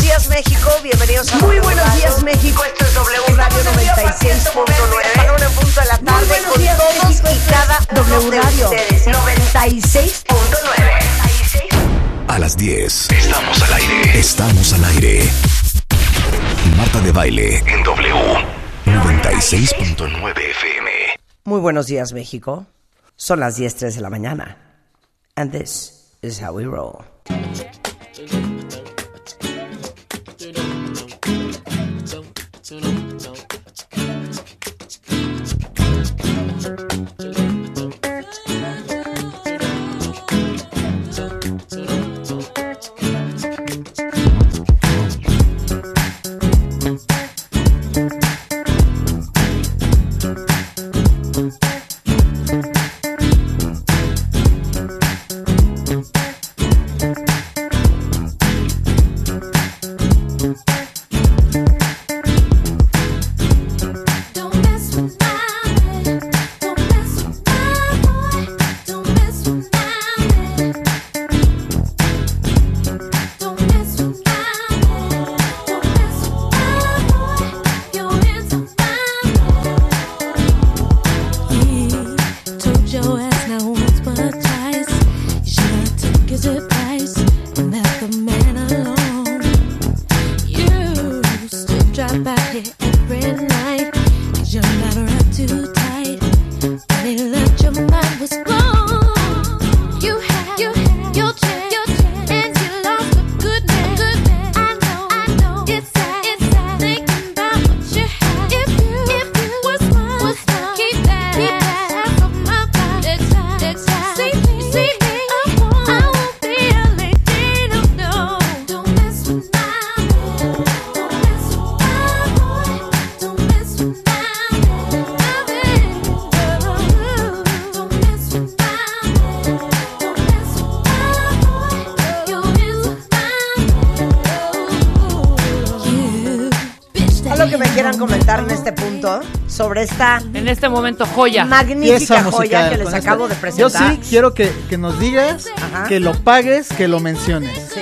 días, México. Bienvenidos a Muy buenos días, México. Esto es W Radio 96.9. Una este en punto de la tarde Muy buenos con días, todos México. y cada W uno de Radio. ustedes. 96.9. A las 10. Estamos al aire. Estamos al aire. Marta de baile en W. 96.9 FM. Muy buenos días, México. Son las 10:03 de la mañana. And this is how we roll. Don't mess with my man. Don't mess with my boy. Don't mess with my man. Don't mess with my man. Don't mess with my boy. You're into my man. Told your ass not once but twice. You should have took his advice and left the man alone. You still drive by here every night. Cause you're not around too tight. And it left your mind was blown. You had, you had your chance, your chance. And you lost a good man, good man. I know, I know. It's sad, it's sad. Thinking about what you had. If you, if you was mine, was mine. Keep that, keep that. Half of my mind. Next time, next time. See me, see me. I won't, I won't be a lady, no, no. Don't mess with my man. Don't mess with my boy. Don't mess with my man. My man. Don't mess with my man. Don't mess with my boy. You're into my man. You bitch that Algo que me ain't quieran no comentar en este punto sobre esta En este momento, joya. magnífica pieza joya musical que les con acabo de esta. Yo presentar. sí quiero que, que nos digas, Ajá. que lo pagues, que lo menciones. Sí.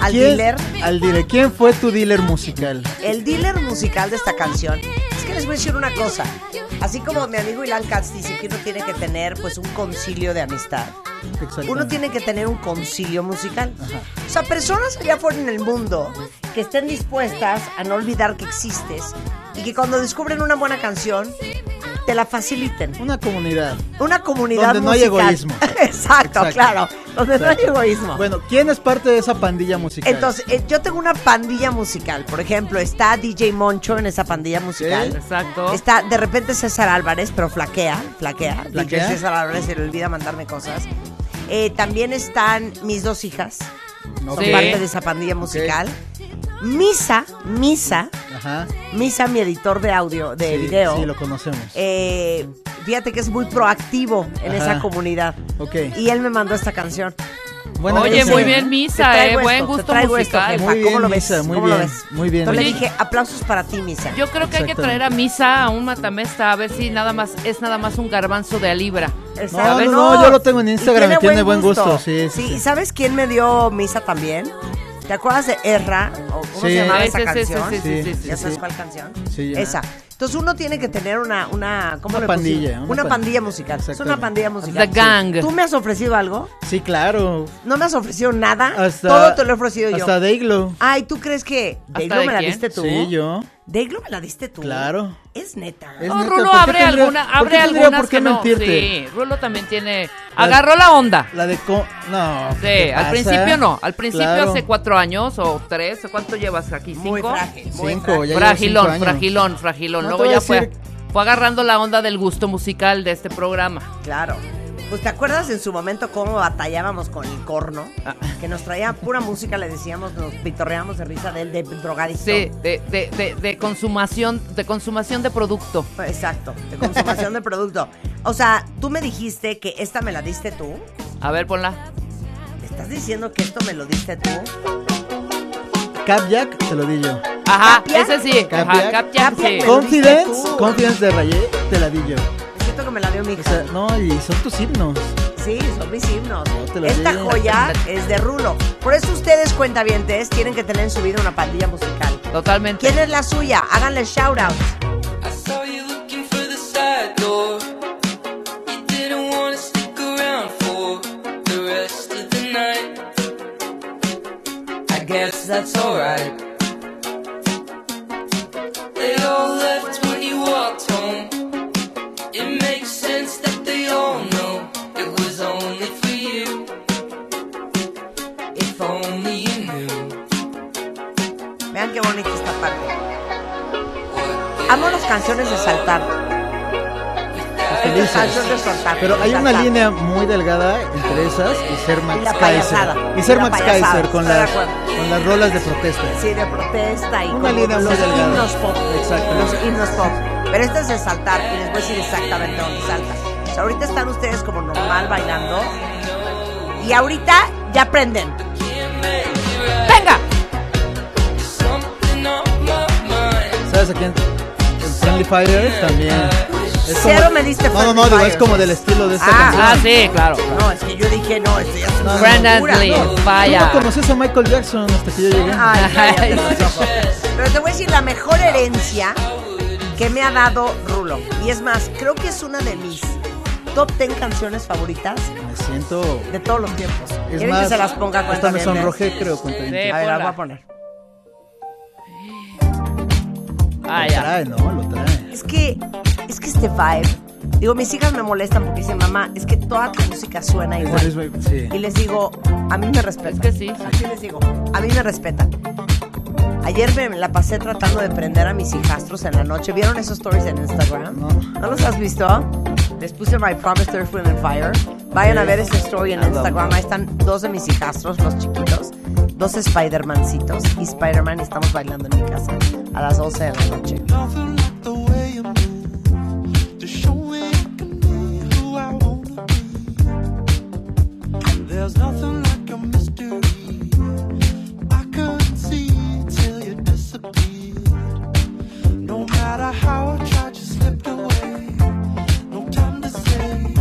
Al ¿Quién- dealer, Al dealer. ¿Quién fue tu dealer musical? el dealer musical de esta canción. Es que les voy a decir una cosa. Así como mi amigo Ilan Katz dice que uno tiene que tener pues un concilio de amistad. Uno tiene que tener un concilio musical. O sea, personas allá afuera en el mundo que estén dispuestas a no olvidar que existes y que cuando descubren una buena canción te la faciliten. Una comunidad. Una comunidad Donde no hay musical. egoísmo. Exacto, Exacto. claro. Donde no hay Exacto. egoísmo. Bueno, ¿quién es parte de esa pandilla musical? Entonces, eh, yo tengo una pandilla musical. Por ejemplo, está DJ Moncho en esa pandilla musical. Exacto. Está de repente César Álvarez, pero flaquea, flaquea. ¿Flaquea? DJ César Álvarez se le olvida mandarme cosas. Eh, también están mis dos hijas, No, son Sí. parte de esa pandilla musical. Misa, Misa, Ajá. Misa, mi editor de audio, de sí, video. Sí, lo conocemos. Eh, fíjate que es muy proactivo en Ajá. esa comunidad. Ok. Y él me mandó esta canción. Buena Oye, canción. muy bien, Te Misa, traigo eh. esto, Buen te gusto traigo esto, musical. jefa. Muy bien, ¿Cómo lo ves? Misa, muy ¿Cómo lo bien, ves? muy bien, Entonces le Misa. dije, aplausos para ti, Misa. Yo creo que hay que Exactamente. traer a Misa a un matamesta a ver si nada más es nada más un garbanzo de a libra. No, no, no, yo lo tengo en Instagram, Y tiene buen gusto, sí, sí, ¿y sí. sabes quién me dio misa también? ¿Te acuerdas de Erra? ¿O ¿Cómo se Sí. llamaba Ah, esa sí, sí, sí, canción? sí, sí, sí, sí, ¿Ya sabes sí. cuál canción? Sí, ya. Esa. Entonces uno tiene que tener una, una, ¿cómo Una le pusimos? pandilla, Una, una pandilla, pandilla, musical. Es una exactamente. pandilla The musical. Gang. ¿Tú me has ofrecido algo? Sí, claro. No me has ofrecido nada. Hasta, Todo te lo he ofrecido yo. Hasta Dayglow. Ay, ¿tú crees que ¿Hasta Deglo de me la quién? diste tú? Sí, yo. Deglo me la diste tú. Claro. Es neta. Es No, neta, Rulo ¿por qué abre tendría- alguna, por abre qué tendría algunas por qué que no. mentirte? Sí, Rulo también tiene. Agarró la onda. La de co- no. ¿qué Sí, te al pasa? principio no. Al principio Claro. hace cuatro años o tres. ¿Cuánto llevas aquí? ¿Cinco? Muy frágil. Muy Cinco, frágil. ya llevo fragilón, cinco años. fragilón, fragilón. No Luego te voy ya a fue, decir- fue agarrando la onda del gusto musical de este programa. Claro. Pues te acuerdas en su momento cómo batallábamos con el corno, Ah. que nos traía pura música, le decíamos, nos pitorreábamos de risa de él, de drogadicto. Sí, de, de, de, de consumación, de consumación de producto. Exacto, de consumación de producto. O sea, tú me dijiste que esta me la diste tú. A ver, ponla. ¿Me estás diciendo que esto me lo diste tú? Capjack, te lo di yo. Ajá, ¿Capiac? ese sí. Ajá, ¿Capiac? Capjack, sí. ¿Capiac? Te lo Confidence, diste tú. Confidence de Rayé, te la di yo. Siento que me la dio mi O hija. sea, no, y son tus himnos. Sí, son mis himnos. te lo Esta digo. joya es de Rulo. Por eso ustedes, cuentavientes, tienen que tener en su vida una pandilla musical. Totalmente. ¿Quién es la suya? Háganle shout out. I saw you looking for the side door. You didn't wanna stick around for the rest of the night. I guess that's alright. They all left when you walked home. It makes sense that they all know it was only for you. If only you knew. Vean qué bonita esta parte. Amo las canciones de saltar. Las Felices. canciones de saltar. Pero hay de una saltar. línea muy delgada entre esas y ser Max la payasada. Kaiser. Y ser Y la Max payasada, Kaiser con estoy de las, acuerdo. con las rolas de protesta. Sí, de protesta y Una como línea muy los delgada. himnos pop. Exacto. Los himnos pop. Pero este es de saltar y les voy a decir exactamente dónde salta. O sea, ahorita están ustedes como normal bailando y ahorita ya aprenden. ¡Venga! Something on my mind. ¿Sabes a quién? El Friendly Fighters también. Es como- Cero me diste No, no, no, Friendly digo, es Fire. como del estilo de esta Ah, canción. Ah, sí, claro. No, es que yo dije, no, este ya es una Brandon locura. Lee, No. Tú vaya. no conoces a Michael Jackson hasta que yo llegué. Ay, cállate, Rodolfo. Pero te voy a decir la mejor herencia que me ha dado Rulo. Y es más, creo que es una de mis top 10 canciones favoritas Me siento. de todos los tiempos. Es ¿Quieren más, que se las ponga cuenta hasta me sonrojé, creo, con tu Sí. A ver, las voy Ponla. a poner. Ah, Lo ya. trae, ¿no? Lo trae. Es que, es que este vibe. Digo, mis hijas me molestan porque dicen, mamá, es que toda tu música suena Es igual. el mismo- Sí. Y les digo, a mí me respetan. Es que sí. Así les digo, a mí me respetan. Ayer me la pasé tratando de prender a mis hijastros en la noche. ¿Vieron esos stories en Instagram? No. los has visto? Les puse My Promised Earth, Wind and Fire. Vayan a ver esa story Ah, en Instagram. Ahí están dos de mis hijastros, los chiquitos. Dos Spider-Mancitos y Spider-Man. y Estamos bailando en mi casa a las 12 de la noche. Nothing like the way you move to show me you can be who I wanna be. There's nothing like a mystery I couldn't see till you disappeared. No matter how I tried, you slipped away. No time to say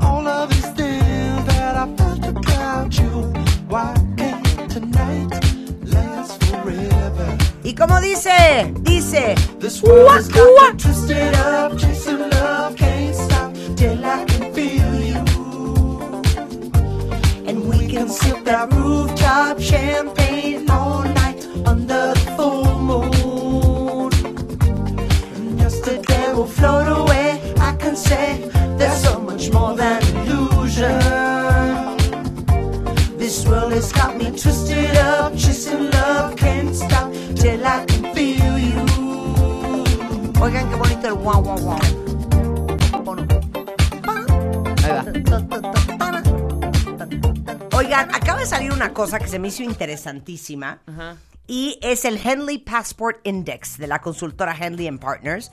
all of these things that I felt about you. Why can't tonight last forever? Y como dice, dice, This world is got Ua, ua. me twisted up, chasing love can't stop till I can feel you. And we can sip that rooftop champagne all night under the full moon. And yesterday will float away. I can say there's so much more than illusion. This world has got me twisted up, chasing love can't stop till I can feel you. oigan qué bonito el wow, wow, wow. Ponlo. Ahí va. Oigan, acaba de salir una cosa que se me hizo interesantísima. Y es el Henley Passport Index de la consultora Henley and Partners.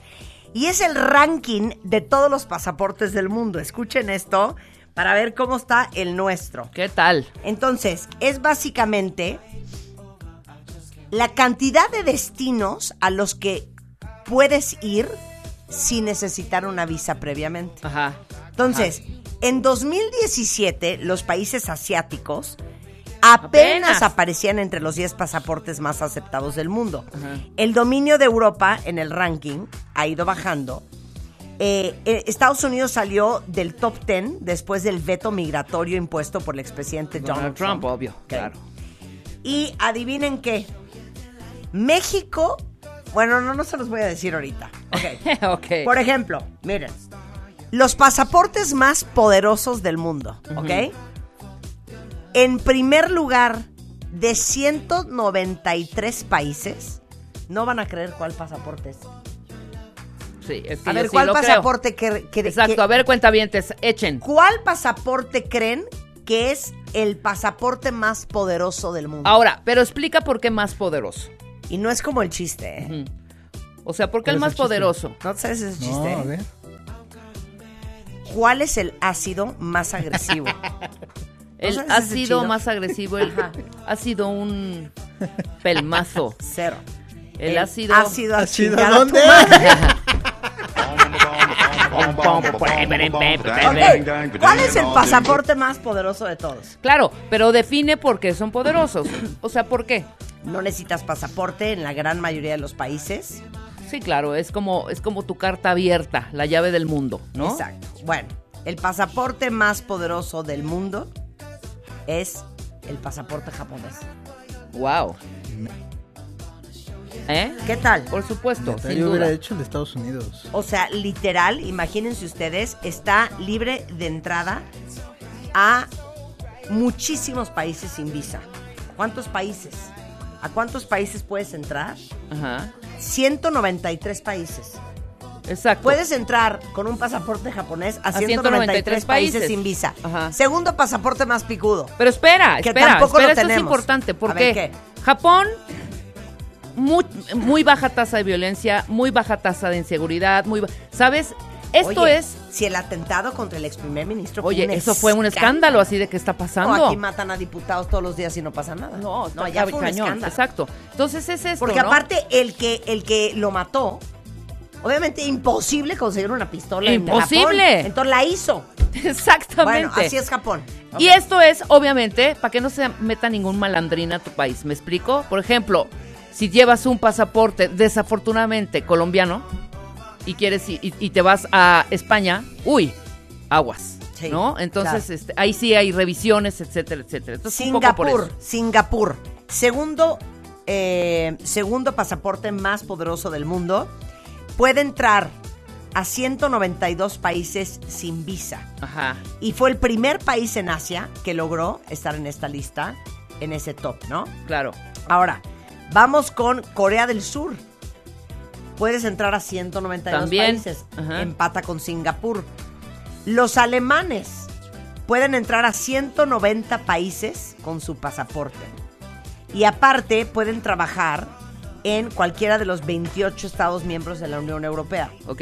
Y es el ranking de todos los pasaportes del mundo. Escuchen esto para ver cómo está el nuestro. ¿Qué tal? Entonces, es básicamente la cantidad de destinos a los que puedes ir sin necesitar una visa previamente. Ajá. Entonces, en 2017, los países asiáticos apenas, Apenas. aparecían entre los 10 pasaportes más aceptados del mundo. El dominio de Europa en el ranking ha ido bajando. Eh, eh, Estados Unidos salió del top 10 después del veto migratorio impuesto por el expresidente Donald Donald Trump, obvio. Ok. Claro. Y adivinen qué. México, bueno, no, no se los voy a decir ahorita. Ok. ok. Por ejemplo, miren, los pasaportes más poderosos del mundo, ¿ok? En primer lugar, de 193 países, no van a creer cuál pasaporte es. Sí, es que A yo ver, sí ¿cuál lo creo. pasaporte que, que- que- Exacto, a ver, cuentavientes, echen. ¿Cuál pasaporte creen que es el pasaporte más poderoso del mundo? Ahora, pero explica por qué más poderoso. Y no es como el chiste, ¿eh? O sea, ¿por qué el Pero más es el chiste. poderoso? No sabes No, ese chiste. ¿eh? a ver. ¿Cuál es el ácido más agresivo? El sabes ha ese sido chido? más agresivo, el ha sido un pelmazo. Cero. El ácido. ácido a ¿Ácido chingar a tu dónde? madre. Ok, ¿Cuál es el pasaporte más poderoso de todos? Claro, pero define por qué son poderosos. O sea, ¿por qué? No necesitas pasaporte en la gran mayoría de los países. Sí, claro, es como, es como tu carta abierta, la llave del mundo, ¿no? Exacto. Bueno, el pasaporte más poderoso del mundo es el pasaporte japonés. Wow. ¿Eh? ¿Qué tal? Por supuesto, Neta, sin yo hubiera duda. hecho el de Estados Unidos. O sea, literal, imagínense ustedes, está libre de entrada a muchísimos países sin visa. ¿Cuántos países? ¿A cuántos países puedes entrar? Ajá. 193 países. Exacto. Puedes entrar con un pasaporte japonés a, A 193 193 países, países. sin visa. Ajá. Segundo pasaporte más picudo. Pero espera, Que espera, tampoco espera, lo esto es tenemos. importante, A ver, porque Japón, muy, muy baja tasa de violencia, muy baja tasa de inseguridad, muy ba- ¿sabes? Esto Oye, es, Si el atentado contra el ex primer ministro. fue oye, eso fue un escándalo así de que está pasando. No, aquí matan a diputados todos los días y no pasa nada. no, está ya fue un cañón, escándalo. Exacto. Entonces es esto, Porque ¿no? aparte, el que, el que lo mató, obviamente imposible conseguir una pistola. en Imposible. Japón. Entonces la hizo. exactamente. Bueno, así es Japón. Y esto es, obviamente, para que no se meta ningún malandrín a tu país. ¿Me explico? Por ejemplo, si llevas un pasaporte desafortunadamente colombiano y quieres i- y, y te vas a España, uy, aguas. Sí, ¿No? Entonces, claro. este, ahí sí hay revisiones, etcétera, etcétera. Entonces, un poco por Singapur, eso. Singapur. Segundo, eh, segundo pasaporte más poderoso del mundo. Puede entrar a 192 países sin visa. Ajá. Y fue el primer país en Asia que logró estar en esta lista, en ese top, ¿no? Claro. Ahora, vamos con Corea del Sur. Puedes entrar a 192 También, países. ajá. Empata con Singapur. Los alemanes pueden entrar a 190 países con su pasaporte. Y aparte pueden trabajar en cualquiera de los 28 estados miembros de la Unión Europea. Ok.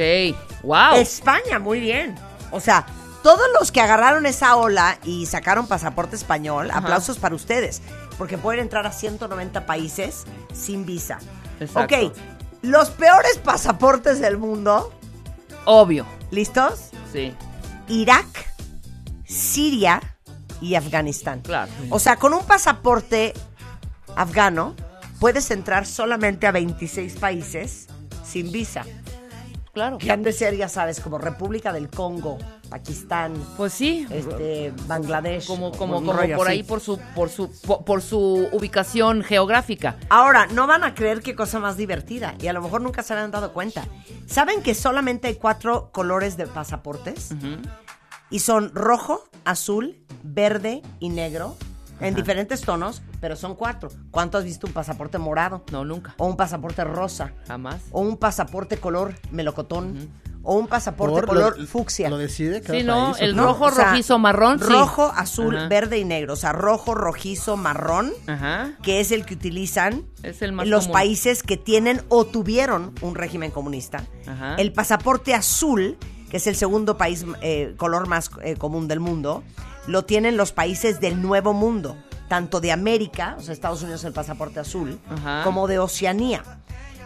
Wow. España, muy bien. O sea, todos los que agarraron esa ola y sacaron pasaporte español, Ajá. aplausos para ustedes, porque pueden entrar a 190 países sin visa. Exacto. Ok, los peores pasaportes del mundo, Obvio. ¿listos? Sí. Irak, Siria y Afganistán. Claro. O sea, con un pasaporte afgano puedes entrar solamente a 26 países sin visa. Claro. Que han de ser, ya sabes, como República del Congo, Pakistán, Pues sí. este, Bangladesh. Como, o como, un como rollo por así. ahí, por su, por su, por- por su ubicación geográfica. Ahora, no van a creer qué cosa más divertida y a lo mejor nunca se habían dado cuenta. ¿Saben que solamente hay cuatro colores de pasaportes? Y son rojo, azul, verde y negro, en diferentes tonos, pero son cuatro. ¿Cuánto has visto un pasaporte morado? No, nunca. O un pasaporte rosa. Jamás. O un pasaporte color melocotón. O un pasaporte Por- color lo- fucsia. Lo decide cada Sí, no, país, ¿o el cómo? rojo, rojizo, marrón, sí. Rojo, azul, Ajá. verde y negro. O sea, rojo, rojizo, marrón, Ajá. que es el que utilizan Es el más los común. países que tienen o tuvieron un régimen comunista. Ajá. El pasaporte azul, que es el segundo país eh, color más eh, común del mundo, lo tienen los países del Nuevo Mundo, tanto de América, o sea, Estados Unidos el pasaporte azul, Ajá. como de Oceanía.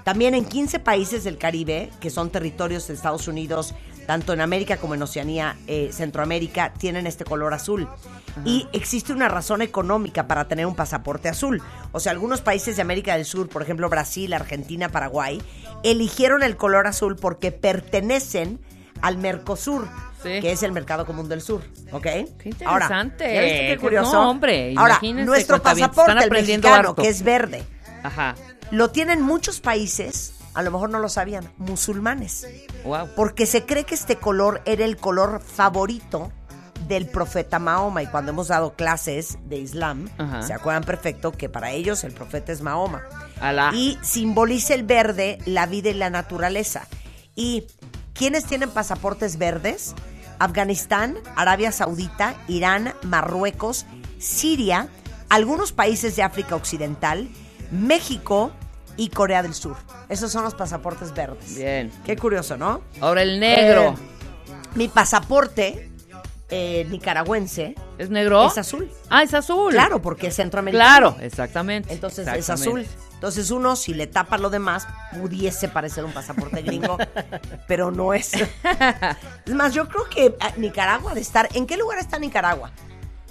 También en 15 países del Caribe, que son territorios de Estados Unidos, tanto en América como en Oceanía, eh, Centroamérica, tienen este color azul. Y existe una razón económica para tener un pasaporte azul. O sea, algunos países de América del Sur, por ejemplo Brasil, Argentina, Paraguay, eligieron el color azul porque pertenecen al Mercosur, Sí. que es el Mercado Común del Sur. ¿ok Qué Ahora, interesante. ¿ya viste qué Qué- curioso? no, hombre, Ahora, imagínense, nuestro cuentavientes, pasaporte, están el aprendiendo mexicano, harto. que es verde, Ajá. lo tienen muchos países, a lo mejor no lo sabían, musulmanes, Wow. porque se cree que este color era el color favorito del profeta Mahoma y cuando hemos dado clases de Islam, Ajá. se acuerdan perfecto que para ellos el profeta es Mahoma. Alá. Y simboliza el verde, la vida y la naturaleza. ¿Y quiénes tienen pasaportes verdes? Afganistán, Arabia Saudita, Irán, Marruecos, Siria, algunos países de África Occidental, México y Corea del Sur. Esos son los pasaportes verdes. Bien. Qué curioso, ¿no? Ahora el negro. Eh, mi pasaporte eh, nicaragüense ¿Es negro? es azul. Ah, es azul. Claro, porque es centroamericano. Claro, exactamente. Entonces es exactamente. azul. Entonces uno, si le tapa lo demás, pudiese parecer un pasaporte gringo, pero no es. Es más, yo creo que ah, Nicaragua de estar... ¿En qué lugar está Nicaragua?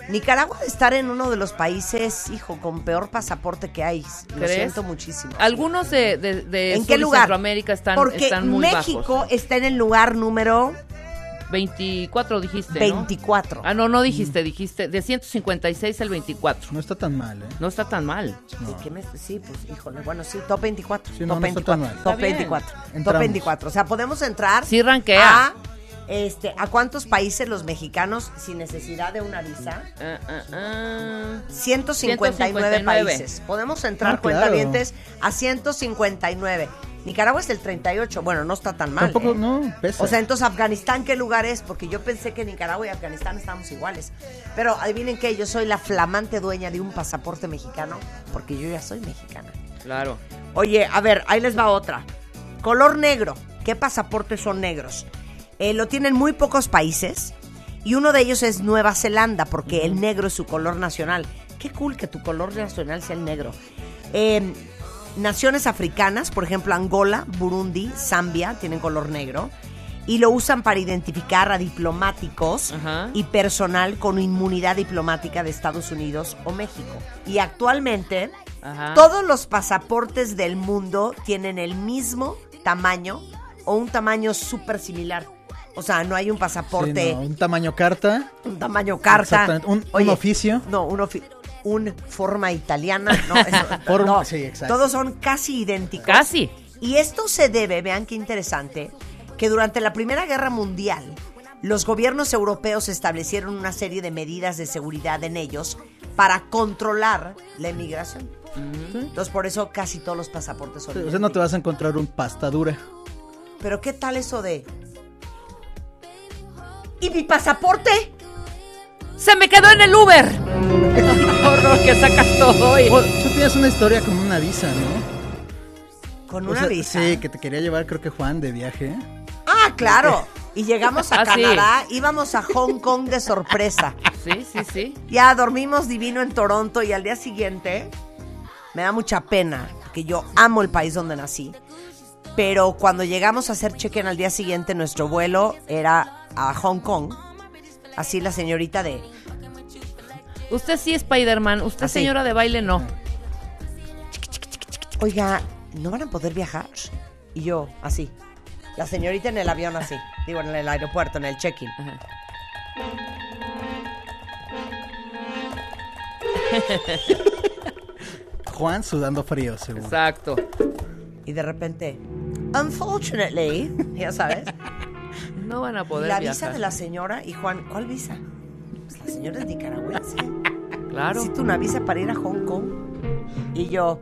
Nicaragua de estar en uno de los países, hijo, con peor pasaporte que hay. Lo ¿Crees? siento muchísimo. Algunos de, de, de ¿En Sur qué y lugar? Centroamérica están, Porque están muy México bajos. ¿eh? está en el lugar número 24 dijiste, ¿no? 24. Ah, no, no dijiste, dijiste de 156 al 24. No está tan mal, ¿eh? No está tan mal. Sí, ¿qué me- sí, pues híjole, bueno, sí, top 24. Sí, no, top no 24. está tan mal. Top Está bien. 24. Top Entramos. 24. O sea, podemos entrar. Sí rankea. A, este, ¿A cuántos países los mexicanos sin necesidad de una visa? Ah, ah, ah. 159, 159. países. Podemos entrar, Ah, claro. cuentavientes, a 159. Nicaragua es el 38. Bueno, no está tan mal. Tampoco, ¿eh? no, pesa. O sea, entonces Afganistán, ¿qué lugar es? Porque yo pensé que Nicaragua y Afganistán estábamos iguales. Pero adivinen qué, yo soy la flamante dueña de un pasaporte mexicano, porque yo ya soy mexicana. Claro. Oye, a ver, ahí les va otra. Color negro. ¿Qué pasaportes son negros? Eh, lo tienen muy pocos países y uno de ellos es Nueva Zelanda porque el negro es su color nacional. Qué cool que tu color nacional sea el negro. Eh, naciones africanas, por ejemplo Angola, Burundi, Zambia, tienen color negro y lo usan para identificar a diplomáticos Ajá. y personal con inmunidad diplomática de Estados Unidos o México. Y actualmente Ajá. todos los pasaportes del mundo tienen el mismo tamaño o un tamaño súper similar. O sea, no hay un pasaporte, Sí, no, un tamaño carta. un tamaño carta. Exactamente. Un- un oficio. No, un oficio. Un forma italiana. No, eso- Forma- no. sí, exacto. Todos son casi idénticos. Casi. Y esto se debe, vean qué interesante, que durante la Primera Guerra Mundial los gobiernos europeos establecieron una serie de medidas de seguridad en ellos para controlar la emigración. Entonces por eso casi todos los pasaportes son. Mm. O sea, no te vas a encontrar un pasta dura. Pero qué tal eso de ¿Y mi pasaporte? Se me quedó en el Uber. Qué horror que sacas todo hoy. Oh, tú tienes una historia con una visa, ¿no? Con O una sea, visa. Sí, que te quería llevar, creo que Juan, de viaje. ¿eh? Ah, claro. Y llegamos a Ah, sí. Canadá, íbamos a Hong Kong de sorpresa. Sí, sí, sí. Ya dormimos divino en Toronto y al día siguiente me da mucha pena, porque yo amo el país donde nací. Pero cuando llegamos a hacer check-in al día siguiente, nuestro vuelo era a Hong Kong. Así la señorita de, Ah, Usted sí, Spider-Man. Usted, Así. señora de baile, no. oiga, ¿no van a poder viajar? Y yo, así. La señorita en el avión, así. Digo, en el aeropuerto, en el check-in. Ajá. Juan sudando frío, seguro. Exacto. Y de repente, unfortunately, ya sabes, No van a poder la viajar. visa de la señora y Juan, ¿cuál visa? Pues la señora es nicaragüense. Claro. Necesito una visa para ir a Hong Kong. Y yo,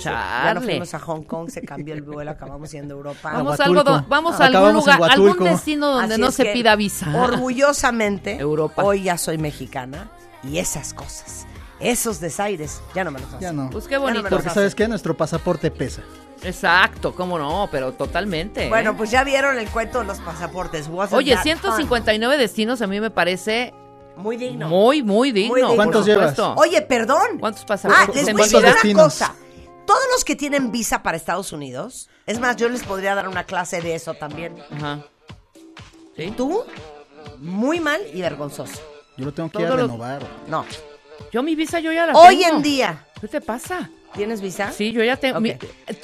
ya nos Charle. fuimos a Hong Kong, se cambió el vuelo, acabamos yendo a Europa. Vamos a, Huatulco. algo do- vamos a algún Acabamos en lugar, algún Huatulco. destino donde Así no es se que, pida visa. Orgullosamente, Europa. hoy ya soy mexicana y esas cosas, esos desaires, ya no me los hacen. Ya no. Pues qué no me bonito. lo Porque sabes qué, nuestro pasaporte pesa. Exacto, cómo no, pero totalmente. ¿eh? Bueno, pues ya vieron el cuento de los pasaportes. Wasn't Oye, that fun? 159 destinos a mí me parece Muy digno. muy, muy digno. digno. por ¿Cuántos llevas? supuesto. Oye, perdón. ¿Cuántos pasaportes? Ah, les voy a ¿Cuántos decir una destinos? cosa. Todos los que tienen visa para Estados Unidos, es más, yo les podría dar una clase de eso también. Ajá. ¿Sí? Tú, muy mal y vergonzoso. Yo lo tengo que ir a Todo lo- renovar. No. Yo mi visa yo ya la Hoy tengo. en día, ¿Qué te pasa? ¿tienes visa? Sí, yo ya tengo. Ok. mi- eh,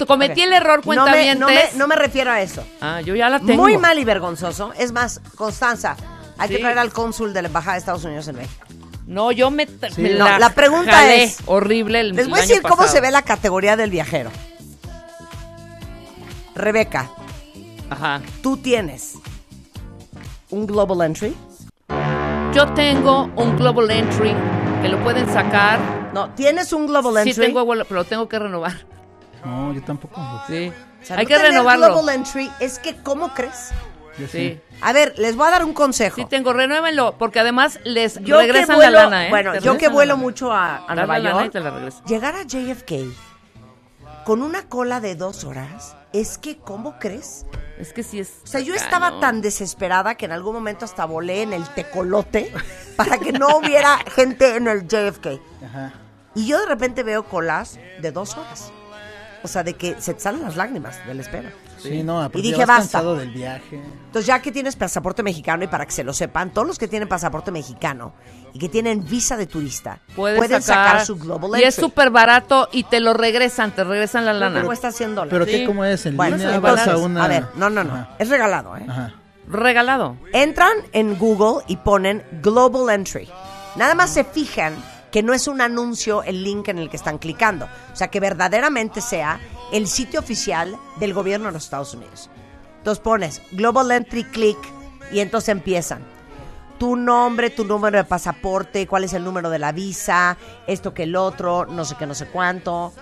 cometí Ok. el error, No me, cuentavientes. no, me, no me refiero a eso. Ah, yo ya la tengo. Muy mal y vergonzoso. Es más, Constanza, hay que Sí. traer al cónsul de la Embajada de Estados Unidos en México. No, yo me. tra- me No, la pregunta jalé es- Horrible el Les el voy a año decir cómo pasado. se ve la categoría del viajero. Rebeca, Ajá. tú tienes un Global Entry. Yo tengo un Global Entry que lo pueden sacar. No, tienes un Global Entry. Sí, tengo, abuela, pero lo tengo que renovar. No, yo tampoco. Sí. O sea, Hay no que tener renovarlo. Global Entry es que, ¿cómo crees? Yo Sí. A ver, les voy a dar un consejo. Sí, tengo, renuévenlo, porque además les yo regresan que vuelo, la lana, ¿eh? Bueno, Te yo que regresan la vuelo lana. mucho a, a Dale Nueva la lana y York, te la regresan. llegar a JFK con una cola de dos horas es que, ¿cómo crees? Es que sí es. O sea, yo cañón. estaba tan desesperada que en algún momento hasta volé en el tecolote para que no hubiera gente en el JFK. Ajá. Y yo de repente veo colas de dos horas. O sea, de que se te salen las lágrimas de la espera. Sí, no, aparte Y dije, ya vas basta. cansado del viaje. Entonces, ya que tienes pasaporte mexicano, y para que se lo sepan, todos los que tienen pasaporte mexicano y que tienen visa de turista, Puedes pueden sacar, sacar, su Global Y es Entry. súper barato y te lo regresan, te regresan la Creo que lana. cuesta 100 dólares. Pero Sí. qué cómo es en Bueno, línea entonces, vas a una a ver, no, no, no, Ajá, es regalado, ¿eh? ajá. Regalado. Entran en Google y ponen Global Entry. Nada más se fijan que no es un anuncio el link en el que están clicando. O sea, que verdaderamente sea el sitio oficial del gobierno de los Estados Unidos. Entonces pones Global Entry Click y entonces empiezan. Tu nombre, tu número de pasaporte, cuál es el número de la visa, esto que el otro, no sé qué, no sé cuánto.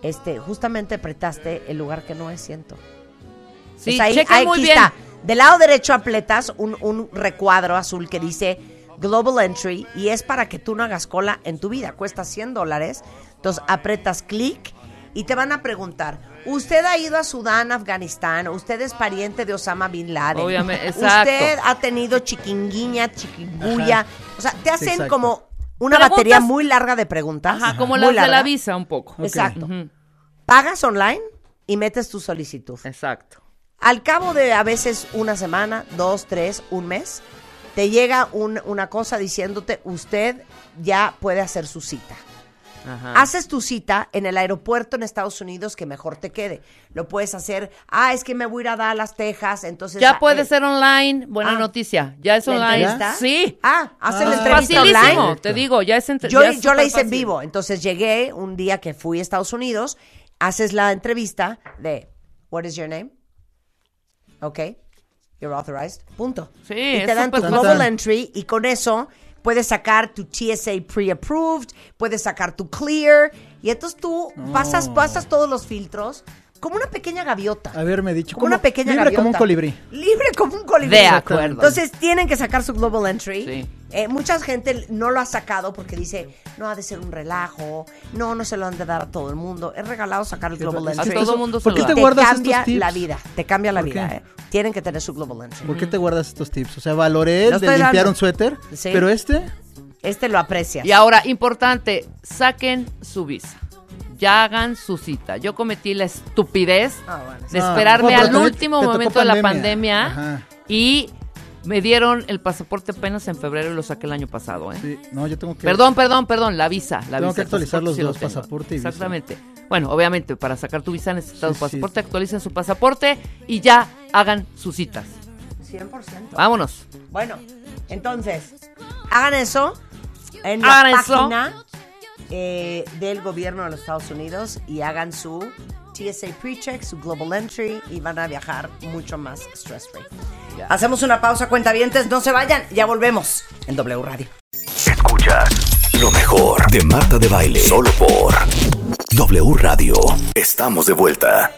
Este, justamente apretaste el lugar que no es, siento. Sí, Pues ahí- checa ahí muy aquí bien. está. Del lado derecho apletas un, un recuadro azul que dice Global Entry y es para que tú no hagas cola en tu vida. Cuesta 100 dólares. Entonces apretas clic y te van a preguntar, ¿usted ha ido a Sudán, Afganistán? ¿Usted es pariente de Osama Bin Laden? Obviamente, ¿Usted exacto. ha tenido chiquinguiña, chiquinguya? Ajá. O sea, te hacen Exacto. como una Preguntas- batería muy larga de preguntas. Ajá, como muy las de larga. la visa un poco. Exacto. Ujú, Pagas online y metes tu solicitud. Exacto. Al cabo de a veces una semana, dos, tres, un mes, te llega un- una cosa diciéndote, usted ya puede hacer su cita. Ajá. Haces tu cita en el aeropuerto en Estados Unidos que mejor te quede. Lo puedes hacer, ah, es que me voy a ir a Dallas, Texas, entonces... Ya ah, puede eh, ser online. Buena Ah. noticia. Ya es ¿la online. entrevista? Sí. Ah, haces la Ah. entrevista Facilísimo. online. Te digo, ya es entre- Yo, ya es yo la súper hice en fácil. vivo, entonces llegué un día que fui a Estados Unidos, haces la entrevista de What is your name? Ok, you're authorized. Punto. Sí, y te es dan tu súper global fácil. entry y con eso puedes sacar tu TSA pre-approved, puedes sacar tu clear y entonces tú Oh. pasas, pasas todos los filtros como una pequeña gaviota. Haberme dicho. como una pequeña libre como un gaviota. colibrí. Libre como un colibrí. De acuerdo. Entonces tienen que sacar su global entry. Sí. Eh, mucha gente no lo ha sacado porque dice, no ha de ser un relajo, no, no se lo han de dar a todo el mundo. Es regalado sacar el global es que entry. A todo mundo se ¿Por lo qué da. te te guardas cambia estos tips? la vida, te cambia la ¿Por vida. qué? eh. Tienen que tener su global entry. ¿Por qué te guardas estos tips? O sea, valoré No el de estoy limpiar dando. un suéter, Sí. pero este Este lo aprecias. Y ahora, importante, saquen su visa. Ya hagan su cita. Yo cometí la estupidez Ah, bueno. de No, esperarme no, pero al también último te tocó momento de la pandemia. pandemia Ajá. y me dieron el pasaporte apenas en febrero y lo saqué el año pasado. ¿eh? sí, no, yo tengo que Perdón, perdón, perdón, la visa. La Tengo visa, que el actualizar pasaporte los sí lo dos, tengo. pasaporte y visa. Exactamente. Bueno, obviamente, para sacar tu visa necesitas Sí, un pasaporte, sí. actualicen su pasaporte y ya hagan sus citas. 100%. Vámonos. Bueno, entonces, hagan eso en la Hagan eso. página eh, del gobierno de los Estados Unidos y hagan su TSA pre-check, su global entry y van a viajar mucho más stress-free. Hacemos una pausa, cuentavientes, no se vayan, ya volvemos en W Radio. Escuchas lo mejor de Marta de Baile. Solo por W Radio. Estamos de vuelta.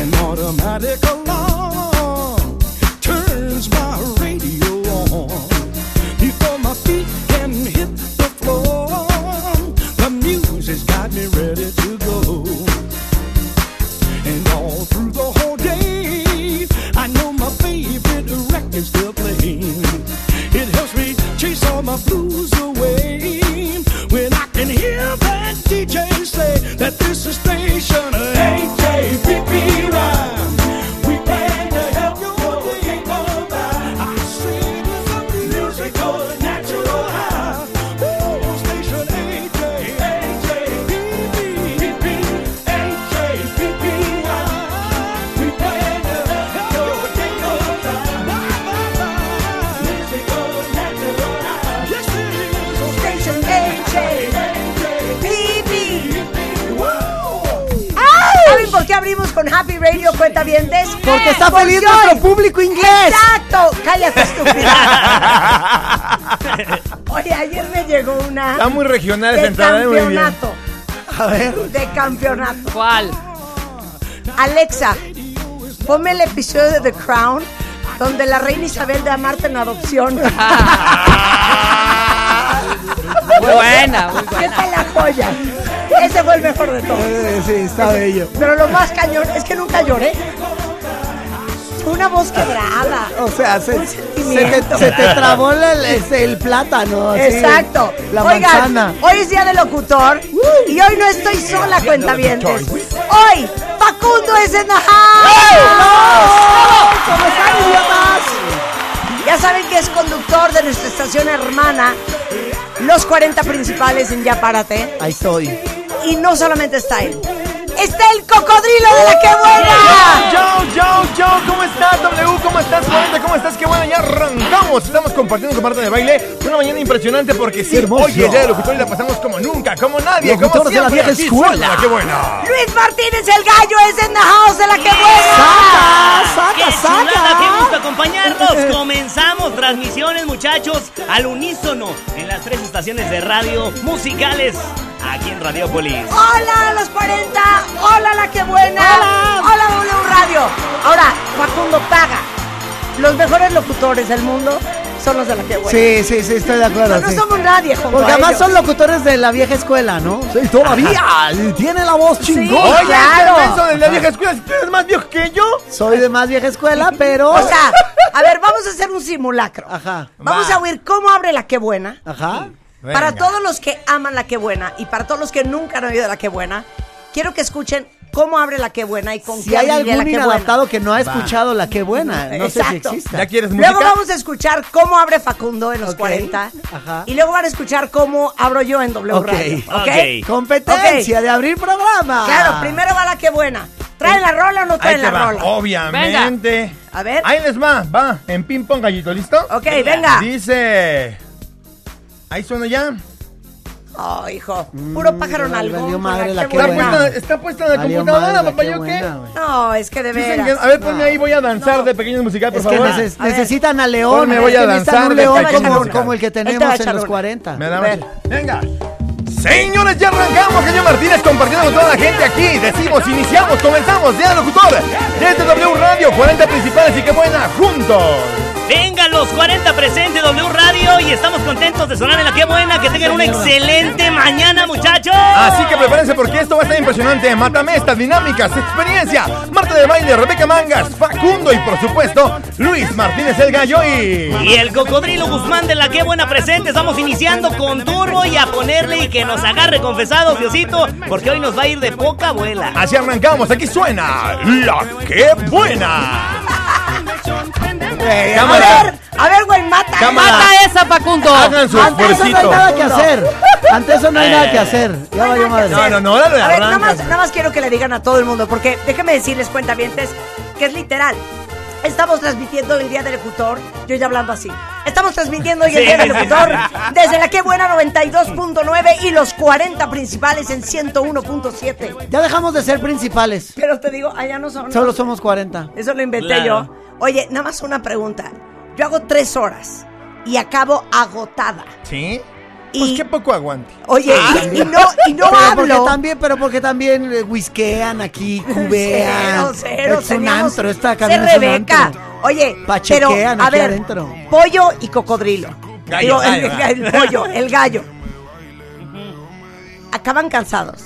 An automatic alarm turns my radio on. Before my feet can hit the floor, the music's got me ready to go. And all through the whole day, I know my favorite record's still playing. It helps me chase all my blues away when I can hear that DJ say that this is station. AJPP Rhyme. We got abrimos con Happy Radio Cuenta Vientes. Porque está feliz nuestro público inglés. Exacto. Cállate, estúpida. Oye, ayer me llegó una. Está muy regional de esa entrada, ¿eh? muy bien. campeonato. A ver. De campeonato. ¿Cuál? Alexa, ponme el episodio de The Crown donde la reina Isabel da a Marta en adopción. Muy buena, muy ¿Qué tal la joya? Ese fue el mejor de todos. Eh, Sí, está bello. Pero lo más cañón es que nunca lloré. Fue una voz quebrada. O sea, se, Un se sentimiento. te, se te trabó la- el, este, el plátano. así, Exacto. La Oigan, manzana. hoy es día del locutor y hoy no estoy sola, cuenta Hoy, Facundo es en la house. ¿Cómo están, idiotas? Ya saben que es conductor de nuestra estación hermana, Los 40 Principales en Ya Párate. Ahí estoy. Y no solamente está él, está el cocodrilo de la que buena. Yo, yo, yo, ¿cómo estás, W? ¿Cómo estás, 40? ¿Cómo estás? Qué bueno, ya arrancamos. Estamos compartiendo con Marta de Baile una mañana impresionante porque sí, Hermoso. hoy el día del locutor y la pasamos como nunca, como nadie, como Locutores de la siempre. vieja aquí escuela. sola, ¡Qué bueno! Luis Martínez, el gallo, es en la house de la que ¡Saca, buena. saca, ¡Qué chulada! ¡Qué gusto saca! acompañarnos! Comenzamos transmisiones, muchachos, al unísono en las tres estaciones de radio musicales aquí en Radiopolis. Hola los 40, hola la que buena, hola, W Radio. Ahora, Facundo paga. Los mejores locutores del mundo son los de la que buena. Sí, sí, sí, estoy de acuerdo. No, no sí. somos nadie, junto Porque a además ellos. son locutores de la vieja escuela, ¿no? Sí, todavía. Tiene la voz chingón. Oye, claro. este menso de la vieja escuela, si tú eres más viejo que yo. Soy de más vieja escuela, pero. Ah, O sea, a ver, vamos a hacer un simulacro. Ajá. Vamos Va. a oír cómo abre la que buena. Ajá. Venga. Para todos los que aman la que buena y para todos los que nunca han oído la que buena, quiero que escuchen cómo abre la que buena y con Si qué hay abriría la algún que buena. inadaptado que no ha escuchado la qué buena, no sé si Exacto. exista. ¿Ya quieres música? Luego vamos a escuchar cómo abre Facundo en los Ok. 40. Ajá. Y luego van a escuchar cómo abro yo en W Ok. Radio. ¿Ok? Ok. Competencia de abrir programa. Claro, primero va la que buena. ¿Traen la rola o no Ahí traen te la va, rola? obviamente. A ver. Ahí les va, va, en ping pong gallito, ¿listo? Ok, venga. Dice... Ahí suena ya. Oh, hijo. Puro pájaro Mm, en algo. valió madre la Qué está, buena. puesta, está puesta en la Valió computadora, madre la papá, qué ¿yo qué? buena, güey. Ah. No, es que de Dicen veras. que- a ver, ponme ahí, voy a danzar de pequeños musical, por Es que favor. neces- A ver. necesitan a León. Ponme, es voy que a necesitan danzar un de león pequeños como, musicales. como el que Ahí te va a tenemos echar en los una. 40. Me da más- Venga. Señores, ya arrancamos, señor Martínez, compartiendo con toda la gente aquí. Decimos, iniciamos, comenzamos, ya locutor. Desde W Radio, 40 principales y qué buena, juntos. Vengan los 40 presentes W Radio y estamos contentos de sonar en la que buena. Que tengan una excelente mañana, muchachos. Así que prepárense porque esto va a estar impresionante. Mátame estas dinámicas, experiencia. Marta de baile, Rebeca Mangas, Facundo y por supuesto, Luis Martínez el Gallo y. Y el cocodrilo Guzmán de la que buena presente. Estamos iniciando con turbo y a ponerle y que nos agarre confesados, Diosito, porque hoy nos va a ir de poca abuela. Así arrancamos, aquí suena. ¡La qué buena! Eh, A ver, a ver, güey, mata. Cámara. mata. Mata esa, Facundo. Hagan su Ante eso no hay esfuercito. Eh. nada que hacer. Ante eso no hay nada que hacer. Ya No hay valió nada que madre. hacer. No, no, no, dale, A ver, nada arranca. más, nada más quiero que le digan a todo el mundo, porque déjenme decirles, cuentavientes, que es literal. Estamos transmitiendo el Día del Locutor, yo ya hablando así. Estamos transmitiendo hoy el Sí, Día del sí, sí, Locutor desde la que buena 92.9 y los 40 principales en 101.7. Ya dejamos de ser principales. Pero te digo, allá no son. Solo somos 40. Eso lo inventé Claro. yo. Oye, nada más una pregunta. Yo hago tres horas y acabo agotada. ¿Sí? Pues Y- qué poco aguante. Oye, y, y no, y no Ah. pero hablo. Porque también, pero porque también eh, whiskean aquí, cubean. Cero, cero, es un teníamos- antro, esta Ser cabina es un Rebeca. antro. Oye, pero Pachequean a aquí ver, adentro. pollo y cocodrilo. Gallo, Digo, el, gallo, gallo. el pollo, el gallo. Acaban cansados.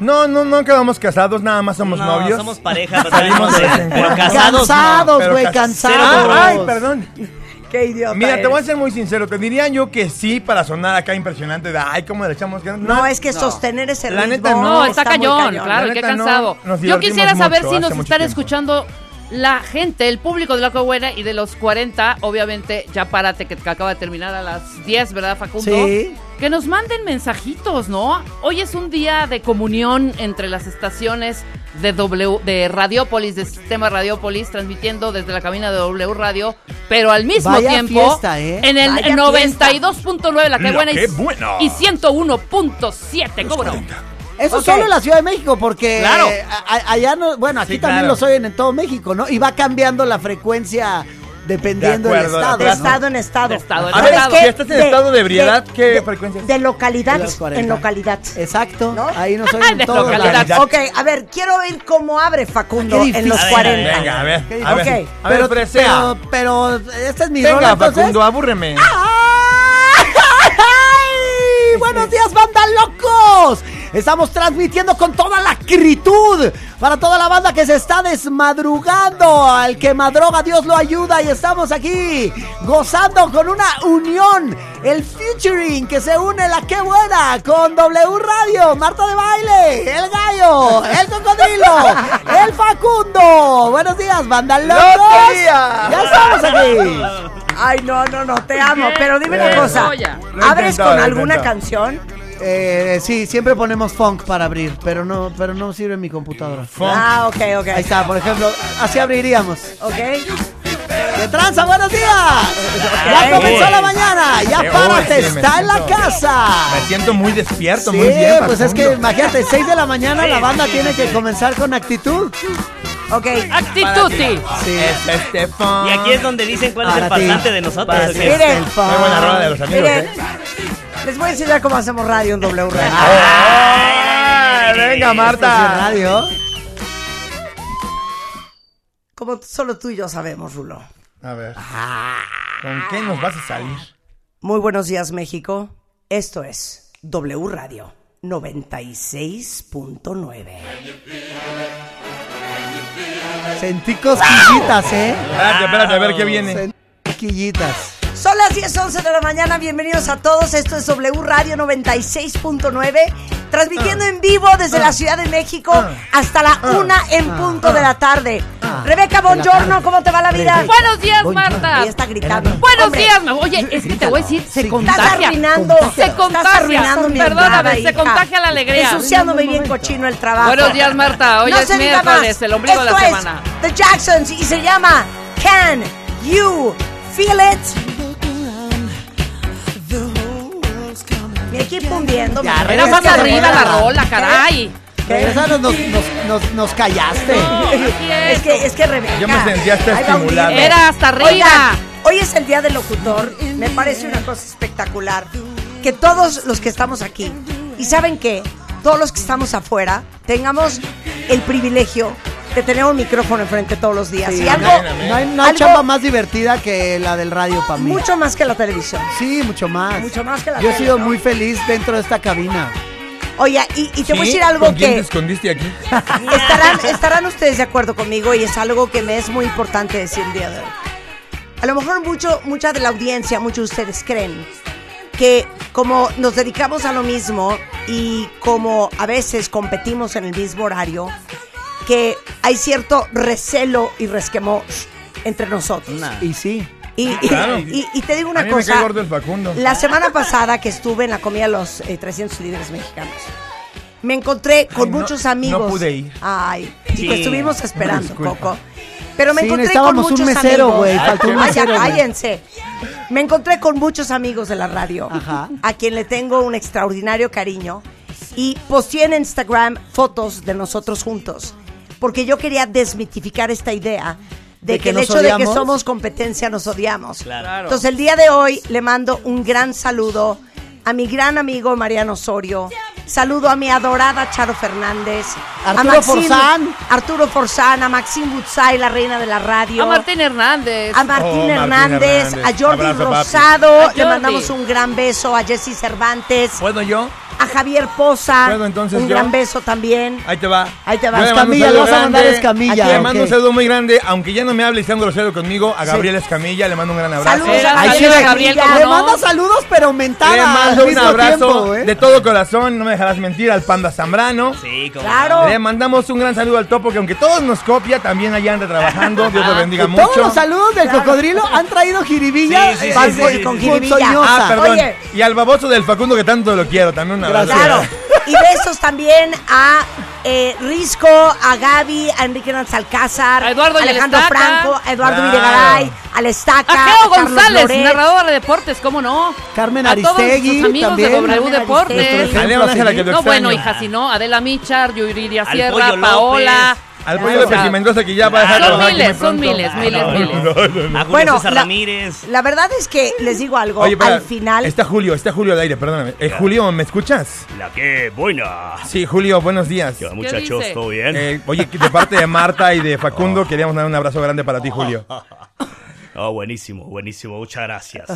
No, no, no quedamos casados, nada más somos No, novios. somos pareja, pero Salimos de vez en pero cuando. casados. no. Cansados, pero güey, cas- cansados. Ah, ay, perdón. Qué idiota. Mira, te eres. voy a ser muy sincero. Te diría yo que sí para sonar acá impresionante. De, ay, cómo le echamos ganas. No, es que sostener ese La ritmo neta, no. No, está, muy cañón, claro, La qué neta, no, cansado. nos Yo quisiera divertimos saber mucho ¿eh? si hace nos mucho están tiempo. escuchando la gente, el público de La Cobuena y de los 40, obviamente, ya párate que, que acaba de terminar a las 10, ¿verdad, Facundo? Sí. Que nos manden mensajitos, ¿no? Hoy es un día de comunión entre las estaciones de W, de Radiopolis, de Sistema Radiopolis, transmitiendo desde la cabina de W Radio, pero al mismo Vaya tiempo fiesta, ¿eh? en el Vaya fiesta. 92.9 la que La buena, y- Qué Buena. y 101.7, ¿cómo no? Eso Ok. solo en la Ciudad de México, porque Claro. eh, a- a- allá no, bueno, aquí Sí, también claro. los oyen en todo México, ¿no? Y va cambiando la frecuencia dependiendo De del acuerdo, de estado. acuerdo. De estado en estado. De estado en A ver, estado. si estás en estado de ebriedad, ¿qué frecuencia De localidad Las 40. en localidad. Exacto. Ahí nos oyen De todos. localidad. Ok, a ver, quiero ver cómo abre Facundo Qué en los difícil. 40. Venga, a ver, Qué a ver, difícil. a ver, presea. pero, pero este es mi rol, Venga, entonces. Facundo, abúrreme. ¡Ay! ¡Buenos días, banda locos! Estamos transmitiendo con toda la acritud para toda la banda que se está desmadrugando. Al que madroga, Dios lo ayuda. Y estamos aquí gozando con una unión. El featuring que se une la que buena con W Radio, Marta de Baile, El Gallo, El Cocodrilo, El Facundo. Buenos días, banda locos. días! Ya estamos aquí. Ay, no, no, no, te amo. Bien, Pero dime una bien, cosa. joya. Lo he ¿Abres intentado, con lo he alguna intentado. canción? Eh, sí, siempre ponemos funk para abrir, pero no, pero no sirve mi computadora. Ah, ok, ok. Ahí está, por ejemplo, así abriríamos. Ok. ¡De tranza, buenos días! Ya comenzó la mañana, ya Qué párate, hoy, sí, me está en la siento- casa. Me siento muy despierto, Sí, muy bien. pues es que Facundo. imagínate, 6 de la mañana la banda tiene que comenzar con actitud. Ok. Actituti. Sí. este Y aquí es donde dicen cuál es el Para ti. pasante de nosotros. Para ¿o qué? ti. Miren. Muy buena rola de los amigos, Miren, les voy a enseñar cómo hacemos radio en W Radio. Ah, venga, Marta. radio. Como t- solo tú y yo sabemos, Rulo. A ver. ¿Con qué nos vas a salir? Muy buenos días, México. Esto es W Radio 96.9. Sentí cosquillitas, ¿eh? Espérate, espérate, a ver qué viene. Cosquillitas. Son las 10.11 de la mañana, bienvenidos a todos. Esto es W Radio 96.9, transmitiendo en vivo desde la Ciudad de México hasta la una en punto de la tarde. Rebeca, buongiorno, ¿cómo te va la vida? Buenos días, Marta. Y está gritando. Buenos Hombre, días, ma- Oye, es que te voy a decir, se contagia. Estás arruinando, Se estás contagia. arruinando mi Perdóname, entrada, se hija. contagia la alegría. Ensuciándome bien cochino el trabajo. Buenos días, Marta. Hoy No es se diga miércoles, más. el ombligo de la Esto es semana. The Jacksons y se llama Can You Feel It? Mi equipo hundiendo. Ya, mi- Rebeca, Más se pone la- ¿Qué? ¿Eh? ¿Qué? Esa nos, nos, nos, nos callaste. Es que, es que Rebeca. Yo me sentía hasta ahí va un estimulado. día. Era hasta arriba. Oigan, hoy es el día del locutor. Me parece una cosa espectacular. Que todos los que estamos aquí, y saben qué, todos los que estamos afuera, tengamos el privilegio de tener un micrófono enfrente todos los días. Sí, y algo, no hay una algo chamba más divertida que la del radio para mí. mucho más que la televisión. Sí, mucho más. Mucho más que la Yo he tele, sido ¿no? muy feliz dentro de esta cabina. Oye, y, y te voy a ¿Sí? decir algo ¿Con quién te que escondiste aquí? estarán, estarán ustedes de acuerdo conmigo y es algo que me es muy importante decir el día de hoy. A lo mejor mucho, mucha de la audiencia, muchos de ustedes creen que como nos dedicamos a lo mismo y como a veces competimos en el mismo horario, que hay cierto recelo y resquemor entre nosotros. Y sí. Y, y- Claro. y- y te digo A una mí me cosa. cae gordo el Facundo. La semana pasada que estuve en la comida de los eh, 300 líderes mexicanos, me encontré con Ay, no- muchos amigos. no pude ir. Ay, Sí. te estuvimos esperando, Disculpa. Coco. Pero me Sí, encontré con necesitábamos un muchos mesero, amigos. güey, faltó un Ay, mesero, ya, güey. cállense. Me encontré con muchos amigos de la radio, a quien le tengo un extraordinario cariño, y posteé en Instagram fotos de nosotros juntos, porque yo quería desmitificar esta idea de, ¿De que, que el nos hecho de que odiamos? somos competencia nos odiamos. Claro. Entonces el día de hoy le mando un gran saludo a mi gran amigo Mariano Osorio. Saludo a mi adorada Charo Fernández. a Arturo Maxim- Forzán. Arturo Forzán, a Maxim Butzai, la reina de la radio. A Martín Hernández. A Martín Oh, Martín Hernández, a Hernández. Jordi Abrazo, papi. Rosado, A Jordi. le mandamos un gran beso, a Jesse Cervantes. ¿Puedo yo? A Javier Poza, ¿Puedo entonces un yo? gran beso también. Ahí te va. Ahí te va. Yo le mando un Escamilla, saludo le vas a mandar grande. Escamilla, Aquí ok. Le mando un saludo muy grande, aunque ya no me hable y sea un grosero conmigo, a Gabriel Escamilla le mando un gran abrazo. Saludos a Ay, sí, Gabriel, Gabriel, ¿cómo le no? manda saludos, pero mentada Le mando al un mismo abrazo tiempo, ¿eh? de todo corazón, no me dejarás mentir, al Panda Zambrano. Sí, no. Claro. Le mandamos un gran saludo al Topo, que aunque todos nos copia, también allá anda trabajando. Dios lo bendiga Y mucho. Todos los saludos del cocodrilo han traído jiribilla. eh, con- con soñosa. Ah, perdón. Y al baboso del Facundo, que tanto lo quiero, también un abrazo. Claro. Y besos también a eh, Risco, a Gaby, a Enrique Nanz Alcázar, A Eduardo y el Alejandro Estaca. Franco, a Eduardo Claro. Videgaray, a la Estaca, A Geo Carlos González, Loret. narradora de deportes, ¿cómo no? Carmen a todos Aristegui sus amigos también. de W Carmen Aristegui. Deportes. Nuestro ejemplo a seguir. no, bueno, hija, si no, Adela Michar, Yuridia Al Sierra, Pollo Paola. Al Ya, pollo o de sea, Pérez Mendoza que ya va a dejar Son trabajar aquí miles, muy son pronto. miles, miles, No, miles. no, no, no. Bueno, la, la verdad es que les digo algo, Oye, espera, al final Está Julio, está Julio al aire, perdóname. Eh, Julio, ¿me escuchas? La que buena. Sí, Julio, buenos días. ¿Qué muchachos? dice? ¿Todo bien? Eh, oye, de parte de Marta y de Facundo, queríamos dar un abrazo grande para ti, Julio. Oh, buenísimo, buenísimo. Muchas gracias.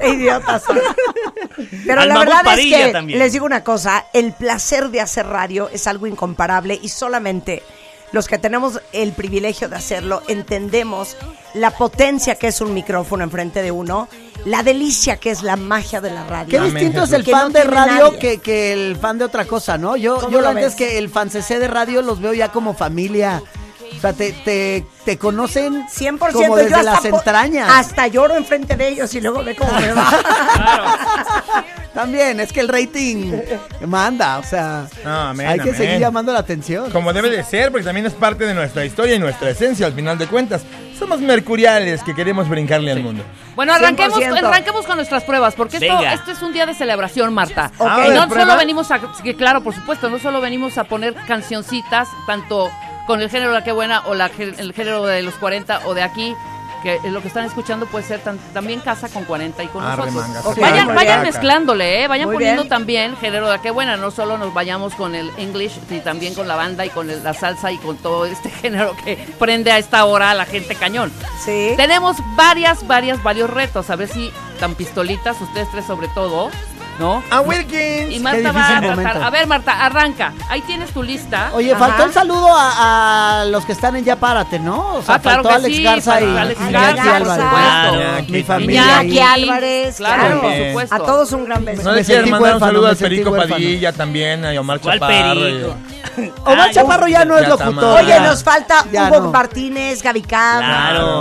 Qué idiotas. son. Pero Al la Mamut verdad es Padilla que también. les digo una cosa, el placer de hacer radio es algo incomparable y solamente los que tenemos el privilegio de hacerlo entendemos la potencia que es un micrófono enfrente de uno, la delicia que es la magia de la radio. Qué distinto es el Que no fan de tiene radio nadie. que, que el fan de otra cosa, ¿no? Yo, ¿Cómo yo lo la verdad es ves? que el fan CC de radio los veo ya como familia. O sea, te, te, te conocen 100% como yo desde hasta las po- entrañas. Hasta lloro enfrente de ellos y luego ve cómo me va. También, es que el rating manda, o sea, amén, hay que amén. seguir llamando la atención. Como debe de ser, porque también es parte de nuestra historia y nuestra esencia, al final de cuentas. Somos mercuriales que queremos brincarle al mundo. Bueno, arranquemos, 100%. arranquemos con nuestras pruebas, porque esto, Venga. esto es un día de celebración, Marta. Ok. Ah, No ¿de solo prueba? venimos a, que claro, por supuesto, no solo venimos a poner cancioncitas, tanto con el género de La Que Buena o la, gé- el género de los 40 o de aquí, que lo que están escuchando puede ser tan- también Casa con 40 y con Arre, nosotros. mangas. Ok. Sí, Vayan, arre, vayan macaca. mezclándole, ¿eh? vayan Muy poniendo bien. también género de La Que Buena, no solo nos vayamos con el English, y también con la banda y con el- la salsa y con todo este género que prende a esta hora a la gente cañón. Sí. Tenemos varias, varias, varios retos. A ver si tan pistolitas, ustedes tres sobre todo, ¿no? A Wilkins. Y Qué Marta difícil va a tratar. momento. A ver, Marta, arranca. Ahí tienes tu lista. Oye, Ajá. faltó el saludo a, a los que están en Ya Párate, ¿no? O sea, Ah, claro faltó que Alex sí, Garza y faltó Alex Iñaki Garza, por Álvarez. supuesto. Iñaki, pues, Mi familia. Iñaki ahí. Álvarez, Claro, claro. por Bien. supuesto. A todos un gran beso. ¿No le Me quieres sentí mandar un huérfano, saludo me al sentí Perico huérfano. Padilla también, a Omar ¿Cuál Chaparro? Perico? y- Omar Chaparro ya no es Ya está locutor. mal. Oye, nos falta Ya Hugo no. Martínez, Gaby Cam.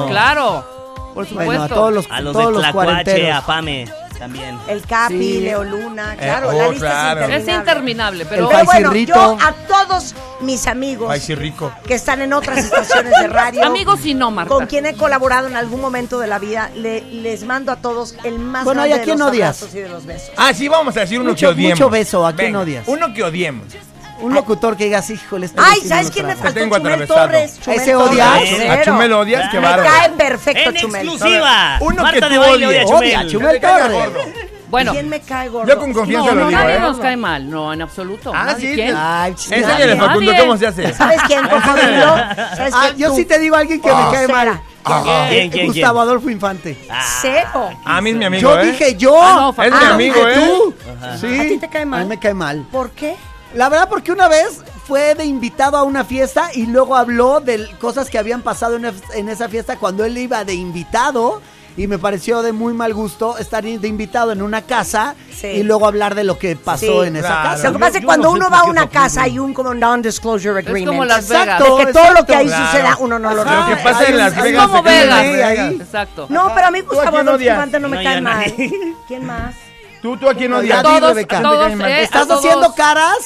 Claro. Claro, por supuesto. Bueno, a todos los, A los todos de los Tlacuache, a cuarenteros. Pame también. El Capi, Sí. Leo Luna, Eh, claro, oh, la lista claro. es Es interminable. interminable, Pero pero. El país- bueno, Paisirrito. yo a todos mis amigos Ay, sí, rico. que están en otras estaciones de radio, Amigos y no, Marta. con quien he colaborado en algún momento de la vida, le- les mando a todos el más Bueno, ¿y grande a de quién los odias? abrazos y de los besos. Ah, sí, vamos a decir uno Mucho- que odiemos. mucho beso, ¿a quién Venga, odias? Uno que odiemos. Un locutor que digas, híjole, este Ay, vecino ¿sabes no quién me trabaja. faltó? tengo Chumel atravesado. Torres. Chumel ¿Ese Torres, odias? cero. ¿A Chumel odias? Qué Me bárbaro. cae perfecto en Chumel. exclusiva. Uno Marta que de tú baile odia a odies. Chumel. Odia a Chumel Te cae Torres. gordo. bueno, ¿Quién me cae gordo? Yo con confianza no, lo no, digo, nadie ¿eh? nos cae mal, no, en absoluto. Ah, Nadie. sí. ¿Quién? Ay, sí. Enséñale, Nadie. Facundo, ¿cómo se hace? ¿Sabes quién, cocodrilo? ¿Sabes Ah, quién? yo Tú. sí te digo a alguien que me cae mal. Eh, Cera. Ah, ¿Quién, quién, Gustavo Adolfo Infante. Cero. A mí es mi amigo, Yo ¿eh? dije yo. Ah, no, Es Facundo. mi Ah, amigo, dije ¿eh? tú. Sí. ¿A ti te cae mal? A mí me cae mal. ¿Por qué? La verdad, porque una vez fue de invitado a una fiesta y luego habló de cosas que habían pasado en, es- en esa fiesta cuando él iba de invitado. Y me pareció de muy mal gusto estar de invitado en una casa Sí. y luego hablar de lo que pasó Sí. en esa Claro. casa. Lo que pasa es que cuando uno va a una casa hay un como non-disclosure como agreement. Las Vegas. Exacto, De que todo lo exacto. que ahí Claro. suceda, uno no lo Lo que sabe. pasa en Las Es Vegas. como se queda en Vegas. Las Vegas. Exacto. No, pero a mí ¿Tú a Gustavo quién Adolfo odias? Infante no me No, cae ya mal. nadie. ¿Quién más? ¿Tú, tú a quién odias? A todos, Rebeca. a todos, Me cae mal. eh, Estás todos- haciendo caras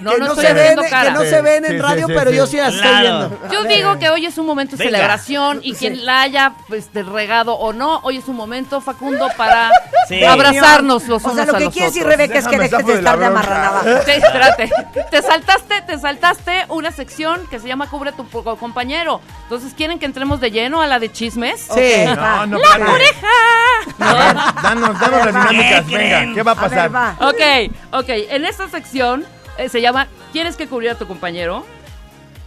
No, que no no, estoy se ven, haciendo que caras. no se ven en Sí, sí, radio, sí, pero sí. yo sí las estoy Claro. viendo. Yo digo que hoy es un momento de Venga. celebración y quien la haya este, regado o no, hoy es un momento, Facundo, para Sí. abrazarnos los unos O sea, lo a que los quiere decir otros. Rebeca es que Déjame dejes sapo de de la estar de bronca. amarranada. Te, espérate, te saltaste, te saltaste una sección que se llama Cubre tu po- compañero. Entonces, ¿quieren que entremos de lleno a la de chismes? Sí. Ok, va. No, no, ¡La ¡Oreja! A ver, danos, danos las dinámicas. ¿Qué Venga, creen? eh, ¿qué va a A pasar? ver, va. Ok, ok. En esta sección eh, se llama ¿Quieres que cubrir a tu compañero?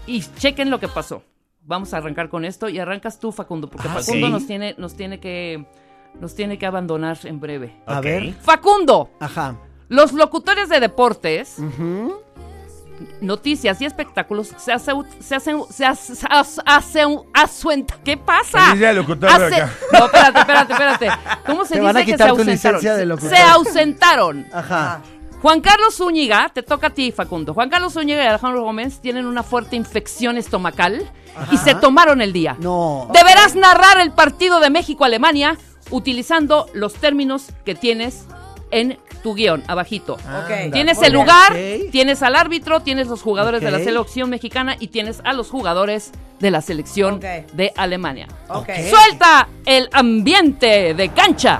Y chequen lo que pasó. Vamos a arrancar con esto y arrancas tú, Facundo, porque Facundo sí. nos tiene, nos tiene que, nos tiene que abandonar en breve. A ver. Facundo, Ajá. los locutores de deportes, noticias y espectáculos se hacen, se hacen, se hacen, se hacen- asuenta- ¿Qué pasa? Feliz día del locutor, Hace- Rebeca. no, espérate, espérate, espérate. ¿Cómo se Te dice van a que se quitar tu ausentaron? licencia de Se locutor. se ausentaron. Ajá. Juan Carlos Zúñiga, te toca a ti, Facundo. Juan Carlos Zúñiga y Alejandro Gómez tienen una fuerte infección estomacal y se tomaron el día. No. Deberás narrar el partido de México-Alemania utilizando los términos que tienes en tu guión, abajito. Ok. Tienes Muy el bien. lugar, Ok. tienes al árbitro, tienes los jugadores de la Ok. selección mexicana y tienes a los jugadores de la selección de Alemania. Ok. Suelta el ambiente de cancha.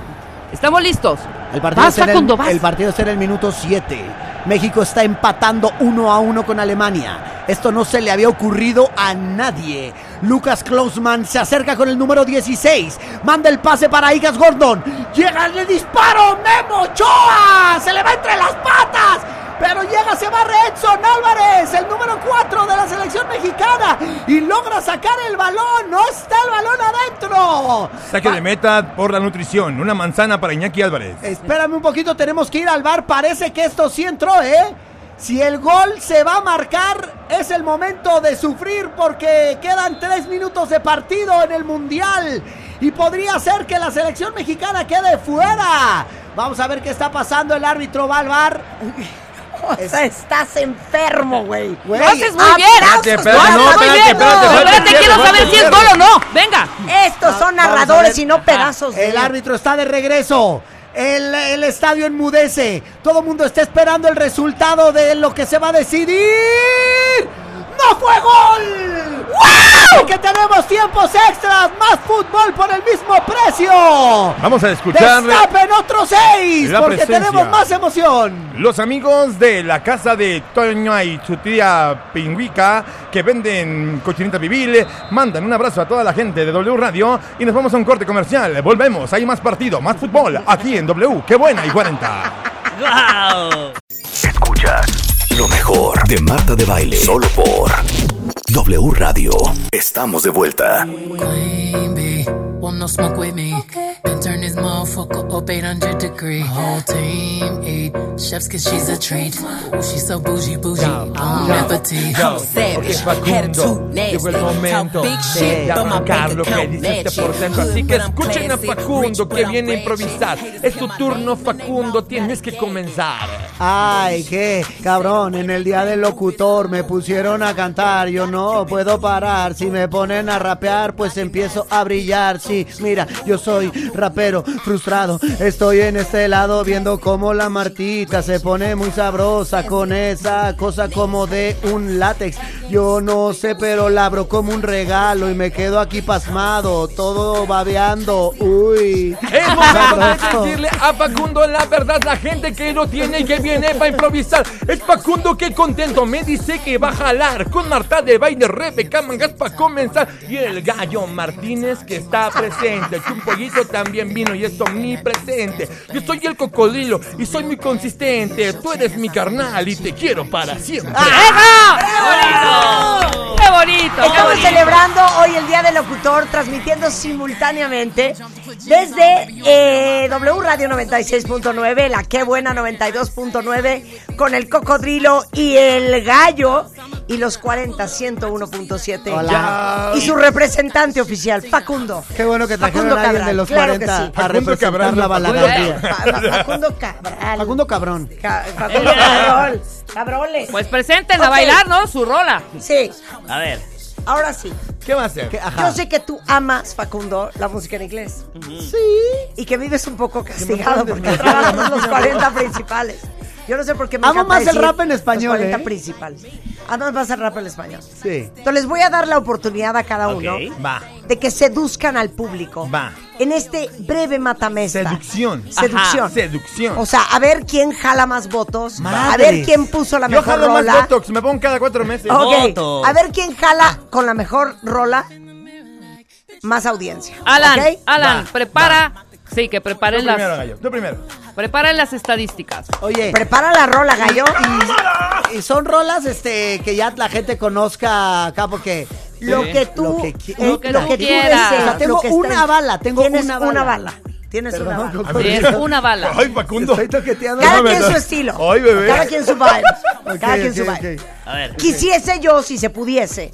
Estamos listos. El partido, Vas, será Facundo, el, vas. el partido será el minuto 7. México está empatando 1 a 1 con Alemania. Esto no se le había ocurrido a nadie. Lucas Klausman se acerca con el número 16. Manda el pase para Igas Gordon. Llega el disparo. Memo Ochoa. Se le va entre las patas. Pero llega, se va Edson Álvarez, el número 4 de la selección mexicana. Y logra sacar el balón. No está el balón adentro. Saque de meta por la nutrición. Una manzana para Iñaki Álvarez. Espérame un poquito, tenemos que ir al bar. Parece que esto sí entró, ¿eh? Si el gol se va a marcar, es el momento de sufrir porque quedan tres minutos de partido en el Mundial. Y podría ser que la selección mexicana quede fuera. Vamos a ver qué está pasando. El árbitro va al bar. O sea, estás enfermo, güey. Güey, Ah, Lo haces muy aplausos, bien. Espérate, espérate, Lo no, haces muy espérate, bien. espérate, espérate, espérate, quiero espérate, saber si es gol espérate. o no. Venga. Estos son Vamos a narradores ver. Ah, y no pedazos. El árbitro está de regreso. El, el estadio enmudece. Todo el mundo está esperando el resultado de lo que se va a decidir. ¡No fue gol! ¡Wow! que tenemos tiempos extras, más fútbol por el mismo precio. Vamos a escuchar ¡Destapen otro seis! La Porque presencia. tenemos más emoción. los amigos de la casa de Toña y su tía Pingüica que venden cochinita pibil. Mandan un abrazo a toda la gente de W Radio y nos vamos a un corte comercial. Volvemos. Hay más partido, más fútbol aquí en W. ¡Qué buena! Y 40. Escuchas lo mejor de Marta de Baile. Solo por W Radio. Estamos de vuelta. Won't no smoke with me. Then turn this motherfucker up 800 degree. My whole team eat chefs cause she's a treat. Ooh, she's so bougie, bougie. yo, on appetite. yo, I'm savage, porque Facundo attitude llegó el nasty, momento talk big de shit, but my arrancar bank lo que account dice este match it. porcento. Así que Hood, but I'm escuchen a classy, Facundo que viene a improvisar. Es tu turno, Facundo, tienes que comenzar. Ay, qué cabrón, en el día del locutor me pusieron a cantar, yo no puedo parar, si me ponen a rapear pues empiezo a brillar, sí, mira, yo soy rapero frustrado, estoy en este lado viendo cómo la martita se pone muy sabrosa con esa cosa como de un látex, yo no sé pero la abro como un regalo y me quedo aquí pasmado, todo babeando, uy. Es momento sabroso. de decirle a Facundo la verdad, la gente que no tiene y que viene para improvisar. Es Facundo que contento, me dice que va a jalar con Marta de Baile, Rebeca Mangas para comenzar. Y el gallo Martínez que está presente, que un pollito también vino y es omnipresente. Yo soy el cocodrilo y soy muy consistente, tú eres mi carnal y te quiero para siempre. ¡Qué bonito! Estamos celebrando hoy el Día del Locutor, transmitiendo simultáneamente desde eh, W Radio 96.9, la Qué Buena 92.9, con el Cocodrilo y el Gallo, y los 40 101.7. Hola. Y su representante oficial, Facundo. Qué bueno que trajeron Facundo a alguien Cabral, de los claro que 40 sí. a Facundo representar Cabral, la Facundo balada. Cabral. Fa- fa- Facundo Cabral. Facundo Cabrón. Ca- Facundo Cabrón. Cabroles. Pues preséntenla a Ok. bailar, ¿no? Su rola. Sí. A ver. Ahora sí. ¿Qué va a hacer? Yo sé que tú amas, Facundo, la música en inglés. Sí. Y que vives un poco castigado mande, porque me- trabajas los 40 principales. Yo no sé por qué me Amo encanta más el decir rap en español, Los 40 ¿eh? principales. Amo más el rap en español. Sí. Entonces les voy a dar la oportunidad a cada uno Va. de que seduzcan al público. Va. En este breve matamesta. Seducción. Seducción. Ajá, seducción. O sea, a ver quién jala más votos. A Madres. ver quién puso la Yo mejor jalo más rola. botox, me pongo cada cuatro meses. Ok, A ver quién jala con la mejor rola más audiencia. Alan, ¿ok? Alan, prepara. Sí, que preparen Tú las. primero, Gallo, tú primero. Preparen las estadísticas. Oye. Prepara la rola, gallo. Y, y son rolas este que ya la gente conozca acá porque Lo que tú- lo que, qui- lo que lo tú que tú quieras. deseas. O sea, tengo Lo que está una en- bala, tengo Tienes una bala. una bala. Tienes una bala. Tienes una bala. Ay, Facundo. Estoy toqueteando. Cada quien su estilo. Ay, bebé. Cada quien su vibe. Cada quien su ok, vibe. A ver. Quisiese yo, si se pudiese,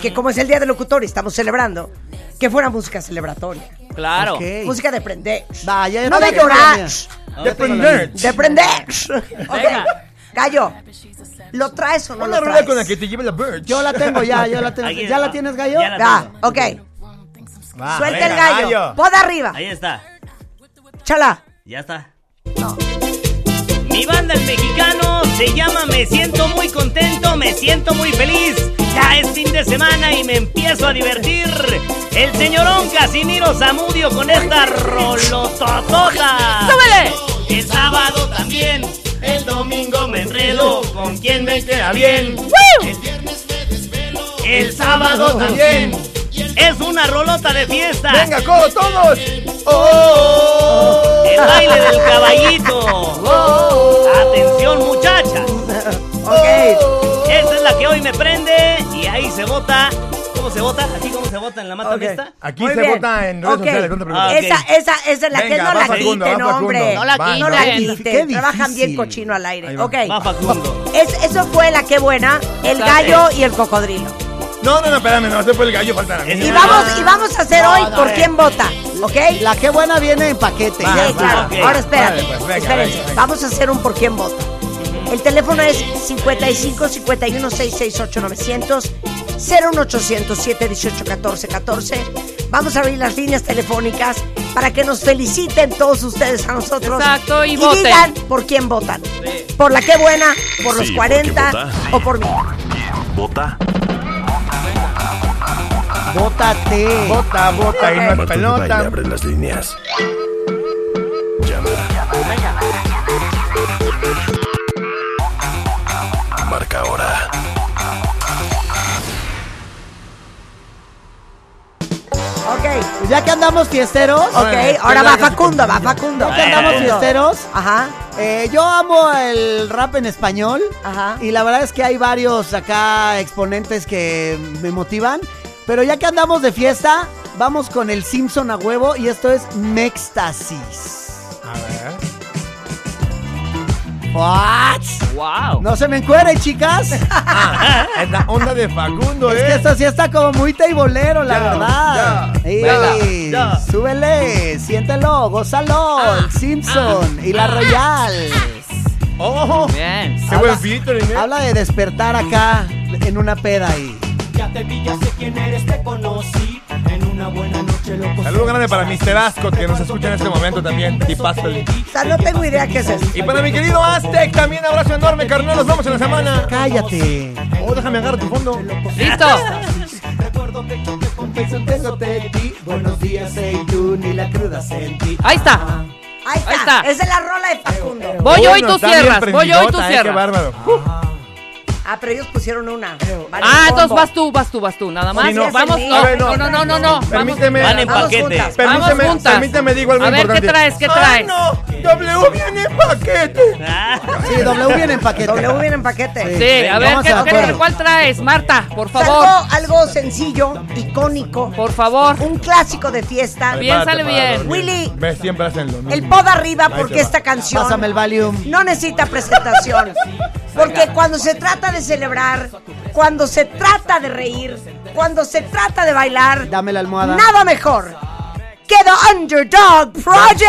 que como es el Día del Locutor y estamos celebrando, que fuera música celebratoria. Claro. Música de prender. ya tengo no de la llorar. mía. Ah, ya tengo la mía. De prender. Ok. Gallo, ¿lo traes o no Una lo rueda traes? con la que te lleve la Birch. Yo la tengo ya, yo la tengo. Ahí ¿Ya va. la tienes, gallo? Ya la tengo. Ah, ok. Suelta el gallo. Pod arriba. Ahí está, Chala. ya está. No, Mi banda el mexicano se llama Me siento muy contento, me siento muy feliz. Ya es fin de semana y me empiezo a divertir. El señorón Casimiro Zamudio con esta rolototota. ¡Súbele! El sábado también, el domingo me enredo, con quien me queda bien. El viernes me desvelo, el sábado también. Es una rolota de fiesta. Venga, cojo todos. Oh. El baile del caballito. Atención, muchachas. Oh. Ok. Esta es la que hoy me prende y ahí se vota. ¿Cómo se vota? ¿Aquí cómo se vota en la mata Ok. fiesta? Aquí Muy se bien. vota en redes Ok. sociales, no te preocupes. Ah, ok. Esa, esa, esa es la que Venga, no va la quiten, Facundo, va Facundo. hombre. No la No la quiten. quiten. Qué Trabajan difícil. bien cochino al aire. va. Ok. Va Facundo. Es, eso fue la que buena, el gallo y el cocodrilo. No, no, no, espérame, no, se fue el gallo, falta la mía. Y vamos, y vamos a hacer No, hoy no, por eh. quién vota, ¿ok? La que buena viene en paquete. Sí, claro. Ahora Vale, espérate. pues, venga, Espérense. venga, venga. Vamos a hacer un por quién vota. El teléfono es 55 51 668 900 01800 718 14 14. Vamos a abrir las líneas telefónicas para que nos feliciten todos ustedes a nosotros. Exacto, y voten. digan por quién votan. Por la que buena, por los Sí, ¿por quién 40 vota? o por mí. Vota. Bótate. Bota, bota y no es Marta de Baile pelota. abre las líneas. Llama. Marca ahora. Ok. Pues ya que andamos fiesteros. Ok, ahora pues va Facundo, va Facundo. Ya que andamos Facundo. fiesteros. Ajá. eh, yo amo el rap en español. Ajá. Y la verdad es que hay varios acá exponentes que me motivan. Pero ya que andamos de fiesta, vamos con el Simpson a huevo. Y esto es Mextasis. A ver. ¿What? ¡Wow! No se me encueren, chicas. Es Ah, la onda de Facundo, Es ¿eh? que esto sí está como muy teibolero, la Ya, verdad. ya, Ey, venga, ya. Ah, Súbele, siéntelo, gózalo. el Simpson y la Royal. ¡Oh! Bien. ¡Qué buen featuring, eh! Habla de despertar acá en una peda ahí. Ya te vi, ya sé quién eres, te conocí. En una buena noche loco. Saludos grande para Mr. Ascot, que nos escucha en este momento también. Y Pastel. O sea, no tengo idea qué es eso. Y para mi querido Aztec, también abrazo enorme, carnal. Nos vemos en la semana. Cállate. Oh, déjame agarrar tu fondo. ¡Listo! Buenos días, hey, tú, ni la cruda sentí. Ahí está. Ahí está. Ahí está. Esa es la rola de Facundo. Voy yo y Bueno, tú está bien cierras. Voy yo y tú prendidota, eh, Qué cierras. bárbaro. Ah, pero ellos pusieron una. Ah, entonces vas tú, vas tú, vas tú. Nada más. Sí, no. Vamos. A ver, No, no, no, no, no. Vamos- Permíteme. Van en Vamos paquete. Vamos juntas. Permíteme, juntas. permíteme, digo algo A ver, importante. ¿qué traes? ¿Qué traes? ¡Ay, no! ¡W viene en paquete! Sí, W viene en paquete. Eh. W viene en paquete. Sí, a ver, Vamos ¿qué, a qué- acuerdo. cuál traes? Marta, por favor. Algo, algo sencillo, icónico, Por favor. un clásico de fiesta. Bien, sale Prepárate para bien. dormir. Willy. Ves, siempre hacen lo mismo. El pod arriba Ahí porque te va. esta canción Pásame el Valium. no necesita presentación. Porque cuando se trata de celebrar, cuando se trata de reír, cuando se trata de bailar, Dame la almohada. nada mejor que The Underdog Project.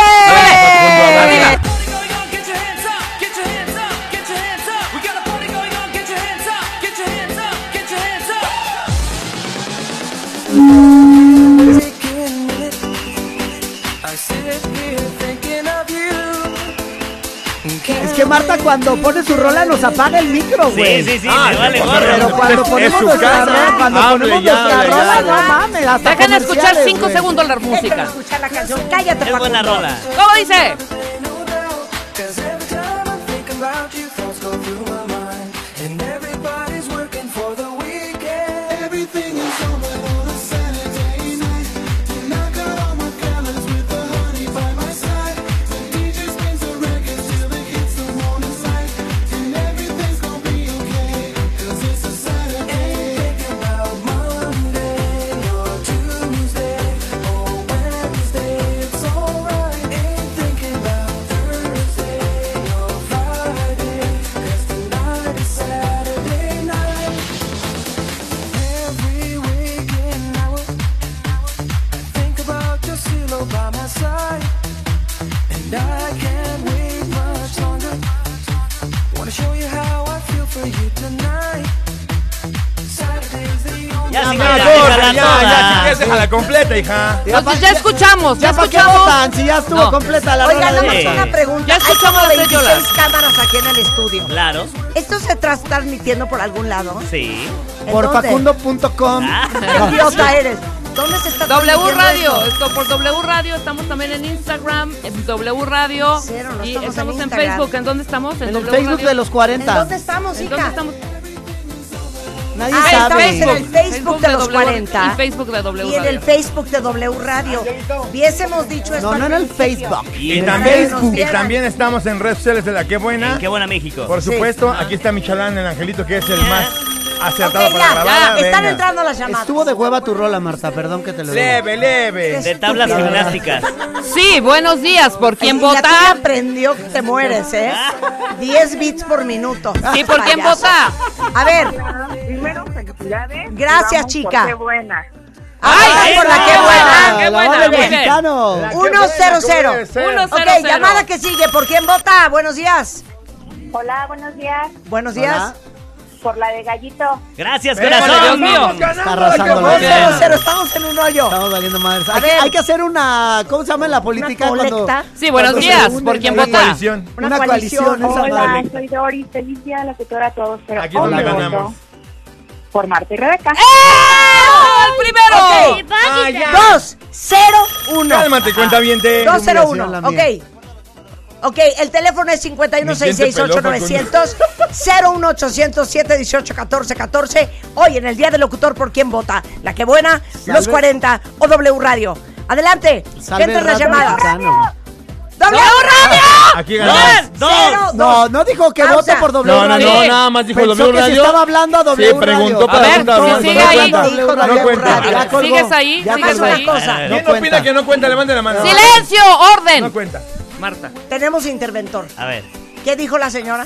Es que Marta cuando pone su rola nos apaga el micro, güey. Sí, sí, sí, Ah, me sí, vale pues, gorro. Pero cuando Es- ponemos es su nuestra casa. rola, cuando Hable, ponemos ya, nuestra hable, rola, ya. no mames, hasta Dejen de escuchar comerciales, cinco güey. segundos la Déjame música. escuchar la canción. Cállate, Es buena Facundo. rola. ¿Cómo dice? Ya se Ya, corre, ya, ya, si quieres, Déjala completa, hija. Pues Entonces ya escuchamos, ya, ¿Ya pa' qué escuchamos. votan? Si ya estuvo completa la Oigan, rola nada más de- una pregunta. Ya Hay escuchamos las como tres 26 yolas. cámaras aquí en el estudio. Claro. ¿Esto se está transmitiendo por algún lado? Sí. ¿En Por dónde? Ah. facundo.com. ¿Qué idiota eres? ¿Dónde se está W transmitiendo Radio, esto? esto por W Radio, estamos también en Instagram, en W Radio Cero, no y estamos en estamos en, Instagram. Facebook, ¿en dónde estamos? En el W Facebook de los 40. ¿En dónde estamos, ¿En hija? dónde estamos? Nadie Ah, estamos sabe. en el Facebook de los W, 40. y Facebook de W Y en el Radio. Facebook de W Ah, Radio. Hubiésemos dicho esto. No, al no en el principio. Facebook. Y En también, Facebook. y también estamos en redes sociales de la Qué Buena. Qué buena México. Por Sí. supuesto, aquí está Michalán, el angelito, que es el más Ok, acertado para ya, la ya. balada. Están Venga. entrando las llamadas. Estuvo de hueva tu rola, Marta, perdón que te lo diga. Leve, leve. De tablas Estúpida. gimnásticas. Sí, buenos días, ¿por quién Y la tuya vota? aprendió que te mueres, ¿eh? 10 bits por minuto. Sí, ¿por quién Payaso. vota? A ver, Primero, felicidades. Vamos Gracias, por chica. Qué buena. ¡Ay, por la que buena! qué la buena, banda muy bien. mexicano. La Qué 100. Buena, ¿cómo debe ser? Uno, cero, Ok, cero. llamada que sigue. ¿Por quién vota? Buenos días. Hola, buenos días. Buenos días. Por la de Gallito. Gracias, Venga, corazón. Dios mío. Está Ganando la Qué arrasando Buena. la 100, banda. estamos en un hoyo. Estamos valiendo madres. Hay, ver. hay que hacer una. ¿Cómo se llama en la política? Una cuando- colecta. Sí, buenos cuando se días, unen ¿por quién ahí? vota? Una, coalición, esa Hola, madre. Ah, soy Doris. Feliz día de la tutora a todos. Pero Aquí es donde hoy voto ganamos. Por Marta y Rebeca. ¡Eh! ¡Ah, ¡El primero! Ok. Ah, Dos, cero, uno. Cálmate, cuenta bien de. Dos, cero, humillación uno. la Ok. mía. Ok, el teléfono es Me siento 51668900 01807 1414 Hoy en el Día del Locutor, ¿por quién vota? ¿La que buena? ¿Los Salve. 40 o W Radio? Adelante, Salve entran las Radio llamadas. Mexicano. ¡W Radio! Aquí ganamos. Dos. Cero, No, dos. no dijo que Pausa. vote por W No, no, Radio. no, nada más dijo Pensó W que Radio. Se estaba hablando a W Sí, Radio. preguntó para ver, no, si sigue ahí. Dijo no, W cuenta. Radio. Ya colgó. ¿Sigues ahí? Ya ¿Sigues colgó. Nada más ahí? una cosa. ¿Quién No opina cuenta. que no cuenta? Levante la mano. ¡Silencio! No ¡Orden! cuenta. Marta. Tenemos interventor. A ver. ¿Qué dijo la señora?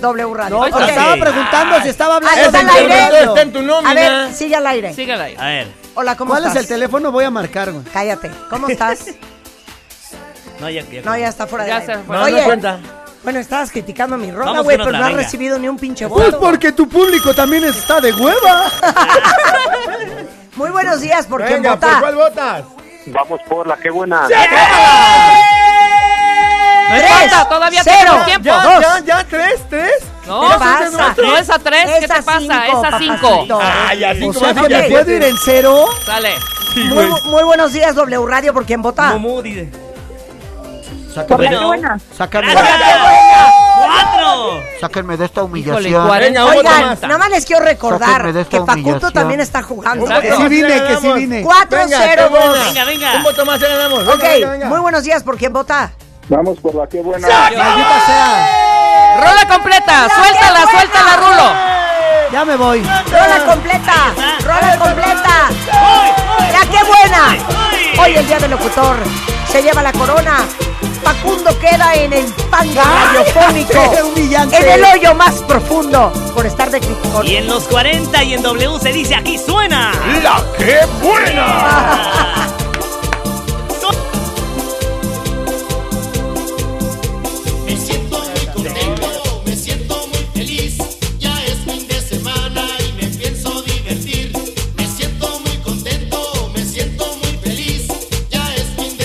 W Radio. No, pero Ok. estaba preguntando si estaba hablando Ahí está de el W aire. Radio. Está en tu nómina. A ver, sigue al aire. Sígala ahí. A ver. Hola, ¿cómo ¿Cuál es estás? el teléfono? Voy a marcar, güey. Cállate. ¿Cómo estás? No, ya, ya. No, ya está fuera de Ya aire. se fue. No, no Oye, cuenta. Bueno, estabas criticando mi rola, Vamos güey, con pero otra, no has venga. recibido ni un pinche Pues voto. porque tu público también está de hueva. Muy buenos días, ¿por quién Venga, ¿por cuál vota? votas? Vamos por la que buena. No Tres, importa, todavía cero, tenemos tiempo. ya. Ya, Dos. ya, ya, tres, tres. No, ¿Qué te no, pasa? no es a tres, ¿qué Es a te pasa? cinco, es a papacito. cinco. Ay, así O como sea así que ya me ok. fue. puedo ir en cero. Sale. Sí, Muy, güey. muy buenos días, W Radio, ¿por quién vota? Mumu, dice. Por la Sáquenme, que buena. sáquenme, ¡Cuatro! sáquenme de esta Híjole, humillación. cuarenta. Venga, vamos, Oigan, Tomás. nada más les quiero recordar Sáquenme de esta que Facundo humillación. también está jugando. Un voto que ¿eh? sí más, vine, ya que sí ganamos. vine. Cuatro, Venga, cero, qué buena. dos. Venga, venga. Un voto más ya ganamos. Venga, Ok, venga, venga. muy buenos días, ¿por quién vota? Vamos por la que buena. Maldita sea. Rola completa, suéltala, suéltala, Rulo. Ya me voy. Rola completa, rola completa. ¡Ya qué buena! Hoy el día del locutor se lleva la corona. Facundo queda en el panga radiofónico. ¡Qué humillante! En el hoyo más profundo por estar de criticón. Y en los 40 y en W se dice aquí suena. La que buena.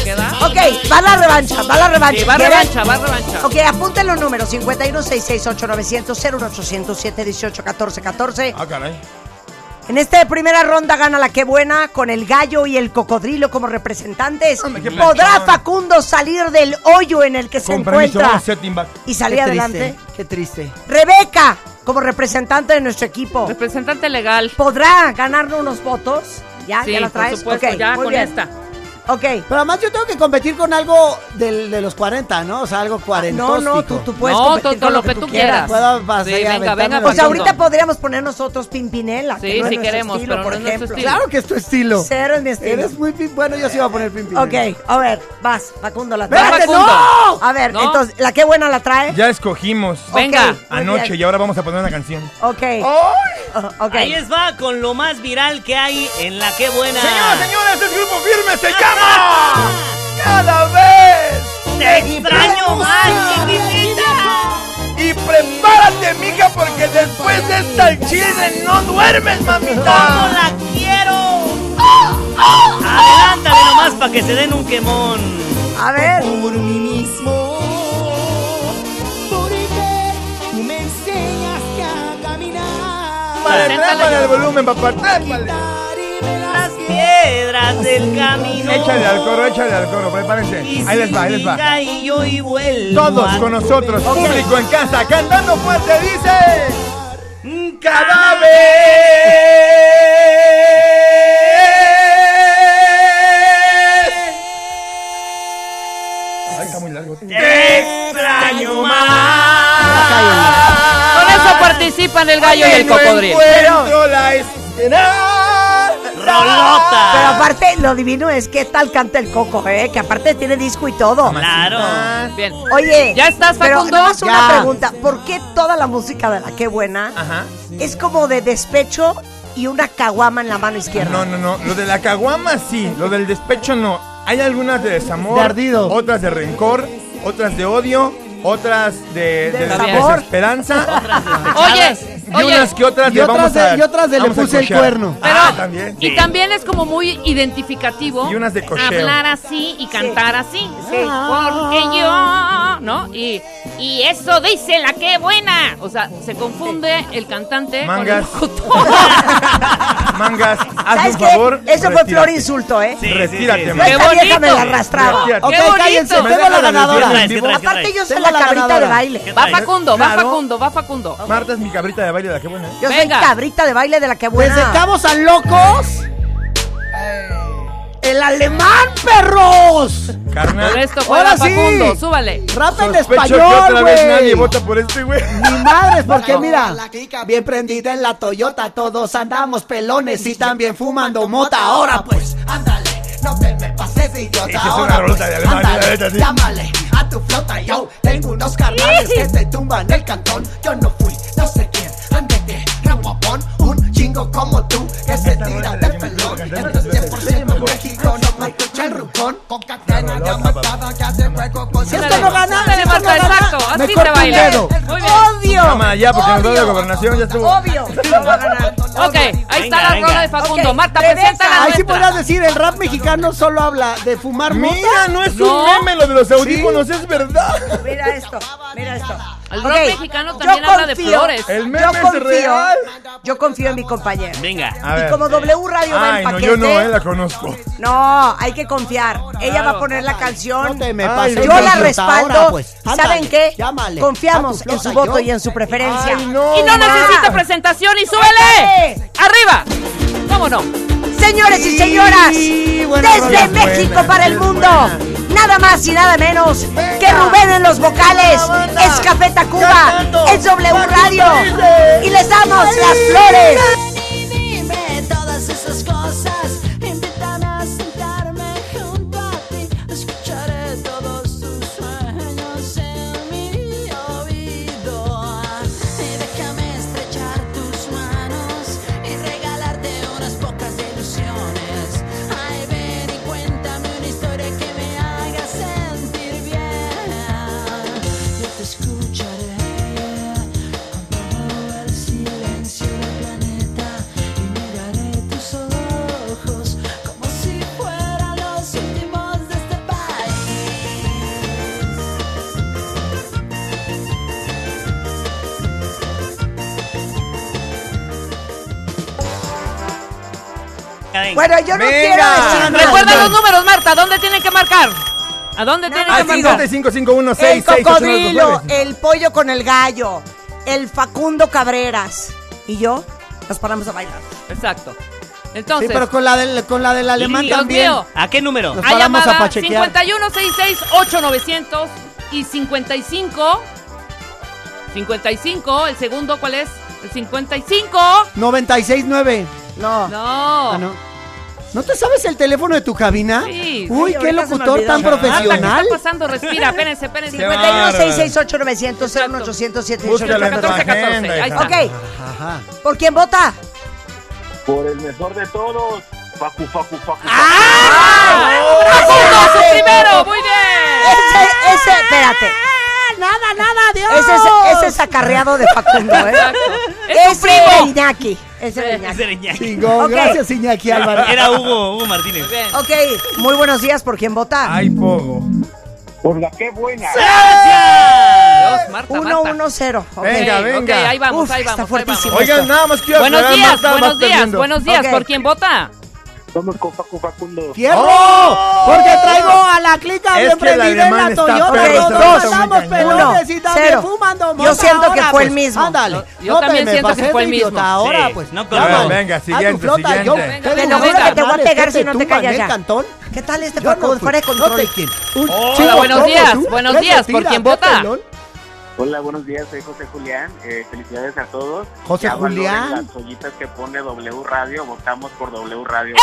¿Queda? Ok, va la revancha, va la revancha. Sí, va ¿Quieren? revancha, va revancha. Ok, apunten los números 51 668 900 01800 718 1414 Ah, caray. En esta primera ronda gana la que buena con el gallo y el cocodrilo como representantes. Hombre, qué ¿Podrá planchón. Facundo salir del hoyo en el que se Con permiso, encuentra vamos, setting back. y Qué salir adelante? triste. Qué triste. Rebeca como representante de nuestro equipo. Representante legal. ¿Podrá ganarnos unos votos? ¿Ya? Sí, ¿Ya la por traes? supuesto, Ok, ya muy con bien. esta. Ok. Pero además yo tengo que competir con algo del- de los 40, ¿no? O sea, algo No, cuarentóstico. no, tú, tú puedes No, todo competir con lo que tú quieras. Puedo pasar Sí, y venga, aventarme venga, la- O sea, Facundo. Pues ahorita podríamos poner nosotros Pimpinela. que Sí, no es sí nuestro queremos, estilo, pero por no es nuestro ejemplo. estilo. Claro que es tu estilo. Cero es mi estilo. Eres muy pim- bueno, yo sí iba a poner pim pim. Ok, a ver, vas, Facundo la Va, trae. Facundo. A ver, No. entonces, ¿la qué buena la trae? Ya escogimos Ok, Venga. muy anoche bien. y ahora vamos a poner una canción. Ok. O- ok. Ahí les va con lo más viral que hay en la que buena. Señoras, señores, el grupo firme se llama. Cada vez. ¡Te extraño más, chiquitita! Y prepárate, mija, porque después de esta chile no duermes, ¡Cómo mamita. la quiero! Adelántame nomás para que se den un quemón. A ver. Por mí mismo. Tú me enseñaste a caminar. Vale, trépale el volumen, papá, trépale. Las piedras del camino. Échale al coro, échale al coro, prepárense. Ahí les va, ahí les va. siga y yo y vuelvo Todos a con nosotros, tu público en casa, cantando fuerte, dice. Cada Ay, está muy largo. ¡Eh! extraño más. Con Ah. eso participan el gallo y el no cocodrilo. encuentro la esperanza. ¡Rolota! Pero aparte, lo divino es que tal canta el coco, ¿eh? Que aparte tiene disco y todo. Claro. Bien. Oye, ¿Ya estás, pero Facundo? nada más una Ya. pregunta. ¿Por qué toda la música de la Qué Buena es como de despecho y una caguama en la mano izquierda? No, no, no. Lo de la caguama sí, lo del despecho no. Hay algunas de desamor, De ardido. otras de rencor, otras de odio, otras de, de Desamor. desesperanza. Oye, Y oye. unas que otras Y de otras vamos de- a. y otras de le vamos a puse el cochear. cuerno. Pero- Ah, también. Y también es como muy identificativo Y unas de cocheo. hablar así y cantar así. Porque yo, ¿no? Y, y eso dice la que buena. O sea, se confunde el cantante Mangas. con el locutor. Mangas, hazme ¿Sabes un qué? favor. Eso fue flor retírate. insulto, ¿eh? Retírate, Yo a man. esta vieja me la arrastraba. Retírate. Ok, ¡Qué bonito! cállense, ¿Me tengo dejas la la ganadora. versión en vivo? Aparte yo soy Tengo la la cabrita de ganadora. baile. Va Facundo, va Claro. Facundo, va Facundo. Marta es mi cabrita de baile de la que buena. ¿eh? Yo soy Venga. cabrita de baile de la que buena. ¡Presentamos a locos! Eh. ¡El alemán, perros! Por Carnal. esto juega Ahora sí. Facundo, súbale. ¡Rapa en Sospecho que español, otra vez nadie güey! vota por este, güey. Ni madres, porque mira, bien prendida en la Toyota, todos andamos pelones y también fumando mota. Ahora pues, ándale, no te me pases de Esa idiota. es una Ahora pues, rolota de Alemania, la neta, ándale, sí. llámale a tu flota, yo tengo unos carnales que se tumban el cantón. Yo no fui, no sé quién, ande de guapón, un chingo como tú que se tira del pelón. Entonces, por México no me escucha el rucón, con cadena ya Ah, matada que hace juego pues, con Si esto no gana, Ándale, esto no Marta, gana, exacto, así me me te corto un baila. dedo. Muy bien. ¡Odio! Cámara, ya, porque nos va ¡Odio! de gobernación, ya estuvo. Obvio, no va a ganar. Ok, ahí está la venga. rola de Facundo. Ok, Marta, regresa. presenta la Ahí sí nuestra. podrías decir, el rap mexicano solo habla de fumar Mira, mota. no es No. un meme lo de los audífonos, es verdad. Mira esto, mira esto. El rock Ok, mexicano yo también habla de confío. flores. El meme Yo es confío, real. yo confío en mi compañero. Venga. A Y como W Radio va en Ay, no, paquete, yo no, eh, la conozco. no, hay que confiar. Ella va a poner la canción. No te me Ay, pases no Yo de la idiota. respaldo. Ahora, pues, ¿Saben ándale, qué? llámale Confiamos a tu en su flota, voto yo. y en su preferencia. Ay, no. Y no ma. necesita presentación y súbele. Ándale. ¡Arriba! ¿Cómo no? Señores y señoras, Sí, bueno, desde buenas, México buenas, para el buenas. mundo, nada más y nada menos que Rubén en los vocales, es Café Tacuba, es W Radio y les damos las flores. Dime todas esas cosas, invítame a sentarme junto a ti, escucharé todos tus sueños en mi oído. Y déjame estrechar tus manos y regalarte unas pocas ilusiones. Ay, ven y cuéntame una historia que me haga sentir bien. Yo te escucharé. Todo el silencio del planeta y miraré tus ojos como si fueran los últimos de este país. Bueno, yo no Venga. quiero decir más. Recuerda los números, Marta. ¿Dónde tienen que marcar? ¿A dónde tienen que Al marcar? 5551 El cocodrilo, el pollo con el gallo, el Facundo Cabreras y yo nos paramos a bailar. Exacto. Sí, Entonces, pero con la del, con la del alemán Dios también. mío. ¿A qué número? Ah, Nos hay paramos a llamada pachequear. 5166-8900 y 55. 55, el segundo, ¿cuál es? El 55. 96.9. No. No. Ah, no. ¿No te sabes el teléfono de tu cabina? Sí. Uy, Sí, qué ahorita se me locutor olvidó. tan Marta, ¿qué Marta, ¿qué está profesional. pasando? Respira, espérense, espérense. Sí, espérense. 51 668 Exacto. 900 807 Búscala en tu 14, 14, agenda, ahí hija. Ok, Ajá. ¿por quién vota? Por el mejor de todos. Facu, facu, facu. ¡Ah! ¡Ah! ¡Facundo, su primero! ¡Muy bien! Ese, ese, espérate. Ah, Nada, nada, Dios. Ese es, ese es acarreado de Facundo, ¿eh? Exacto. Es tu Ese primo. Iñaki. Ese era Iñaki. Ese era Iñaki. Chingón. Ok. Gracias, Iñaki Álvarez. Era Hugo, Hugo Martínez. Ok, muy buenos días. ¿Por quién vota? Ay, Pogo. Por la que buena. Dios, Marta, 1-1-0. Ok. Venga, venga. Ok, ahí vamos, Uf, ahí vamos, Está ahí vamos. fuertísimo. Oigan, esto. nada más quiero Buenos aclarar, días, Marta, buenos vas días, perdiendo. buenos días. Ok. ¿Por quién vota? Vamos con Paco Facundo. ¡Fierro! ¡Oh! Porque traigo a la clica Es bien que el prendida en alemán la está Toyota. perro, Todos está muy andamos cañón. pelones y Uno, también cero. fumando Yo mota siento que ahora, fue el pues. mismo. Ándale. Yo No te también me siento que pases fue el de mismo. idiota ahora, Sí. pues. No, claro. Vamos. Venga, A tu siguiente, flota, yo siguiente. tengo Te lo una juro que te voy a madre, pegar si te no te tumban, callas ¿eh, ya. Cantón? ¿Qué tal este Yo no Paco? fui. Fuera de No te control. quiero. Un Hola, chivo buenos como días, tú, buenos que días, te ¿por tira, quién qué vota? pelón. Hola, buenos días, soy José Julián. Eh, felicidades a todos. José Ya valoren Julián. Las ollitas que pone W Radio, votamos por W Radio. ¡Eh!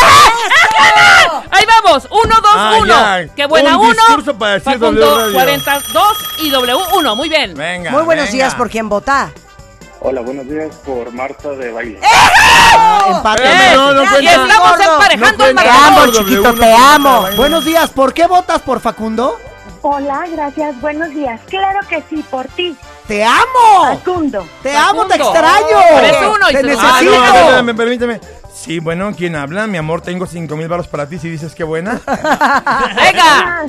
Oh. Ahí vamos, 1, 2, Ah, 1. ya. Qué buena, Un 1. discurso para decir W Radio. 42 y W1, muy bien. Venga, Muy buenos días. ¿Por quién vota? Hola, buenos días por Marta de Baile. Eh. Empate. Eh, No, no y cuenta. estamos Gordo. emparejando No el cuenta. marcador. Te amo, chiquito, W1, te amo. W1. Buenos días. ¿Por qué votas por Facundo? Hola, gracias, buenos días. Claro que sí, por ti. ¡Te amo! Facundo. ¡Te amo, te Facundo. extraño! ¡Te Ah, no, necesito! permíteme, permíteme. Sí, bueno, ¿quién habla? Mi amor, tengo 5 mil baros para ti si dices que buena. ¡Venga!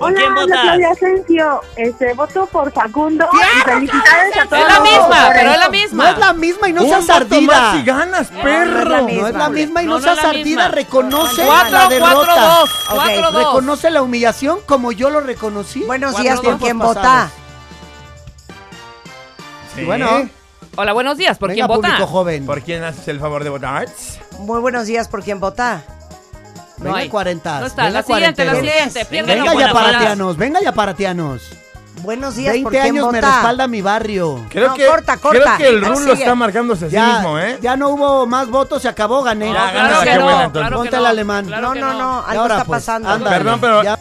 Hola, quién habla votas? Claudia Asensio. Este, voto por Facundo. Y felicidades a todos. Es la misma, por Ah, pero es eso. la misma. No es la misma y no Un seas voto ardida. más y ganas, perro. No es la misma y no, No, no seas es la ardida. misma. Reconoce Cuatro, la cuatro, derrota. dos, Ok, cuatro, dos. Reconoce la humillación como yo lo reconocí. Buenos días, ¿por quién vota? votas? Sí. bueno. Hola, buenos días. ¿Por quién vota? joven. ¿Por quién haces el favor de votar? Muy buenos días. ¿Por quién vota? No Venga, hay. 40. No está, Venga, la siguiente, la 40. siguiente, pierde la Venga ya buena parada. paratianos, venga ya paratianos. Buenos días. 20 ¿Por quién años me vota? respalda mi barrio. Creo No, que- corta, creo corta. que el Rulo Sigue. está marcándose a sí Ya- mismo, ¿eh? Ya no hubo más votos, se acabó, gané. Ya, No, gana claro la que que no, buena, entonces. claro que Ponte el no, alemán. claro No, no, no, Y algo ahora, está pues, pasando. ándale. Perdón, pero- Ya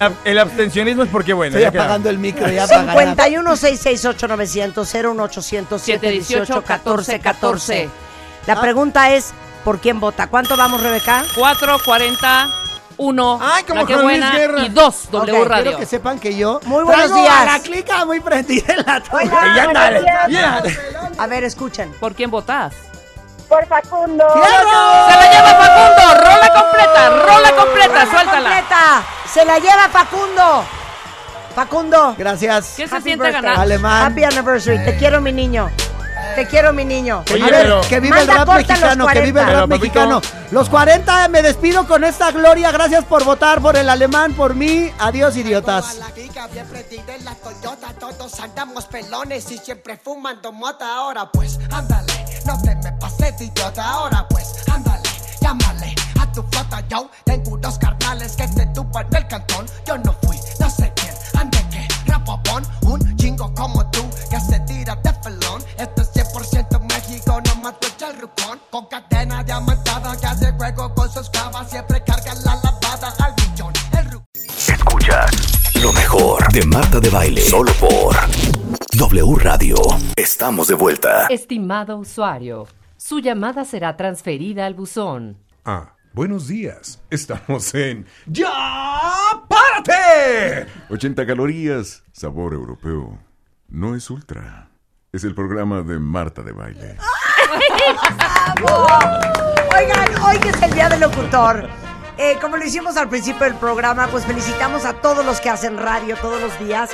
Ah. El abstencionismo es porque bueno. Estoy ya queda. apagando el micro, ya apagará. 51 668 900 01800 718 14 14. Ah. La pregunta es, ¿por quién vota? ¿Cuánto vamos, Rebeca? 4, 40, 1. Ay, como la que Juan Luis buena. Guerra. Y 2, W Ok, Radio. Quiero que sepan que yo Muy buenos traigo días. a la clica muy prendida en la torre. Hola, Ya buenos dale, días. ya. A ver, escuchen. ¿Por quién votás? Por Facundo. ¡Se la lleva Facundo! ¡Rola completa! ¡Rola completa! ¡Suéltala! completa. Se la lleva Facundo. Facundo. Gracias. ¿Qué se siente ganar? Alemán. Happy anniversary. Te quiero, mi niño. Te quiero, mi niño. A ver, que vive el Manda rap corta los mexicano, que vive el 40. rap mexicano. Los 40 me despido con esta gloria. Gracias por votar por el alemán, por mí. Adiós, idiotas. Liga bien prendida en la Toyota, todos andamos pelones y siempre fumando mota. Ahora pues, ándale, no te me pases de idiota. Ahora pues, ándale, llámale a tu flota. Yo tengo unos carnales que se tupan del cantón. Yo no fui, no sé quién, ande que rapopón. Un chingo como tú que se tira de felón. Esto es 100% México, no mato el rucón. Con cadena diamantada que hace juego con sus clavas. Siempre carga la lavada al millón. El Escuchas lo mejor de Marta de Baile. Solo por W Radio. Estamos de vuelta. Estimado usuario, su llamada será transferida al buzón. Ah, buenos días. Estamos en ¡Ya párate! 80 calorías, sabor europeo. No es ultra. Es el programa de Marta de Baile. Ah, Oigan, hoy que es el Día del Locutor. eh, como lo hicimos al principio del programa, pues felicitamos a todos los que hacen radio todos los días.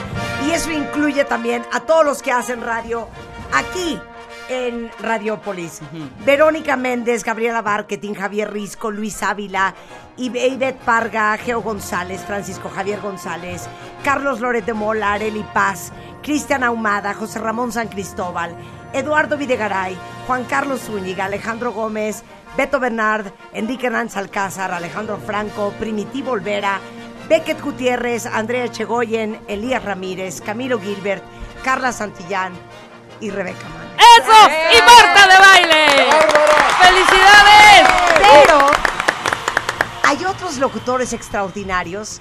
Y eso incluye también a todos los que hacen radio aquí en Radiopolis. Verónica Méndez, Gabriela Barquetín, Javier Risco, Luis Ávila, Ibe- Ivette Parga, Geo González, Francisco Javier González, Carlos Loret de Mola, Areli Paz, Cristian Ahumada, José Ramón San Cristóbal, Eduardo Videgaray, Juan Carlos Zúñiga, Alejandro Gómez, Beto Bernard, Enrique Hernández Alcázar, Alejandro Franco, Primitivo Olvera, Beckett Gutiérrez, Andrea Echegoyen, Elías Ramírez, Camilo Gilbert, Carla Santillán y Rebeca Mann. ¡Eso! ¡Y Marta de baile! ¡Felicidades! ¡Uh! Pero hay otros locutores extraordinarios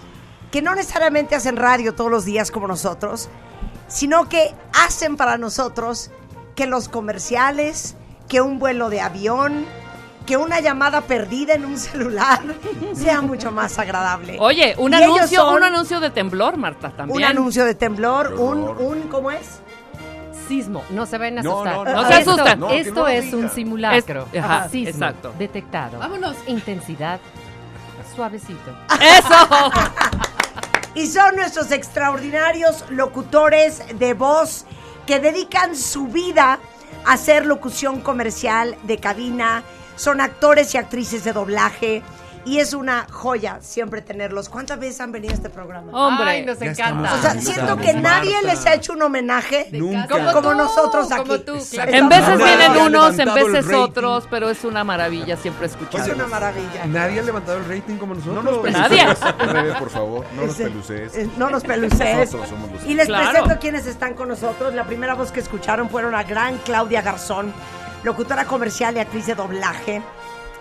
que no necesariamente hacen radio todos los días como nosotros, sino que hacen para nosotros que los comerciales, que un vuelo de avión, que una llamada perdida en un celular sea mucho más Eh, agradable. Oye, un Y ellos anuncio, son un anuncio de temblor, Marta, también. un anuncio de temblor, Qué un, horror. un, ¿cómo es? sismo. No se vayan a No, asustar. no, no, no se Esto- asustan. Esto, No, que no lo es un digan. simulacro. Ah, Es- ajá, sismo exacto. detectado. Vámonos. Intensidad suavecito. ¡Eso! y son nuestros extraordinarios locutores de voz que dedican su vida a hacer locución comercial de cabina. Son actores y actrices de doblaje. Y es una joya siempre tenerlos. ¿Cuántas veces han venido a este programa? Hombre, Ay, nos Ya encanta. estamos O sea, cansados, siento que nadie Marta. les ha hecho un homenaje Nunca. como, Como tú, nosotros aquí. como tú, Exacto. En veces Estamos- vienen unos, en levantado el veces rating. otros, pero es una maravilla siempre escuchar. Oye, Nadie ha levantado el rating como nosotros. nos pelucees. Nadie. Al revés, por favor, no nos Ese- peluces. Eh, No nos peluces. Nosotros somos los Y les Claro. presento quienes están con nosotros. La primera voz que escucharon fueron la gran Claudia Garzón, locutora comercial y actriz de doblaje.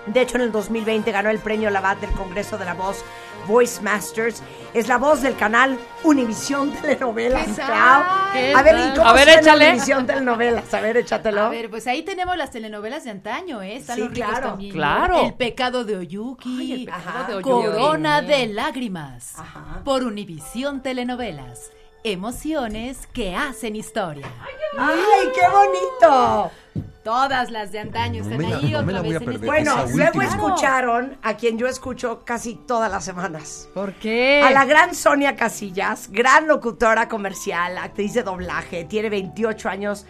De hecho, en el 2020 ganó el premio Labat del Congreso de la Voz Voice Masters. Es la voz del canal Univisión Telenovelas. ¿Qué tal? Clau. ¿Qué A ver, ¿y tal? cómo A ver, suena échale. Univisión Telenovelas. A ver, échatelo. A ver, pues ahí tenemos las telenovelas de antaño, ¿eh? Están Sí, los ricos claro. también. Claro. El pecado de Oyuki. de Oyuki. Corona de lágrimas. Por Univisión Telenovelas. Emociones que hacen historia. ¡Ay, qué bonito! Todas las de antaño No están me la- ahí no me la voy otra a vez en perder. este- Bueno, Esa luego última. escucharon a quien yo escucho casi todas las semanas. ¿Por qué? A la gran Sonia Casillas, gran locutora comercial, actriz de doblaje, tiene 28 años,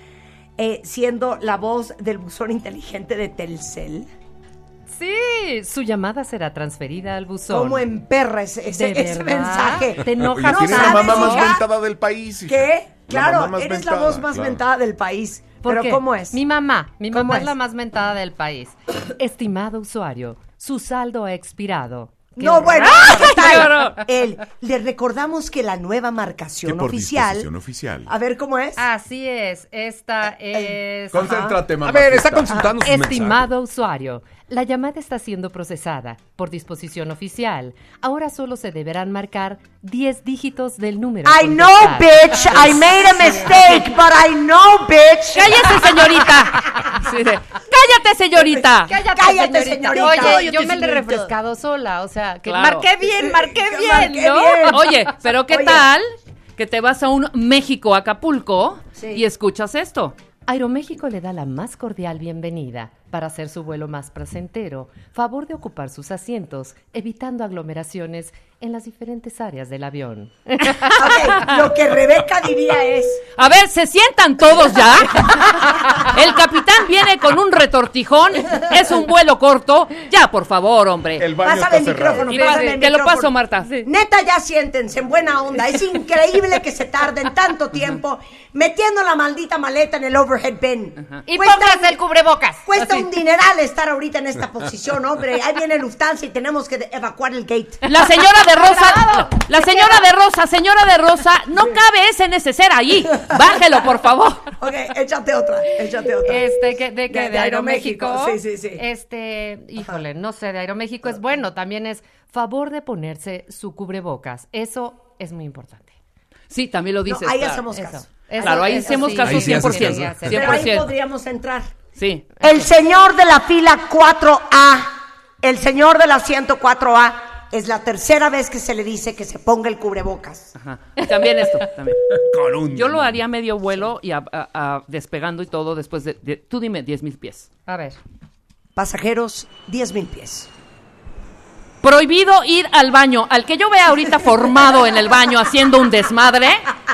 eh, siendo la voz del buzón inteligente de Telcel. Sí, su llamada será transferida al buzón. ¿Cómo emperra ese, ese- ¿De ese verdad? Ah, mensaje? Te enojas. No Oye, tienes sabes, la mamá más hija. ventada del país. ¿Qué? mamá Claro, más eres la ventada, voz más claro. ventada del país. ¿Por pero qué? ¿cómo es? Mi mamá, mi ¿Cómo mamá es? es? la más mentada del país. Estimado usuario, su saldo ha expirado. ¡Qué No, horror! bueno, ¡Qué total, horror! él, le recordamos que la nueva marcación oficial. Ah. disposición oficial. A ver cómo es. Así es, esta es... Concéntrate, Ajá. mamacita. A ver, está consultando sus Estimado usuario, la llamada está siendo procesada por disposición oficial. Ahora solo se deberán marcar 10 dígitos del número. a I know, contestar. bitch. I made a mistake, but I know, bitch. Cállese, señorita. Sí, de, ¡Cállate, señorita! Cállate, Cállate, señorita. señorita. Oye, Cállate, yo me le he señorita. refrescado sola, o sea, que Claro. marqué bien, marqué Que bien, marqué ¿no? bien. Oye, pero ¿qué tal que te vas a un México, Acapulco, y escuchas esto? Aeroméxico le da la más cordial bienvenida. Para hacer su vuelo más placentero, favor de ocupar sus asientos, evitando aglomeraciones en las diferentes áreas del avión. Ah, Ok, lo que Rebeca diría es. A ver, se sientan todos ya. El capitán viene con un retortijón. Es un vuelo corto. Ya, por favor, hombre. El Pásame el micrófono, Y pásame padre, el te lo micrófono. paso, Marta. Neta, ya siéntense, en buena onda. Es increíble que se tarden tanto tiempo metiendo la maldita maleta en el overhead bin. Y pónganse el cubrebocas. Cuesta un dineral estar ahorita en esta posición, hombre. Ahí viene Lufthansa y tenemos que de- evacuar el gate. La señora de Rosa, la señora de Rosa, señora de Rosa, no cabe ese neceser allí. Bájelo, por favor. Ok, échate otra, échate otra. Este, que, de, que, De- de, de Aeroméxico, Aeroméxico. sí, sí, sí. Este, híjole, no sé, de Aeroméxico es bueno, también es favor de ponerse su cubrebocas. Eso es muy importante. Sí, también lo dices. No, ahí claro. hacemos Eso. caso. Eso, Claro, ahí eso hacemos sí. caso Ahí sí haces 100%. caso. Pero ahí 100%. podríamos entrar. Sí. El señor de la fila 4A, el señor de la 104A, es la tercera vez que se le dice que se ponga el cubrebocas. Ajá. También esto, también. Yo lo haría medio vuelo y a- a- a- despegando y todo después de, de- tú dime, 10 mil pies. A ver. Pasajeros, 10 mil pies. Prohibido ir al baño. Al que yo vea ahorita formado en el baño haciendo un desmadre,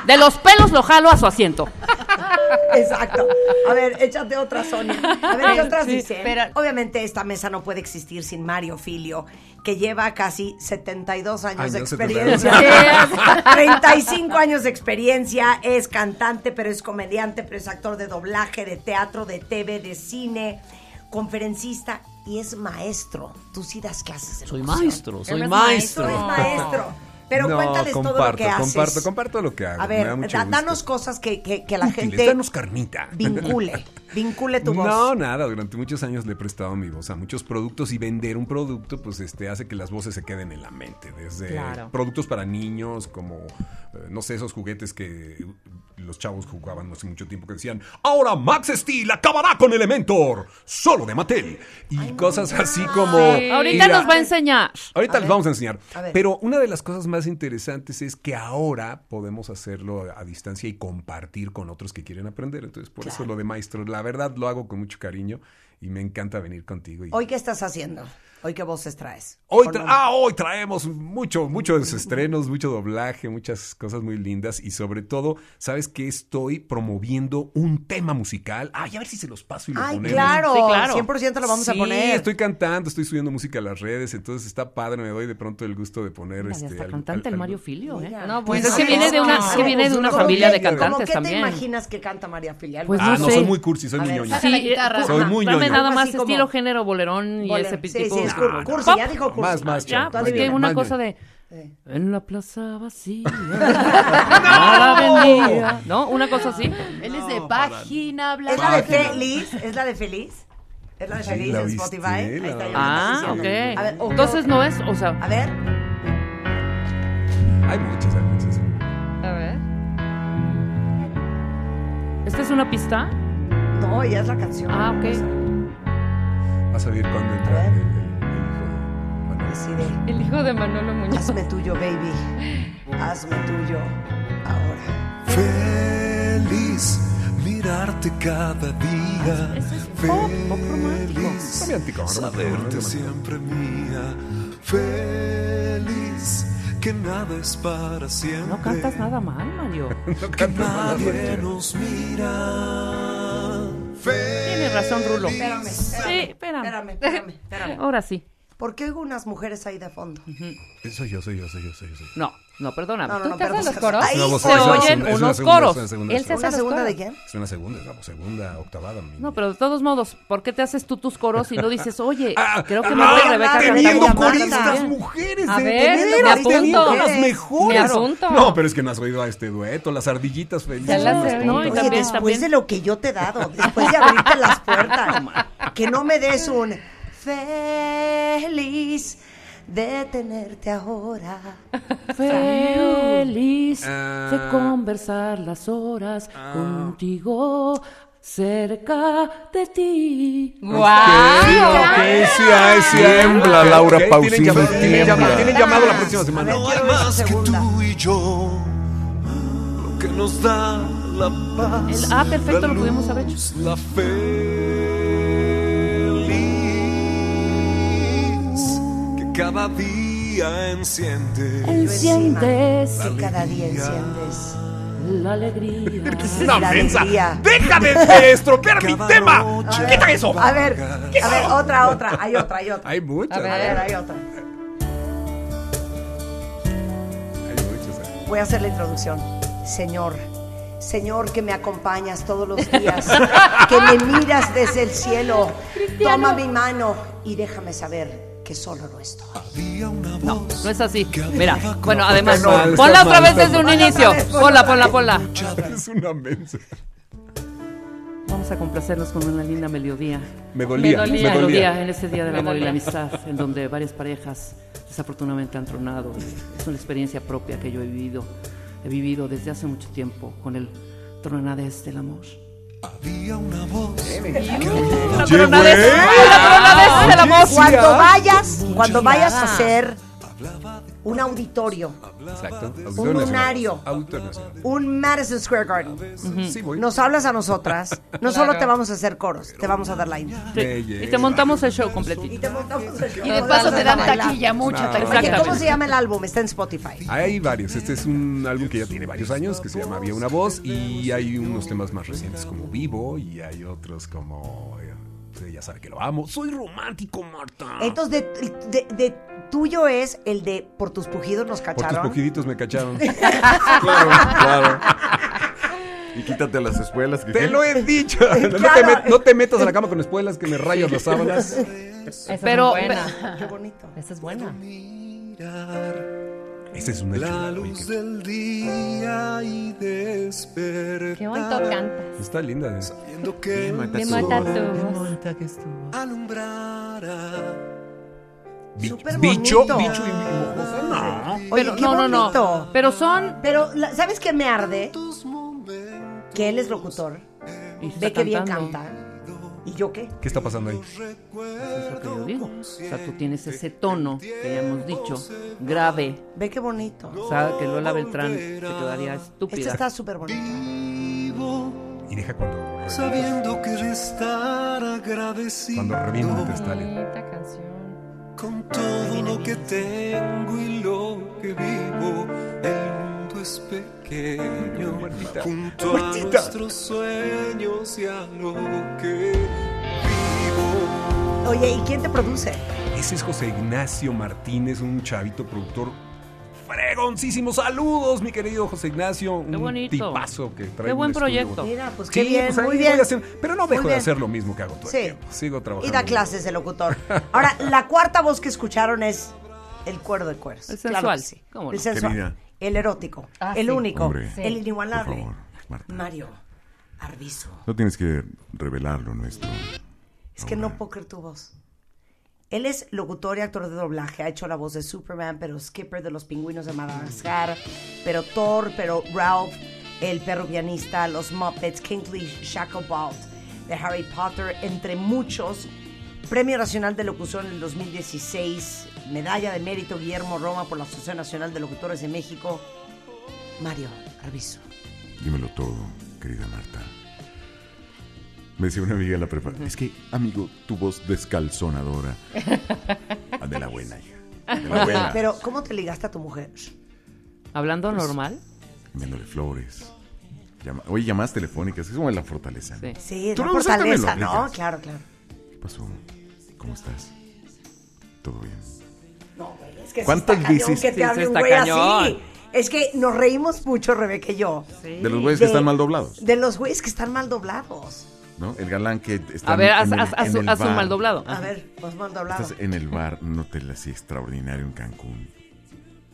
de los pelos lo jalo a su asiento. Exacto. A ver, échate otra, Sonia. A ver, ¿qué otras Sí, dicen? Obviamente esta mesa no puede existir sin Mario Filio, que lleva casi 72 años de Años, experiencia. 72. 35 años de experiencia, es cantante, pero es comediante, pero es actor de doblaje, de teatro, de TV, de cine, conferencista y es maestro. Tú sí das clases. de Soy locución. maestro, soy Eres maestro. Tú eres maestro. maestro. Pero No, cuéntales todo lo comparto, que haces. comparto, comparto lo que hago, A me da ver, mucho da- gusto. danos cosas que, que, que la gente... Útiles, danos carnita. Vincule, vincule tu voz. No, nada, durante muchos años le he prestado mi voz a muchos productos y vender un producto pues este hace que las voces se queden en la mente, desde Claro. productos para niños como eh, no sé, esos juguetes que los chavos jugaban hace mucho tiempo que decían, ahora Max Steel acabará con Elementor, solo de Mattel. Y cosas así como... Ahorita y la- nos va a enseñar. Ahorita les vamos a enseñar. A ver. Pero una de las cosas más interesantes es que ahora podemos hacerlo a, a distancia y compartir con otros que quieren aprender. Entonces, por eso lo de maestro, la verdad lo hago con mucho cariño y me encanta venir contigo. y- ¿Hoy qué estás haciendo? ¿Hoy qué voces traes? Hoy, ¿O tra- no? ah, hoy traemos mucho, muchos estrenos, mucho doblaje, muchas cosas muy lindas y sobre todo, ¿sabes que Estoy promoviendo un tema musical. Ay, a ver si se los paso y lo Ay, ponemos. claro, Sí, claro. 100% lo vamos a Sí, poner. estoy cantando, estoy subiendo música a las redes, entonces está padre, me doy de pronto el gusto de poner Mira, ya este... está al- cantante el al- al- Mario Filio, ¿eh? Mira. No, pues, pues es que sí, viene de no, una, no, es que viene de pues, una no, familia ¿cómo de que- cómo cantantes ¿Qué te también. imaginas que canta María Filial? Pues Ah, no no, sé. soy muy cursi, soy A muy ver, ñoño. saca la Sí, guitarra. eh, Soy ajá, muy Dame ñoño. nada más Así como- estilo género bolerón y Bolero. ese Sí, tipo. sí, es cur- cursi, ya dijo cursi. Más, más, Ya, chavo, más porque ñoño, una más cosa ñoño. de en la plaza vacía. ¡No! Nada vendía. ¿No? Una cosa así. Él es de página blanca. ¿Es la de Feliz? ¿Es la de Feliz? ¿Es la de Sí, Feliz la en viste, Spotify? Ahí la- está, ya Ah, me está diciendo. ok. A ver, o- Entonces no es, o sea. A ver. Hay muchas, hay muchas. A ver. ¿Esta es una pista? No, ya es la canción. Ah, ok. Vas a ver cuando entra el, el- el hijo de Manuel. El hijo de Manolo Muñoz. Hazme tuyo, baby. Hazme tuyo. Feliz mirarte cada día. Está bien Feliz antico, saberte romántico. siempre mía. Feliz que nada es para siempre. No cantas nada mal, Mario. que nadie nos mira. Tiene razón, Rulo. Espérame, espérame. Sí, espérame. Espérame, espérame, espérame. Ahora sí. ¿Por qué oigo unas mujeres ahí de fondo? Soy yo, soy yo, soy yo, soy yo. soy yo. No, no, perdóname. No, no, ¿Tú no, te haces perdón. los coros? Ahí Es una voz- se es una- oyen es una unos segunda, coros. es una segunda, Él es se una hace los segunda coros. de quién? Es una segunda, es la segunda octavada. mi- No, pero de todos modos, ¿por qué te haces tú tus coros y no dices, oye, creo que me ah, voy a Rebeca teniendo Cartagena Marta? coristas, mujeres, de- a de ver, veras, me teniendo apunto. las mejores. Me apunto. No, pero es que no has oído a este dueto, las ardillitas felices. Ya las he oído. Oye, también, después también. de lo que yo te he dado, después de abrirte las puertas, que no me des un feliz de tenerte ahora. Feliz Ah. de conversar las horas Ah. contigo cerca de ti. Ok, sí hay, tiembla, Ok, Laura ok, Pausini, Tienen, llamado- tienen tiembla. llamado- tienen llamado la próxima semana. No hay más que tú y yo. Lo que nos da la paz. El- ah, perfecto, la lo pudimos haber luz, La feliz que cada día enciende. Enciendes Que cada día enciendes la alegría. la alegría. ¡Déjame de estropear mi tema! ¡Quita eso! A ver, a ver, otra, otra, hay otra, hay otra. Hay muchas. A ver, hay otra. ¿eh? Voy a hacer la introducción. Señor, Señor que me acompañas todos los días, que me miras desde el cielo, toma mi mano y déjame saber que solo no estoy. No, no es así. Mira, bueno, además, Está mal, está ponla otra mal, vez está desde un mal. inicio. Otra vez, Ponla, ponla ponla, otra ponla. Es una mensa. Vamos a complacernos con una linda melodía. Me dolía, me dolía. en ese día del Me amor y la dolía. amistad, en donde varias parejas desafortunadamente han tronado. Es una experiencia propia que yo he vivido, he vivido desde hace mucho tiempo con el tronadez del amor. La Oye, tronadez, güey. la tronadez del amor. Cuando Muchas vayas, cuando vayas a gracias. hacer un auditorio, Exacto. Un lunario. Auditorio nacional. un Madison Square Garden, Sí, voy. nos hablas a nosotras, no Claro. solo te vamos a hacer coros, te vamos a dar la intro. Y te montamos el show completito. Y te montamos el show. Y de paso te dan taquilla, mucha mucha taquilla. taquilla. ¿Cómo Exactamente. se llama el álbum? Está en Spotify. Hay varios. Este es un álbum que ya tiene varios años, que se llama Había una voz, y hay unos temas más recientes como Vivo, y hay otros como... eh, usted ya sabe que lo amo. Soy romántico, Marta. Entonces, de, de- de tuyo es el de Por tus pujidos nos Por tus cacharon. poquiditos me cacharon. Claro, claro. Y quítate las espuelas. que Te lo he dicho. No, te Claro. met- no te metas a la cama con espuelas que me rayas las sábanas. Esa es Pero- muy buena. Qué bonito. Esa es buena. Esa es una La chulada, luz del día y despertar. Qué bonito cantas. Está linda. ¿eh? Sabiendo que Me el mata sol tu Alumbrará. Súper bicho, bonito. bicho y mojosa, no. Oye, Pero- qué no, no, no. bonito. Pero son. Pero, la- ¿sabes qué me arde? que él es locutor, ve que bien canta. ¿Y yo qué? ¿Qué está pasando ahí? Eso es lo que yo digo. O sea, tú tienes ese tono que ya hemos dicho, grave. Ve qué bonito. O sea, que Lola Beltrán se quedaría estúpida. Esta está ¿eh? súper bonita. Y deja cuando, Sabiendo que de estar agradecido. cuando revienta el testalio. Con todo lo que tengo y lo que vivo, el mundo es pequeño. Junto a Muertita. nuestros sueños y a lo que vivo. Oye, ¿y quién te produce? Ese es José Ignacio Martínez, un chavito productor fregoncísimo. Saludos, mi querido José Ignacio. Un bonito. tipazo que trae Qué un buen estudio. proyecto. Mira, pues Sí, qué bien, pues ahí muy voy a bien. hacer- pero no Muy dejo de bien. hacer lo mismo que hago todo Sí. el tiempo. Sigo Y trabajando. da clases de locutor. Ahora, la cuarta voz que escucharon es el cuero de cueros. El Claro sensual. que sí. ¿Cómo no? El sensual. Querida. El erótico. Ah, el sí. único. Hombre, Sí. el inigualable. por favor, Mario Arbizu. No tienes que revelar lo nuestro. Es que no puedo creer tu voz. Él es locutor y actor de doblaje. Ha hecho la voz de Superman, pero Skipper de los pingüinos de Madagascar, pero Thor, pero Ralph, el perro pianista, los Muppets, Kingsley Shacklebolt, de Harry Potter, entre muchos. Premio Nacional de Locución en el 2016. Medalla de Mérito Guillermo Roma por la Asociación Nacional de Locutores de México. Mario Arbizu. Dímelo todo, querida Marta. Me decía una amiga en la prepa, es que, amigo, tu voz descalzonadora. Ah, De la buena, hija. De la buena. Ah, Pero, ¿cómo te ligaste a tu mujer? Hablando Pues, normal. Vendiéndole flores. Llama- Oye, llamadas telefónicas, es como en la fortaleza. ¿no? Sí, es Tú la luego siempre me lo fortaleza, ¿no? aplicas. Claro, claro. ¿Qué pasó? ¿Cómo estás? ¿Todo bien? No, güey, es que sí ¿Cuántas está cañón veces? que Sí, te sí hable un está güey así? cañón. Es que nos reímos mucho, Rebeca y yo. De los güeyes que están mal doblados. De los güeyes que están mal doblados. ¿No? El galán que está A ver, en haz, el- haz- haz en un- el haz un bar. mal doblado. A ver, pues mal doblado. Estás en el bar, en un hotel así extraordinario en Cancún.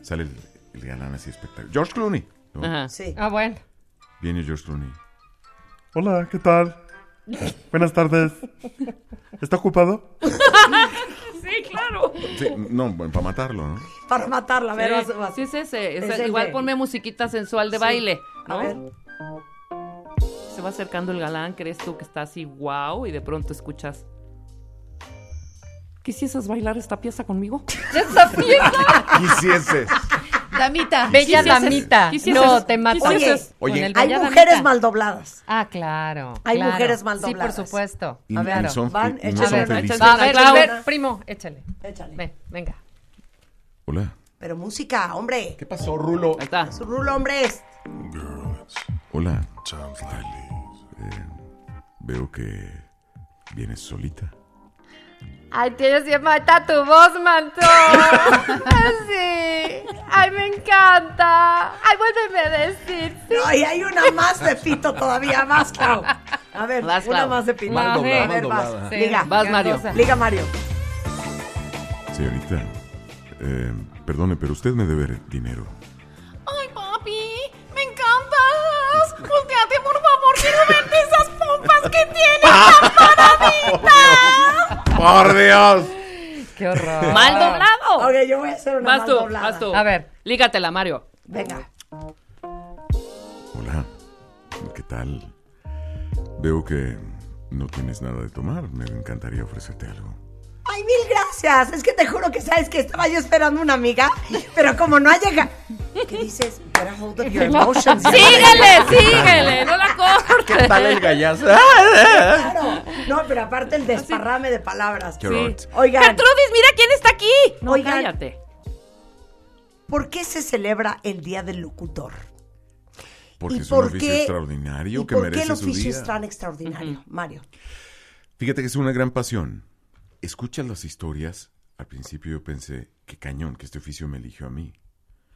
Sale el, el galán así espectacular. George Clooney. ¿no? Sí. Ah, bueno. Viene George Clooney. Hola, ¿qué tal? Buenas tardes. ¿Está ocupado? Sí, claro. Sí, no, para matarlo, ¿no? Para matarla, a ver, vas- sí, vas. sí es ese. es Es el- el igual de- ponme musiquita sensual de Sí. baile, A ¿no? ver. Se va acercando el galán, crees tú que está así, wow, y de pronto escuchas. ¿Quisieses bailar esta pieza conmigo? ¡Esta Quisieses. Damita. Bella Bella damita. damita. No, No, te te mato. mato. Oye, Oye, Hay mujeres mal dobladas. Ah, claro. Hay claro. mujeres mal dobladas. Sí, por supuesto. Y- A y ver, son- Van, y- y no échale son una, felices. échale a una, ver, échale a ver, una. primo, échale. Échale. Ven, venga. Hola. Pero música, hombre. ¿Qué pasó, Rulo? Ahí está. Rulo, hombre. es- Hola. ¿Qué tal? Eh, veo que vienes solita. Ay, tienes bien mata tu voz, manto. Sí. Ay, me encanta. Ay, vuélveme a decir. sí. No, y hay una más de pito todavía, más, Clau. A ver, Vas, una Clau. más de pito. Mal a doblada, ver, mal doblada. vas. Liga. Sí, vas, Mario. Liga, Mario. Señorita, eh, perdone, pero usted me debe dinero. Ay, papi, me encantas. Volteate, por favor, quiero verte esas pompas que tienes tan paraditas. ¡Por Dios! Qué horror. ¡Mal doblado! Ok, yo voy a hacer una Vas mal tú, doblada. vas tú. A ver. Lígatela, Mario. Venga. Hola. ¿Qué tal? Veo que no tienes nada de tomar. Me encantaría ofrecerte algo. Ay, mil gracias. Es que te juro que sabes que estaba yo esperando una amiga, pero como no ha llegado. ¿Qué dices? Better hold up your emotions. Síguele, síguele, no la cortes. ¿Qué tal el gallazo? Claro. No, pero aparte el desparrame de palabras. Qué horror. Sí. Oigan. Gertrudis, mira quién está aquí. No, Oigan. cállate. ¿Por qué se celebra el Día del Locutor? Porque ¿Y es por un oficio qué- extraordinario y que por qué el merece su oficio día. es tan extraordinario, Mario? Fíjate que es una gran pasión. Escuchas las historias. Al principio yo pensé, qué cañón que este oficio me eligió a mí.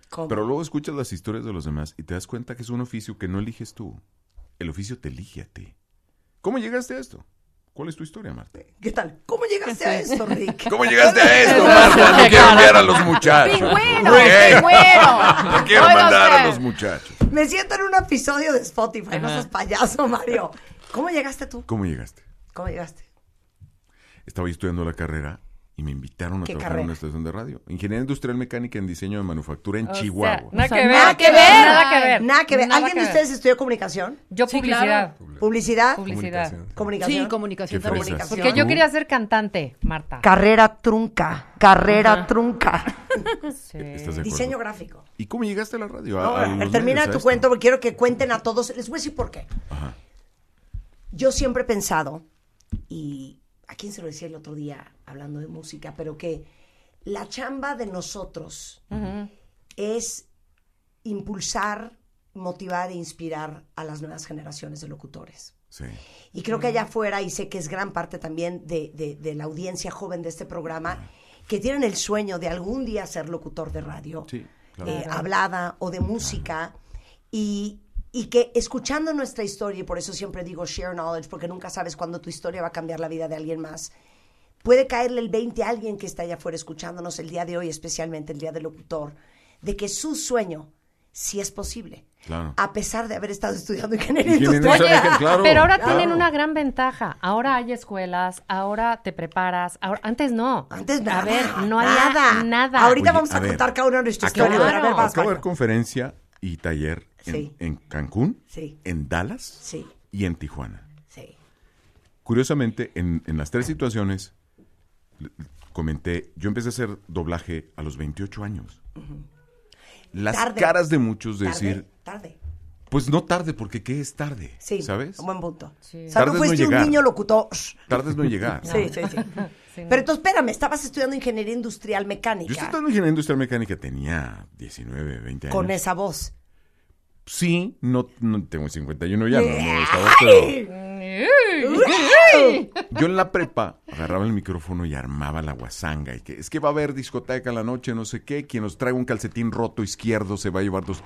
¿Cómo? Pero luego escuchas las historias de los demás y te das cuenta que es un oficio que no eliges tú. El oficio te elige a ti. ¿Cómo llegaste a esto? ¿Cuál es tu historia, Marta? ¿Qué tal? ¿Cómo llegaste a esto, Rick? ¿Cómo llegaste a esto, Marta? No quiero enviar a los muchachos. Pingüino, Güey. pingüino. No quiero Oiga mandar a usted. los muchachos. Me siento en un episodio de Spotify, no Ajá. seas payaso, Mario. ¿Cómo llegaste tú? ¿Cómo llegaste? ¿Cómo llegaste? Estaba yo estudiando la carrera y me invitaron a ¿Qué trabajar en carrera? una estación de radio. Ingeniería industrial mecánica en diseño de manufactura en O sea, Chihuahua. nada que ver, Nada que ver. nada que ver. Nada que ver. Nada ¿Alguien que de ver. ustedes estudió comunicación? Yo Sí, publicidad. claro. ¿Publicidad? Publicidad. ¿Comunicación? Sí, comunicación Qué también. fresas. Porque yo quería ser cantante, Marta. Carrera trunca. Carrera Ajá. trunca. ¿Estás de acuerdo? Diseño gráfico. ¿Y cómo llegaste a la radio? A- a Ahora, los termina medios, a tu esto. cuento porque quiero que cuenten a todos. Les voy a decir por qué. Ajá. Yo siempre he pensado, y a quién se lo decía el otro día hablando de música, pero que la chamba de nosotros es impulsar, motivar e inspirar a las nuevas generaciones de locutores. Sí. Y creo que allá afuera, y sé que es gran parte también de, de- de la audiencia joven de este programa, que tienen el sueño de algún día ser locutor de radio, claro. eh, Claro. hablada o de música, y, y que escuchando nuestra historia, y por eso siempre digo share knowledge, porque nunca sabes cuándo tu historia va a cambiar la vida de alguien más, puede caerle el 20 a alguien que está allá afuera escuchándonos el día de hoy, especialmente el día del locutor, de que su sueño sí es posible Claro. a pesar de haber estado estudiando ingeniería Ingeniería industrial. industrial, claro, Pero ahora claro. tienen una gran ventaja. Ahora hay escuelas, ahora te preparas. Ahora, antes no. Antes nada, A ver, no había nada. nada. Ahorita Oye, vamos a, ver, contar cada una de nuestras acabo historias. de- A ver, vas, Acabo de Mario. dar conferencia y taller en, Sí. en Cancún, Sí. en Dallas Sí. y en Tijuana. Sí. Curiosamente, en, en las tres situaciones, l- comenté, yo empecé a hacer doblaje a los 28 años. Ujú. Las Tarde. caras de muchos de Tarde, decir, Tarde. pues no tarde, porque ¿qué es tarde? Sí. ¿Sabes? Un buen punto. O sea, Tarde es no no fuiste un llegar. niño locutor. Tarde es no llegar. Sí, sí, sí. Pero entonces, espérame, estabas estudiando ingeniería industrial mecánica. Yo estaba en ingeniería industrial mecánica, tenía 19, 20 años. Con esa voz. Sí, no, no tengo 51 ya, no, no estaba, ¡Ay! pero yo en la prepa agarraba el micrófono y armaba la guasanga. Y que es que va a haber discoteca en la noche, no sé qué, quien nos traiga un calcetín roto izquierdo se va a llevar dos.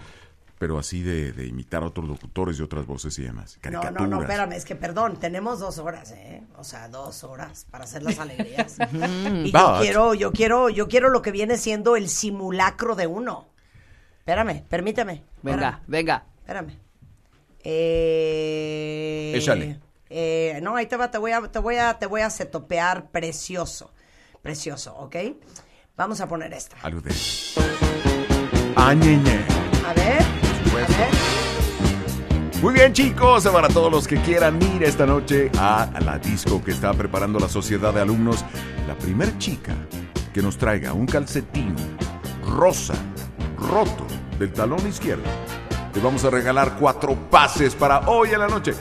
Pero así de, de imitar a otros locutores y otras voces y demás. No, Caricaturas. no, no, espérame, es que perdón, tenemos dos horas, ¿eh? O sea, dos horas para hacer las alegrías. y yo But- quiero, yo quiero, yo quiero lo que viene siendo el simulacro de uno. Espérame, permíteme. Venga, venga. Espérame. Eh, Échale. eh, no, ahí te va, te voy a, te voy a, te voy a setopear precioso. Precioso, ¿ok? Vamos a poner esta. Algo de... Ah, ñeñe. A ver. a ver. Muy bien, chicos, para todos los que quieran ir esta noche a la disco que está preparando la Sociedad de Alumnos, la primera chica que nos traiga un calcetín rosa, roto, del talón izquierdo, le vamos a regalar cuatro pases para hoy en la noche.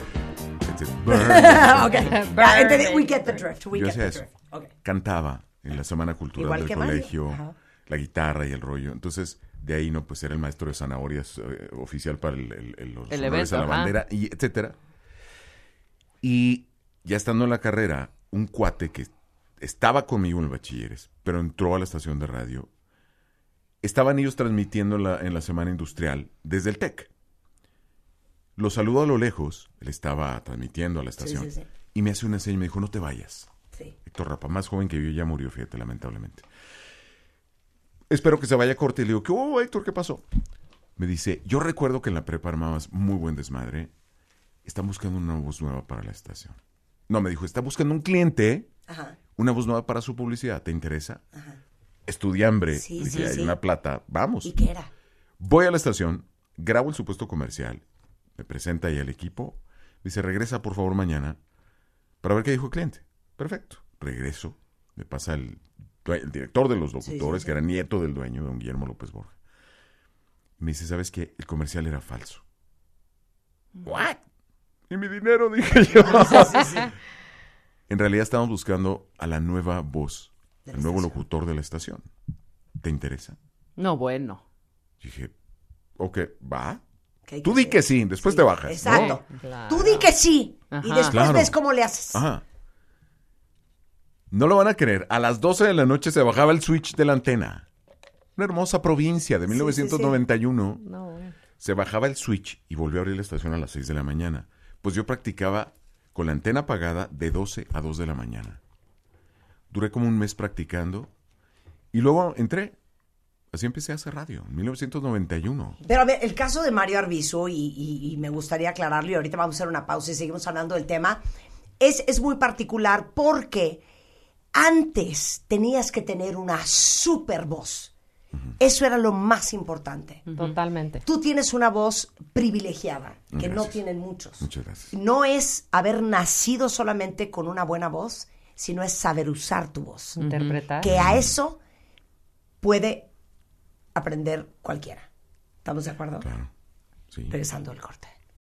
Este It's a burn. ok. Ya, entendí. We get the drift. We Eh, Yo get hacía the eso. drift. Ok. Cantaba en la Semana Cultural Igual del que Mario. colegio, Ajá. la guitarra y el rollo. Entonces, de ahí, ¿no? Pues era el maestro de zanahorias eh, oficial para el, el- el- los El honores a evento, la ajá. bandera, y etcétera. Y ya estando en la carrera, un cuate que estaba conmigo en el bachilleres, pero entró a la estación de radio. Estaban ellos transmitiendo la- en la Semana Industrial desde el TEC. Lo saludo a lo lejos, él estaba transmitiendo a la estación. sí, sí. Y me hace una seña y me dijo, no te vayas. Sí. Héctor Rapa, más joven que yo, ya murió, fíjate, lamentablemente. Espero que se vaya a corte. Y le digo, ¿qué hubo, Héctor? ¿Qué pasó? Me dice, yo recuerdo que en la prepa armabas muy buen desmadre. Están buscando una voz nueva para la estación. No, me dijo, está buscando un cliente, Ajá. una voz nueva para su publicidad. ¿Te interesa? Ajá. Estudiambre. Sí, le dije, sí, hay sí. una plata. Vamos. ¿Y qué era? Voy a la estación, grabo el supuesto comercial, me presenta ahí al equipo, me dice, regresa por favor mañana para ver qué dijo el cliente. Perfecto. Regreso, me pasa el, due- el director de los sí, locutores, sí. que era nieto del dueño, don Guillermo López Borja. Me dice, ¿sabes qué? El comercial era falso. ¿What? Y mi dinero, dije yo. En realidad estamos buscando a la nueva voz, al nuevo locutor de la estación. ¿Te interesa? No, bueno. Dije, ok, va. Que hay Tú que di que sí, después te bajas. ¿no? Exacto. Tú di que sí. Y Ajá. después Claro. Ah. ves cómo le haces. Ajá. No lo van a creer. A las 12 de la noche se bajaba el switch de la antena. Una hermosa provincia de 1991. Se bajaba el switch y volvió a abrir la estación a las 6 de la mañana. Pues yo practicaba con la antena apagada de 12 a 2 de la mañana. Duré como un mes practicando y luego entré. Así empecé a hacer radio, en 1991. Pero a ver, el caso de Mario Arbizu, y, y- y me gustaría aclararlo, y ahorita vamos a hacer una pausa y seguimos hablando del tema, es, es muy particular porque Antes tenías que tener una super voz. Eso era lo más importante. Totalmente. Tú tienes una voz privilegiada, que no Gracias. tienen muchos. Muchas gracias. No es haber nacido solamente con una buena voz, sino es saber usar tu voz. Interpretar. Que a eso puede aprender cualquiera. ¿Estamos de acuerdo? Claro. Regresando al corte.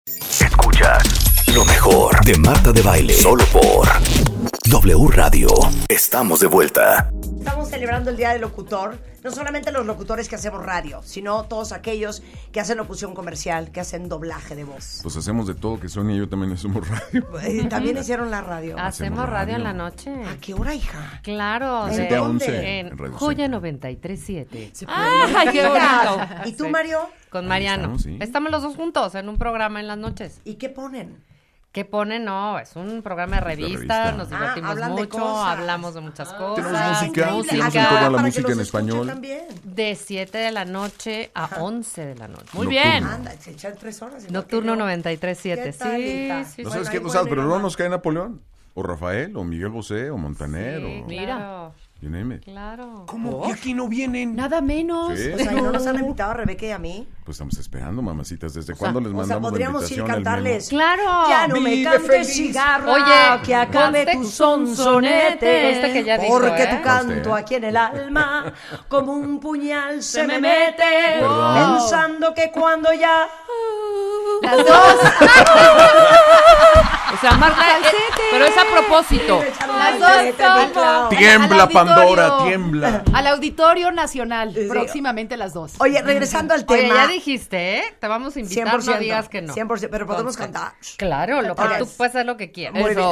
Escuchas lo mejor de Marta de Baile. Solo por W Radio. Estamos de vuelta. Estamos celebrando el Día del Locutor, no solamente los locutores que hacemos radio, sino todos aquellos que hacen locución comercial, que hacen doblaje de voz. Pues hacemos de todo, que Sonia y yo también somos radio. Eh, También hicieron la radio. Hacemos Hacemos radio en la noche. ¿A qué hora, hija? Claro, De de, siete a once, en en Radio Joya 937. puede. Ah, qué bonito! Ah, ¿Y tú, Mario? Con Mariano. estamos, Estamos, sí. los dos juntos en un programa en las noches. ¿Y qué ponen? ¿Qué ponen? No, es un programa de de revista, revista. nos Ah, divertimos hablan de mucho, cosas. hablamos de muchas cosas. Tenemos música, tenemos en torno a la música en español. De 7 de la noche a 11 de la noche. Muy Nocturno. bien. Anda, se echan tres horas. igual Nocturno que yo. 93.7. ¿Qué tal, hija? Sí, sí, No sí. sabes quién nos sabe, pero luego nos cae Napoleón. O Rafael, o Miguel Bosé, o Montaner, Sí, o... Mira. You name it. Claro. ¿Cómo? ¿Y aquí no vienen? Nada menos. Sí. O sea, ¿y ¿no nos han invitado a Rebeca y a mí? Pues estamos esperando, mamacitas. ¿Desde cuándo les O mandamos sea, podríamos la ir invitación? a al cantarles. menú? Claro. Ya no me Vive cantes feliz. cigarra. Oye, que acabe ponte tu tu sonsonete. sonsonete. Este que ya dijo, Porque ¿eh? tu canto Este. Usted. aquí en el alma, como un puñal se me Eh, mete. Perdón. Pensando que cuando ya. Las dos. O sea, Marta, eh, pero es a propósito. Las dos son- Tiembla, al auditorio. Pandora, tiembla. Al Auditorio Nacional, sí. próximamente las dos. Oye, regresando al tema. ya dijiste, ¿eh? Te vamos a invitar, no digas que no. 100%, pero podemos Entonces, cantar. Claro, lo que Ah, tú puedes hacer lo que quieras. Muy bien.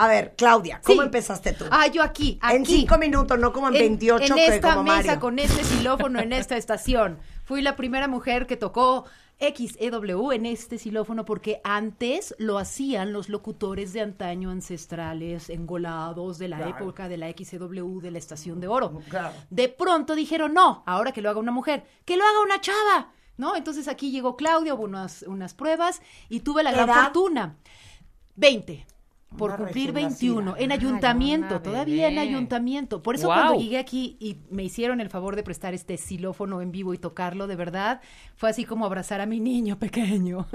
A ver, Claudia, ¿cómo empezaste tú? Ah, yo aquí, En cinco minutos, no como en, 28 en que esta como mesa, Mario. con este xilófono, en esta estación. Fui la primera mujer que tocó XEW en este xilófono porque antes lo hacían los locutores de antaño ancestrales, engolados de la Claro. época de la XEW, de la Estación de Oro. De pronto dijeron, no, ahora que lo haga una mujer, que lo haga una chava. ¿No? Entonces aquí llegó Claudia, hubo unas, unas pruebas y tuve la ¿Qué gran edad? fortuna. 20. Por Una cumplir recién 21. nacida. En Ay, ayuntamiento, una todavía en bebé. ayuntamiento. Por eso Guau. cuando llegué aquí y me hicieron el favor de prestar este xilófono en vivo y tocarlo, de verdad, fue así como abrazar a mi niño pequeño.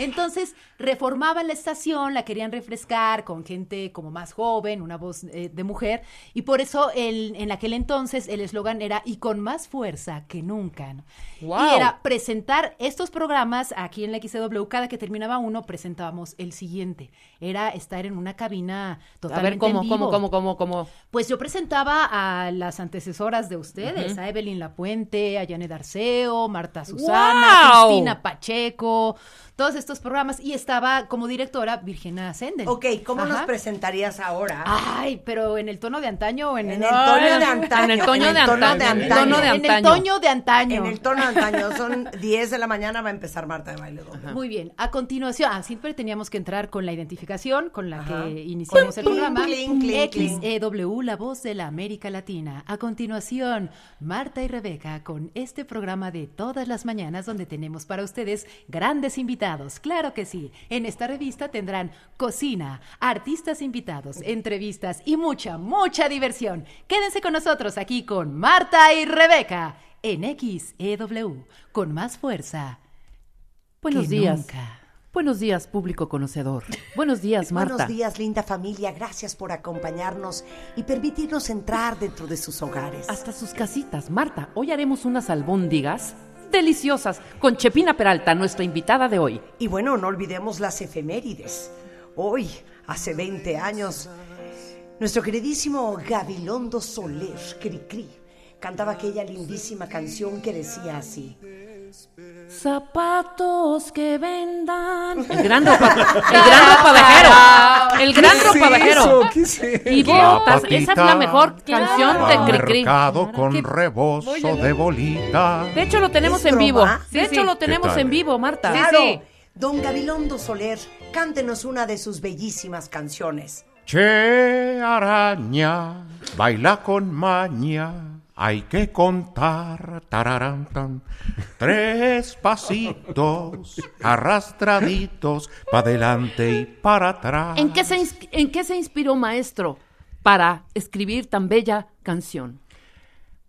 Entonces, reformaban la estación, la querían refrescar con gente como más joven, una voz eh, de mujer, y por eso el- en aquel entonces el eslogan era y con más fuerza que nunca. ¿no? Guau. Y era presentar estos programas aquí en la XW, cada que terminaba uno presentábamos el siguiente. Era estar en una cabina totalmente a ver, ¿cómo, en vivo. cómo, cómo, cómo, cómo? Pues yo presentaba a las antecesoras de ustedes, Ujú. a Evelyn Lapuente, a Janet Arceo, Marta Susana, ¡Guau! Cristina Pacheco, todos estos programas. Y estaba como directora Virginia Ascenden. Ok, ¿cómo nos presentarías ahora? Ay, pero en el tono de antaño o en, En el tono de antaño. en el tono de antaño. En el toño de antaño. En el tono de antaño. Son 10 de la mañana, va a empezar Marta de Baile doble. Muy bien, a continuación, ah, siempre teníamos que entrar con la identificación con la Ajá. que iniciamos el Pum, pum, programa. clink, clink, clink. XEW, la voz de la América Latina. A continuación, Marta y Rebeca con este programa de todas las mañanas donde tenemos para ustedes grandes invitados. Claro que sí, en esta revista tendrán cocina, artistas invitados, entrevistas y mucha, mucha diversión. Quédense con nosotros aquí con Marta y Rebeca en XEW, con más fuerza. Buenos que días. nunca. Buenos días, público conocedor. Buenos días, Marta. Buenos días, linda familia. Gracias por acompañarnos y permitirnos entrar dentro de sus hogares. Hasta sus casitas, Marta. Hoy haremos unas albóndigas deliciosas con Chepina Peralta, nuestra invitada de hoy. Y bueno, no olvidemos las efemérides. Hoy, hace 20 años, nuestro queridísimo Gabilondo Soler, Cricri, cantaba aquella lindísima canción que decía así. Zapatos que vendan. El gran ropa, el gran ropavejero. El gran ¿Qué es ropavejero. eso? ¿Qué es eso? Y La botas, esa es la patita mejor canción de Cricri. Ah. Mercado con rebozo de bolita. De hecho, lo tenemos ¿Es en vivo. broma? De hecho, lo tenemos tal? en vivo, Marta. Claro. Don Gabilondo Soler, cántenos una de sus bellísimas canciones. Che araña, baila con maña. Hay que contar, tararán, tan, tres pasitos arrastraditos para adelante y para atrás. ¿En qué, se, ins- ¿En qué se inspiró, maestro? para escribir tan bella canción?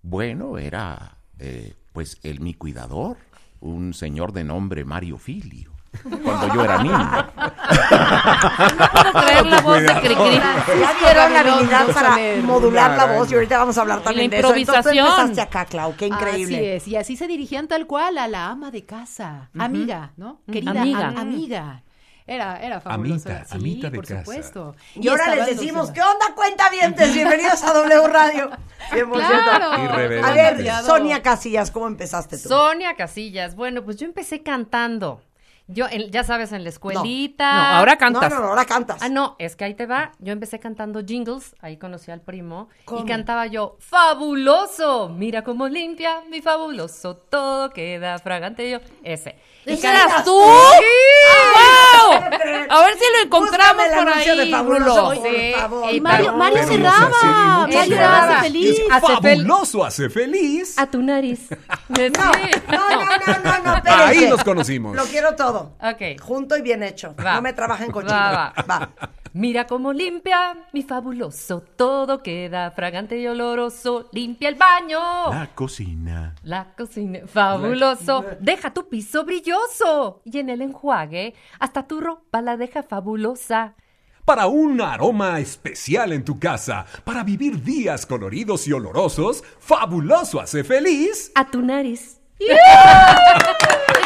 Bueno, era eh, pues el mi cuidador, un señor de nombre Mario Filio, cuando yo era niño. No puedo creer la voz de Cricri. Ya vieron la habilidad Maravilloso, para Soler. modular la Bueno. voz y ahorita vamos a hablar también de eso. Entonces, tú improvisación. empezaste acá, Clau, qué increíble. Así es, y así se dirigían tal cual a la ama de casa, Ujú. amiga, ¿no? Mm. Querida Amiga. amiga. amiga. Era, era fabuloso. Amita, Sí, amita de por casa. supuesto. Y ahora estaban les los decimos, demás. ¿qué onda, cuentavientes? Bienvenidos a W Radio. Qué emoción. Claro. A Irreverente. ver, Sonia Casillas, ¿cómo empezaste tú? Sonia Casillas, bueno, pues yo empecé cantando. Yo, en- ya sabes, en la escuelita. No, ahora cantas. No, no, no, ahora cantas. Ah, no, es que ahí te va. Yo empecé cantando jingles, ahí conocí al primo. ¿Cómo? Y cantaba yo, ¡fabuloso! Mira cómo limpia mi fabuloso, todo queda fragante. Yo, ese. Y ¿Ese cantaba- eras tú? ¡Sí! ¡Ay, ¡Guau! siempre! A ver si lo encontramos Búscame el por anuncio ahí, de Fabuloso, Rulo. por Sí, favor. y Mario- pero- Mario pero- Serra- Cerraba, Mario Mario hace feliz. Hace fel- fabuloso, hace feliz. A tu nariz. Ahí espérense. nos conocimos. Lo quiero todo. Ok. Junto y bien hecho. No me trabajen con Va, va. Mira cómo limpia mi fabuloso, todo queda fragante y oloroso, limpia el baño. La cocina. La cocina, fabuloso. Deja tu piso brilloso. Y en el enjuague, hasta tu ropa la deja fabulosa. Para un aroma especial en tu casa, para vivir días coloridos y olorosos, fabuloso hace feliz. A tu nariz. Es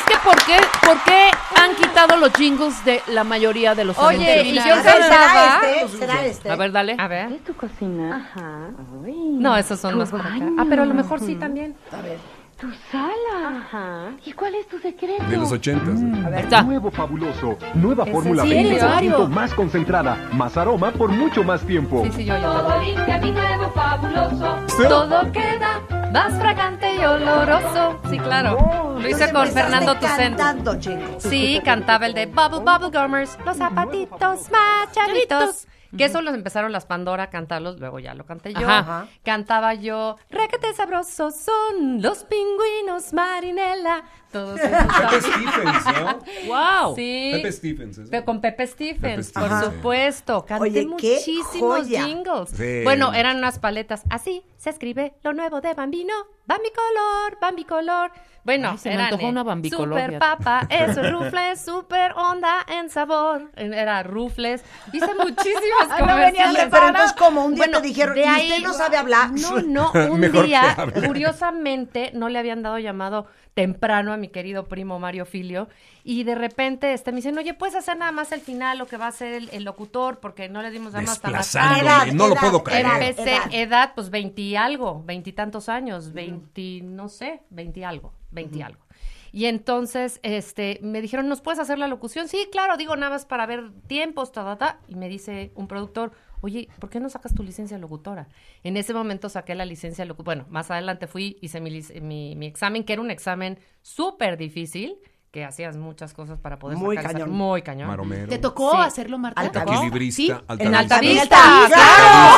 que ¿por qué, por qué han quitado los jingles de la mayoría de los Oye, y aventureros? yo cantaba. este, ¿eh? ¿eh? A ver, dale. A ver. tu cocina? Ajá. No, esos son más por acá. Ah, pero a lo mejor sí también. A ver. Tu sala. Ajá. ¿Y cuál es tu secreto? De los ochentas. Nuevo fabuloso. Nueva ¿Es fórmula en serio, 20% Mario? más concentrada, más aroma por mucho más tiempo. Todo limpia, mi nuevo fabuloso. Sí. Todo queda más fragante y oloroso. Sí, claro. Lo hice con Fernando Tucen. Cantando, chicos. Sí, cantaba el de Bubble Bubble Gummers, los zapatitos machaditos. Que eso los empezaron las Pandora a cantarlos, luego ya lo canté yo. Ajá. Cantaba yo, requete sabrosos son los pingüinos marinela. Todos Pepe esos Stephens, ¿no? ¡Wow! Sí. Pepe Stephens. ¿es? Pe- con Pepe Stephens, Pepe por Stephens, sí. supuesto. Canté Oye, qué muchísimos joya. jingles. Sí. Bueno, eran unas paletas. Así se escribe lo nuevo de Bambino. Bambi color, Bambi color. Bueno, Ay, se me eran, antojó eh, una Bambi color, Super fíjate. papa, eso, rufles, super onda en sabor. Era rufles. Hice muchísimas Ay, no venía comerciales. preparada. Pero entonces, como un día te dijeron, de "Y usted ahí- no sabe hablar". No, no, un Mejor que día, hable. curiosamente, no le habían dado llamado temprano a mi querido primo Mario Filio. Y de repente este, me dicen, oye, puedes hacer nada más el final, lo que va a hacer el, el locutor, porque no le dimos nada más hasta más tarde". Desplazándome, Edad, no lo edad, puedo creer. edad, Empecé, edad. edad. pues veinti algo, veintitantos años, veinti, no sé, veinti algo, veinti algo. Y entonces, este, me dijeron, ¿nos puedes hacer la locución? Sí, claro, digo, nada más para ver tiempos, ta, ta, ta. Y me dice un productor, oye, ¿por qué no sacas tu licencia de locutora? En ese momento saqué la licencia de locutora. Bueno, más adelante fui, hice mi, lic- mi, mi examen, que era un examen súper difícil, que hacías muchas cosas para poder Muy sacar esa- cañón. Muy cañón. Maromero. ¿Te tocó hacerlo, Marta? Al- Equilibrista, Sí, altavista. en altavista, Altavista,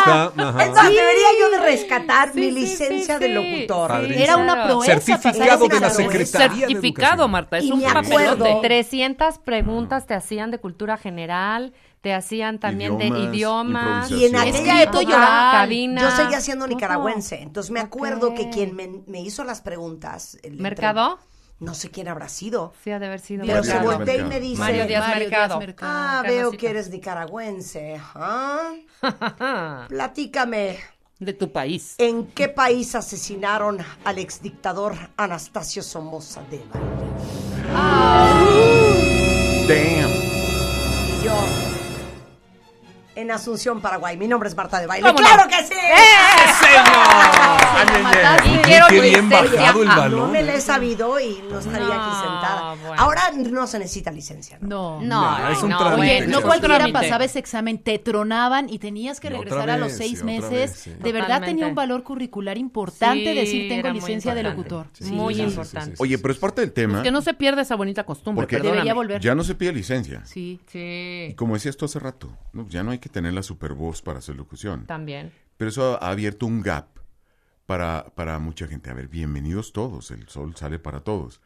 claro. claro. Ajá. Es más, Sí. debería yo de rescatar mi licencia de locutor. Padrísimo. Certificado de la Secretaría de Certificado, Marta, es Y un me acuerdo, papelote. 300 preguntas te hacían de cultura general, te hacían también de idiomas. Y en aquella época, cabina. yo seguía siendo nicaragüense. Entonces me acuerdo que quien me, me hizo las preguntas. el- ¿Mercado? No sé quién habrá sido. Sí, ha de haber sido. Pero se Mercado. volteé y me dice. Mario Díaz Mercado. Ah, Carnosita. veo que eres nicaragüense. ajá. Platícame. De tu país. ¿En qué país asesinaron al exdictador Anastasio Somoza Deva? Ah. Damn. Y yo. En Asunción, Paraguay. Mi nombre es Marta de Baile. ¿Cómo no? ¡Claro que sí! Y quiero qué bien licencia. bajado el Ah, balón. No me la he sabido y no estaría aquí sentada. Ahora no se necesita licencia. No. No, No, es un no, trámite Oye, que no se cualquiera hace. pasaba ese examen, te tronaban y tenías que Y otra regresar a los vez, seis y otra meses. vez, sí. De verdad Totalmente. tenía un valor curricular importante Sí, decir tengo era muy licencia de importante. locutor. Sí, Muy sí, sí, sí, importante. Oye, pero es parte del tema. Que no se pierda esa bonita costumbre, Porque perdóname. ya no se pide licencia. Sí. Y Sí. como decías tú hace rato, no, ya no hay que tener la super voz para hacer locución. También. Pero eso ha, ha abierto un gap para, para mucha gente. A ver, bienvenidos todos. El sol sale para todos.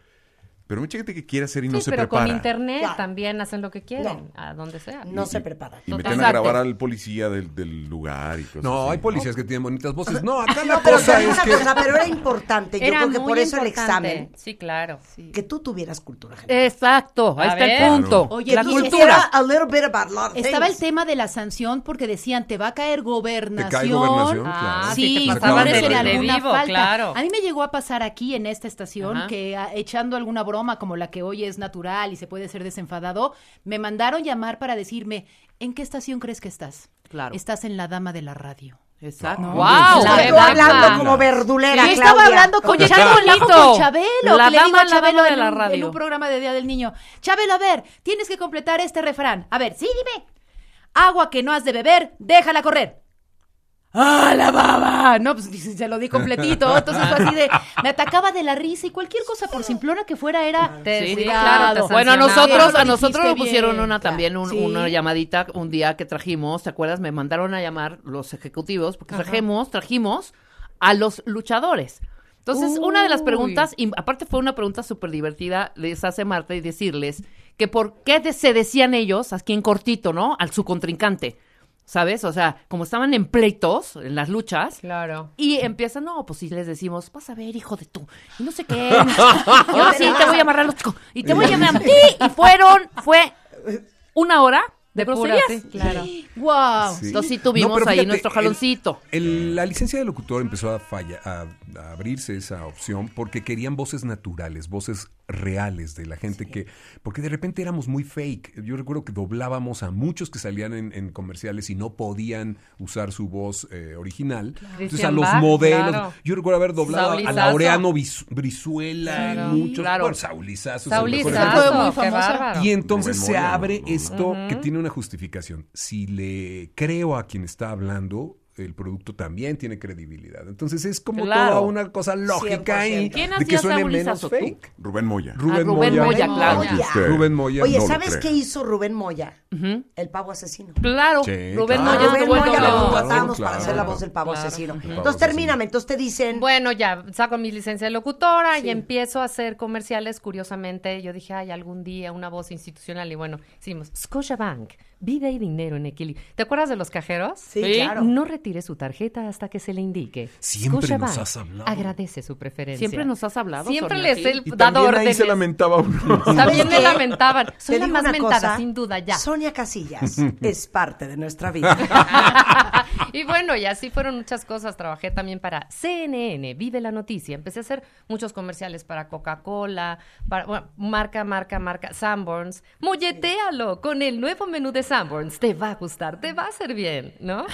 Pero mucha gente que quiere hacer y Sí, no se pero prepara. con internet también hacen lo que quieren, a donde sea. No se preparan. Y meten a grabar al policía del, del lugar y cosas No, así. hay policías que tienen bonitas voces. No, acá No, la pero cosa te digo es una que... cosa, pero era importante. Yo Era creo que muy por eso el importante. examen. Sí, claro. Que tú tuvieras cultura general. Exacto, Oh, ahí A está ver. el punto. Claro. la Oye, cultura. quisiera a little bit about lot of Estaba el things. tema de la sanción porque decían te va a caer gobernación. Te cae gobernación, Ah, claro. Sí, Sí, te por pasaban hacer de- de alguna vivo, falta. claro. A mí me llegó a pasar aquí en esta estación Ajá. que a- echando alguna broma como la que hoy es natural y se puede ser desenfadado, me mandaron llamar para decirme ¿en qué estación crees que estás? Claro. Estás en la dama de la radio. Exacto. No, ¡Guau! la Estoy dama. hablando como verdulera, Yo estaba Claudia. hablando con Oye, echando Chabelo. relajo con Chabelo. La que le digo dama, a la Chabelo dama de en la un- radio. en un programa de Día del Niño. Chabelo, a ver, tienes que completar este refrán. A ver, sí, dime. Agua que no has de beber, déjala correr. ¡Ah, la baba! No, pues se lo di completito. Entonces fue así de. Me atacaba de la risa y cualquier cosa, por simplona que fuera, era. Sí, descuidado. claro, bueno, a Pero nosotros, lo a nosotros dijiste nos pusieron bien. una también, un- Sí. una llamadita un día que trajimos, ¿te acuerdas? Me mandaron a llamar los ejecutivos, porque Ajá. trajimos, trajimos a los luchadores. Entonces, una de las Uy. preguntas, y aparte fue una pregunta súper divertida, les hace Marta y decirles que por qué de- se decían ellos, aquí en cortito, ¿no? Al su contrincante, ¿sabes? O sea, como estaban en pleitos, en las luchas. Claro. Y empiezan, no, pues si les decimos, vas a ver, hijo de tú, y no sé qué. Yo sí te voy a amarrar los chicos. Y te voy a llamar a ti. Y fueron, fue una hora de, De pura, groserías. sí, claro. Wow. Sí. Entonces sí No, tuvimos pero ahí fíjate, nuestro jaloncito. el- el- la licencia de locutor empezó a, falla- a- a abrirse esa opción porque querían voces naturales, voces reales de la gente que... Porque de repente éramos muy fake. Yo recuerdo que doblábamos a muchos que salían en, en comerciales y no podían usar su voz eh, original. Entonces a Christian los Bach, modelos... claro. Yo recuerdo haber doblado a- a Saulizazo. Laureano Bis- Brizuela Claro. y muchos... Claro. Bueno, Saulizazo. es el Saulizazo, mejor ejemplo. Fue muy qué famosa. bárbaro. Y entonces Rubén se Moreno, abre Rubén. esto que Ujú. tiene una justificación. Si le creo a quien está hablando, el producto también tiene credibilidad. Entonces es como Claro. toda una cosa lógica ahí 100%. ¿Quién de que hacía suene menos Saulizazo? fake. Rubén Moya. Rubén, Rubén Moya, claro. Aunque Moya. usted- Rubén Moya. Oye, no lo ¿sabes crea. qué hizo Rubén Moya? El pavo asesino. Claro, Sí, Rubén claro. Moya estuvo en Moya doble. lo Claro, contratamos claro, para hacer la voz del pavo claro. asesino. Ujú. Entonces termíname, entonces te dicen. Bueno, ya saco mi licencia de locutora y empiezo a hacer comerciales. Curiosamente, yo dije, ay, algún día una voz institucional. Y bueno, hicimos Scotiabank, vida y dinero en equilibrio. ¿Te acuerdas de los cajeros? Sí, Sí. claro. No retire su tarjeta hasta que se le indique. Siempre nos Scotiabank has hablado. Agradece su preferencia. Siempre nos has hablado, Siempre Sonia, les sí. he Y dado También ahí órdenes. se lamentaba uno. También me ¿Qué? lamentaban. Soy Te la digo más una mentada, cosa, sin duda, ya. Sonia Casillas es parte de nuestra vida. Y bueno, y así fueron muchas cosas. Trabajé también para CNN, Vive la Noticia. Empecé a hacer muchos comerciales para Coca-Cola, para bueno, marca, marca, marca, Sanborns. Molletealo con el nuevo menú de Sanborns. Te va a gustar, te va a hacer bien, ¿no?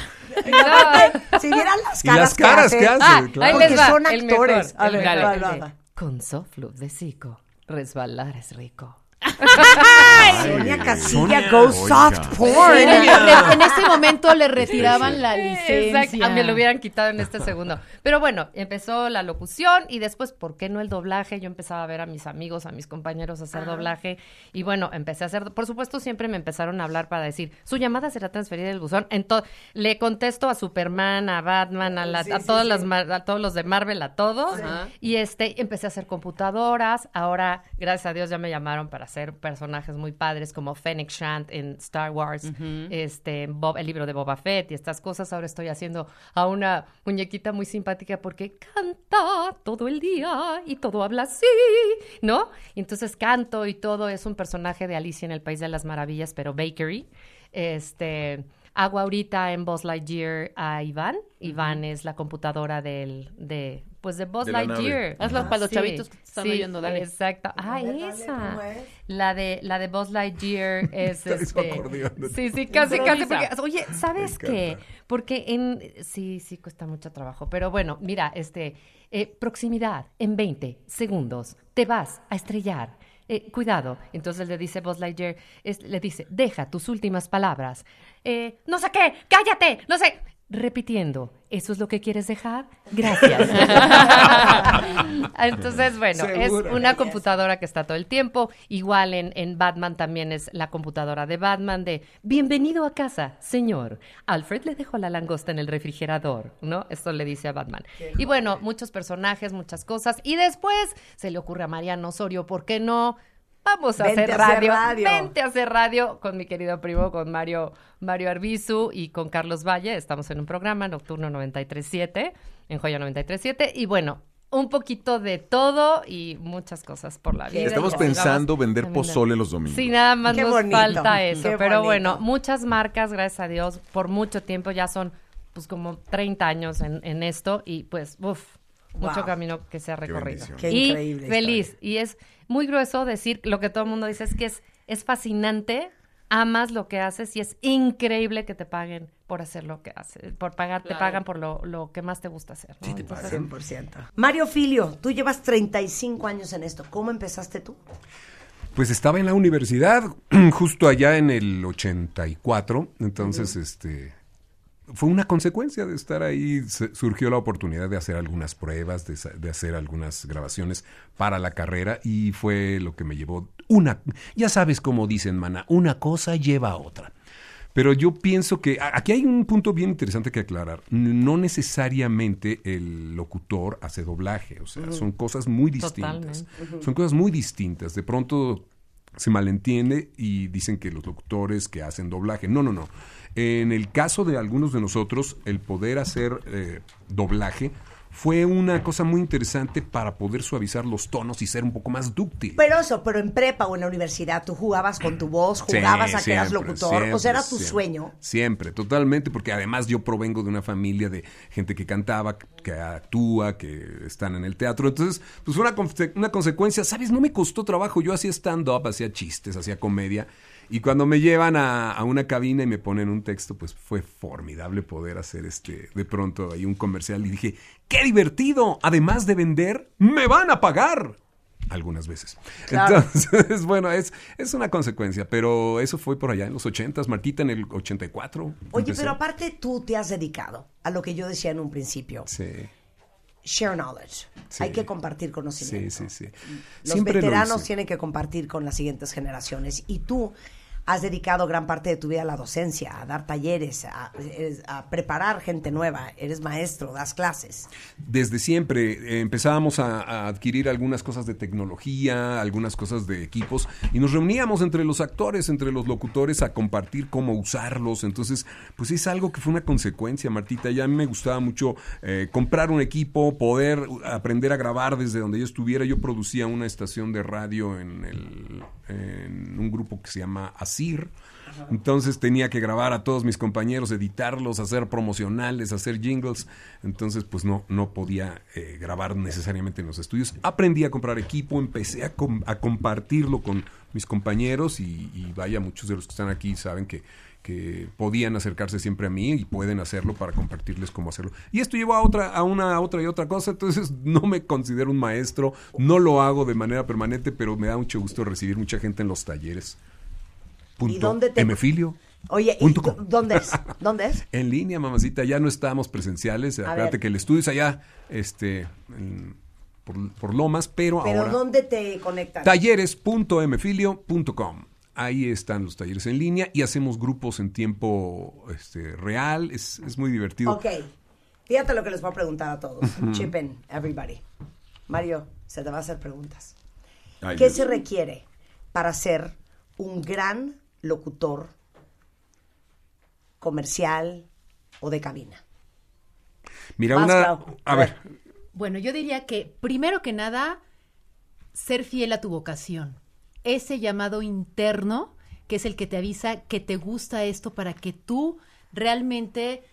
si vieran las Y las caras que caras que hace. hace, Ah, claro. ahí les Porque va, son el mejor, actores. A el ver, mejor. va, va, va. Con Soflux de Zico, resbalar es rico. Sonia Sonia, Casilla goes oiga. soft porn. Sí, le- en ese momento le retiraban la licencia. Exacto, ah, me lo hubieran quitado en este segundo. Pero bueno, empezó la locución y después, ¿por qué no el doblaje? Yo empezaba a ver a mis amigos, a mis compañeros hacer Ah. doblaje y bueno, empecé a hacer, por supuesto, siempre me empezaron a hablar para decir, su llamada será transferida del buzón. Entonces, le contesto a Superman, a Batman, a, la- Sí, a sí, todas sí. las, mar- a todos los de Marvel, a todos. Ajá. Y este, empecé a hacer computadoras. Ahora, gracias a Dios, ya me llamaron para hacer personajes muy padres como Fennec Shand en Star Wars, este, Bob, el libro de Boba Fett y estas cosas. Ahora estoy haciendo a una muñequita muy simpática porque canta todo el día y todo habla así, ¿no? Y entonces canto y todo. Es un personaje de Alicia en el País de las Maravillas, pero Bakery. Este, hago ahorita en Buzz Lightyear a Iván. Iván es la computadora del, de, pues de Buzz De la Lightyear. nave. Hazla Ajá. para los Sí, chavitos que te están sí, oyendo, dale. Exacto. Ah, Dale, dale, esa. ¿cómo es? La de, la de Buzz Lightyear es Traes su este. acordeón. Sí, sí, casi, casi. Improvisa. porque- oye, ¿sabes Me qué? Porque en. Sí, sí, cuesta mucho trabajo. Pero bueno, mira, este. eh, proximidad, en 20 segundos, te vas a estrellar. Eh, cuidado. Entonces le dice Buzz Lightyear, es- le dice, deja tus últimas palabras. Eh, no sé qué, cállate, no sé. repitiendo, ¿eso es lo que quieres dejar? Gracias. Entonces, bueno, Seguro. es una computadora que está todo el tiempo. Igual en, en Batman también es la computadora de Batman de Bienvenido a casa, señor. Alfred le dejó la langosta en el refrigerador, ¿no? Esto le dice a Batman. Y bueno, muchos personajes, muchas cosas. Y después se le ocurre a Mariano Osorio, ¿por qué no? Vamos a Vente hacer a hacer radio. radio. Vente a hacer radio con mi querido primo, con Mario, Mario Arbizu y con Carlos Valle. Estamos en un programa nocturno 937, en Joya 937. Y bueno, un poquito de todo y muchas cosas por la vida. Estamos Digamos, pensando vender también de- pozole los domingos. Sí, nada más Qué nos bonito, falta eso. qué bonito. Pero bueno, muchas marcas, gracias a Dios, por mucho tiempo ya son pues como 30 años en, en esto y pues, uff, mucho Wow. camino que se ha recorrido. bendición. Qué y increíble feliz. Y es muy grueso decir lo que todo el mundo dice, es que es, es fascinante, amas lo que haces y es increíble que te paguen por hacer lo que haces, por pagar, te Claro. pagan por lo, lo que más te gusta hacer. ¿no? Entonces, 100%. Mario Filio, tú llevas 35 años en esto. ¿Cómo empezaste tú? Pues estaba en la universidad, justo allá en el 84, entonces este fue una consecuencia de estar ahí, se- surgió la oportunidad de hacer algunas pruebas, de, sa- de hacer algunas grabaciones para la carrera y fue lo que me llevó una, ya sabes cómo dicen, mana, una cosa lleva a otra. Pero yo pienso que a- aquí hay un punto bien interesante que aclarar. No necesariamente el locutor hace doblaje, o sea, Ujú. son cosas muy distintas. Totalmente. Ujú. Son cosas muy distintas. De pronto se malentiende y dicen que los locutores que hacen doblaje. No, no, no. En el caso de algunos de nosotros, el poder hacer eh, doblaje fue una cosa muy interesante para poder suavizar los tonos y ser un poco más dúctil. Pero eso, pero en prepa o en la universidad, tú jugabas con tu voz, jugabas Sí, a que eras siempre, locutor. o siempre, sea, era tu siempre. sueño. Siempre, totalmente, porque además yo provengo de una familia de gente que cantaba, que actúa, que están en el teatro. Entonces, pues fue una, conse- una consecuencia, ¿sabes? No me costó trabajo. Yo hacía stand-up, hacía chistes, hacía comedia. Y cuando me llevan a, a una cabina y me ponen un texto, pues fue formidable poder hacer este, de pronto ahí un comercial. Y dije, ¡qué divertido! Además de vender, ¡me van a pagar! Algunas veces. Claro. Entonces, bueno, es, es una consecuencia, pero eso fue por allá en los 80s, Marquita en el 84. Oye, empecé. pero aparte tú te has dedicado a lo que yo decía en un principio. Sí, Share knowledge. Sí. Hay que compartir sí, conocimiento. sí, sí. Los Siempre lo veteranos hice. tienen que compartir con las siguientes generaciones. Y tú has dedicado gran parte de tu vida a la docencia, a dar talleres, a, eres- a preparar gente nueva. Eres maestro, das clases. Desde siempre eh, empezábamos a, a adquirir algunas cosas de tecnología, algunas cosas de equipos, y nos reuníamos entre los actores, entre los locutores, a compartir cómo usarlos. Entonces, pues es algo que fue una consecuencia, Martita. Ya a mí me gustaba mucho eh, comprar un equipo, poder uh, aprender a grabar desde donde yo estuviera. Yo producía una estación de radio en, el- en un grupo que se llama ASIR. Entonces tenía que grabar a todos mis compañeros, editarlos, hacer promocionales, hacer jingles. Entonces, pues no, no podía eh, grabar necesariamente en los estudios. Aprendí a comprar equipo, empecé a, com- a compartirlo con mis compañeros y, y vaya, muchos de los que están aquí saben que, que podían acercarse siempre a mí y pueden hacerlo para compartirles cómo hacerlo. Y esto llevó a otra, a una, a otra y otra cosa. Entonces no me considero un maestro, no lo hago de manera permanente, pero me da mucho gusto recibir mucha gente en los talleres. Punto. dónde te- Mfilio. Oye, ¿y Punto tú- ¿dónde es? ¿Dónde es? En línea, mamacita, ya no estábamos presenciales. A Acuérdate ver. que el estudio es allá, este, en- por, por Lomas, pero, Pero ahora ¿dónde te conectan? talleres.mfilio.com. Ahí están los talleres en línea y hacemos grupos en tiempo este, real. Es, es muy divertido. Ok. Fíjate lo que les voy a preguntar a todos. Ujú. Chipen, everybody. Mario, se te va a hacer preguntas. Ay, ¿Qué Dios. se requiere para ser un gran locutor comercial o de cabina? Mira, Vas, una. Clau. A ver, Bueno, yo diría que primero que nada, ser fiel a tu vocación. Ese llamado interno que es el que te avisa que te gusta esto para que tú realmente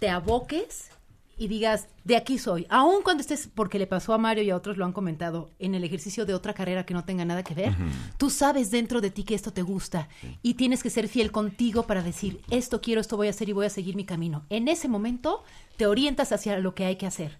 te aboques y digas, de aquí soy. Aun cuando estés, porque le pasó a Mario y a otros lo han comentado, en el ejercicio de otra carrera que no tenga nada que ver, tú sabes dentro de ti que esto te gusta y tienes que ser fiel contigo para decir, esto quiero, esto voy a hacer y voy a seguir mi camino. En ese momento te orientas hacia lo que hay que hacer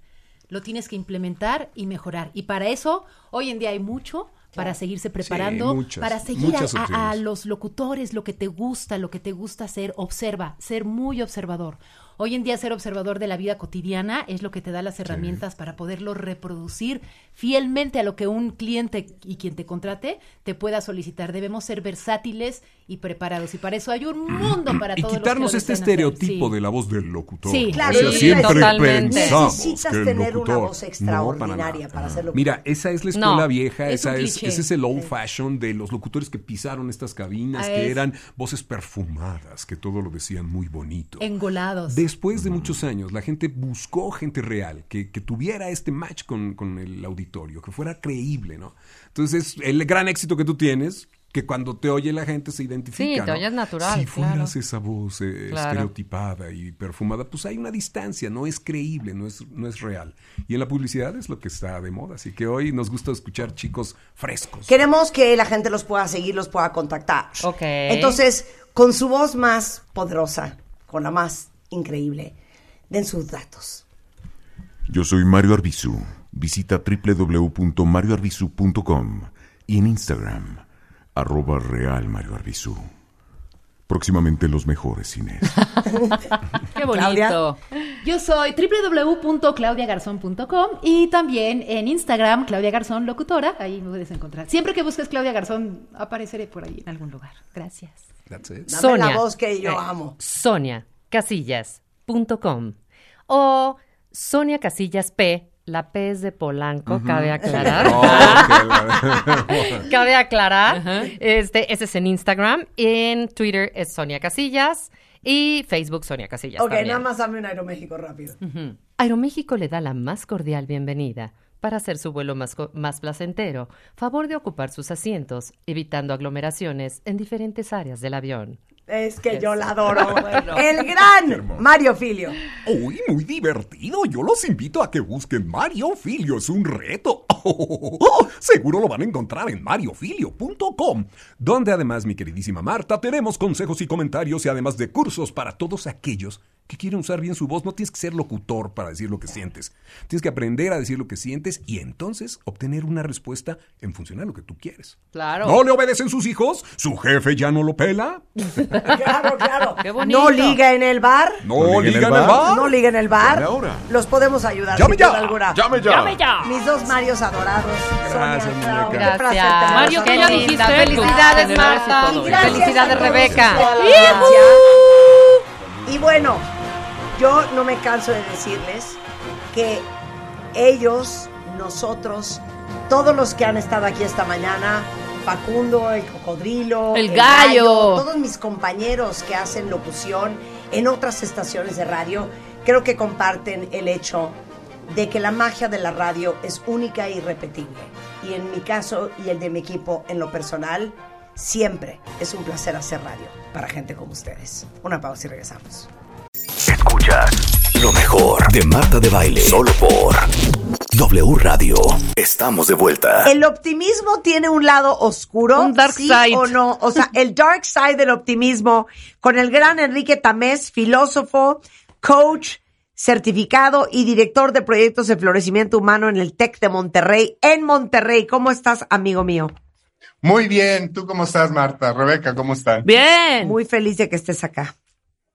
lo tienes que implementar y mejorar. Y para eso, hoy en día hay mucho para seguirse preparando, muchas, para seguir a- muchas a- a, opciones. los locutores, lo que te gusta, lo que te gusta hacer, observa, ser muy observador. Hoy en día ser observador de la vida cotidiana es lo que te da las herramientas para poderlo reproducir fielmente a lo que un cliente y quien te contrate te pueda solicitar. Debemos ser versátiles y preparados. Y para eso hay un mundo para Y todos los que quitarnos lo este desean hacer. estereotipo Sí. de la voz del locutor. Sí, O claro, sea, sí, siempre totalmente. pensamos Necesitas que el tener una locutor- voz No, para extraordinaria nada. para hacerlo. Mira, esa es la escuela No, vieja, es un esa es, cliché. ese es el old fashion de los locutores que pisaron estas cabinas, Ah, que es. eran voces perfumadas, que todo lo decían muy bonito. Engolados. Después de muchos años, la gente buscó gente real, que, que tuviera este match con, con el auditorio, que fuera creíble, ¿no? Entonces, el gran éxito que tú tienes, que cuando te oye la gente se identifica. Sí, te ¿no? oyes natural, Si fueras claro. esa voz eh, Claro. estereotipada y perfumada, pues hay una distancia, no es creíble, no es, no es real. Y en la publicidad es lo que está de moda, así que hoy nos gusta escuchar chicos frescos. Pues Queremos que la gente los pueda seguir, los pueda contactar. Entonces, con su voz más poderosa, con la más increíble, den sus datos. Yo soy Mario Arbizu. Visita www.marioarbizu.com y en Instagram, arroba real Mario Arbizu. Próximamente los mejores cines. Qué Yo soy www.claudiagarzón.com y también en Instagram, Claudia Garzón Locutora. Ahí me puedes encontrar. Siempre que busques Claudia Garzón, apareceré por ahí en algún lugar. Gracias. Sonia. eh, amo. SoniaCasillas.com o Sonia Casillas P. La P es de Polanco, Ujú. cabe aclarar. Oh, qué la- cabe aclarar. Ajá. Este, ese es en Instagram. En Twitter es Sonia Casillas. Y Facebook Sonia Casillas. ok, también. nada más dame un Aeroméxico rápido. Aeroméxico le da la más cordial bienvenida para hacer su vuelo más, co- más placentero. Favor de ocupar sus asientos, evitando aglomeraciones en diferentes áreas del avión. Es que Yes. yo la adoro. Bueno. El Qué gran hermoso. Mario Filio. Uy, muy divertido. Yo los invito a que busquen Mario Filio. Es un reto. Oh, Seguro lo van a encontrar en mariofilio.com, donde además, mi queridísima Marta, tenemos consejos y comentarios y además de cursos para todos aquellos que quieren usar bien su voz. No tienes que ser locutor para decir lo que sientes. Tienes que aprender a decir lo que sientes y entonces obtener una respuesta en función a lo que tú quieres. Claro. ¿No le obedecen sus hijos? ¿Su jefe ya no lo pela? No liga en el bar. ¿No liga en el bar? No liga en el bar. Llame ahora. Los podemos ayudar. Llame sin duda ya. alguna. Llame ya. Llame ya. Mis dos Marios adorados. Ah, Gracias, muñeca. Gracias. Mario, Qué ¿qué ya linda. dijiste? Felicidades, Felicidades, Marta. Marta. Y gracias a Felicidades, todos Rebeca. ustedes. ¡Yujú! Y bueno, yo no me canso de decirles que ellos, nosotros, todos los que han estado aquí esta mañana, Facundo, el cocodrilo, El gallo. todos mis compañeros que hacen locución en otras estaciones de radio, creo que comparten el hecho de que la magia de la radio es única e irrepetible. Y en mi caso y el de mi equipo en lo personal, siempre es un placer hacer radio para gente como ustedes. Una pausa y regresamos. Escuchas lo mejor de Marta de Baile. Solo por W Radio. Estamos de vuelta. El optimismo tiene un lado oscuro, sí side. o no, o sea, el dark side del optimismo con el gran Enrique Tamés, filósofo, coach, certificado y director de proyectos de florecimiento humano en el TEC de Monterrey, en Monterrey. ¿Cómo estás, amigo mío? Muy bien, ¿tú cómo estás, Marta? Rebeca, ¿cómo estás? Bien. Muy feliz de que estés acá.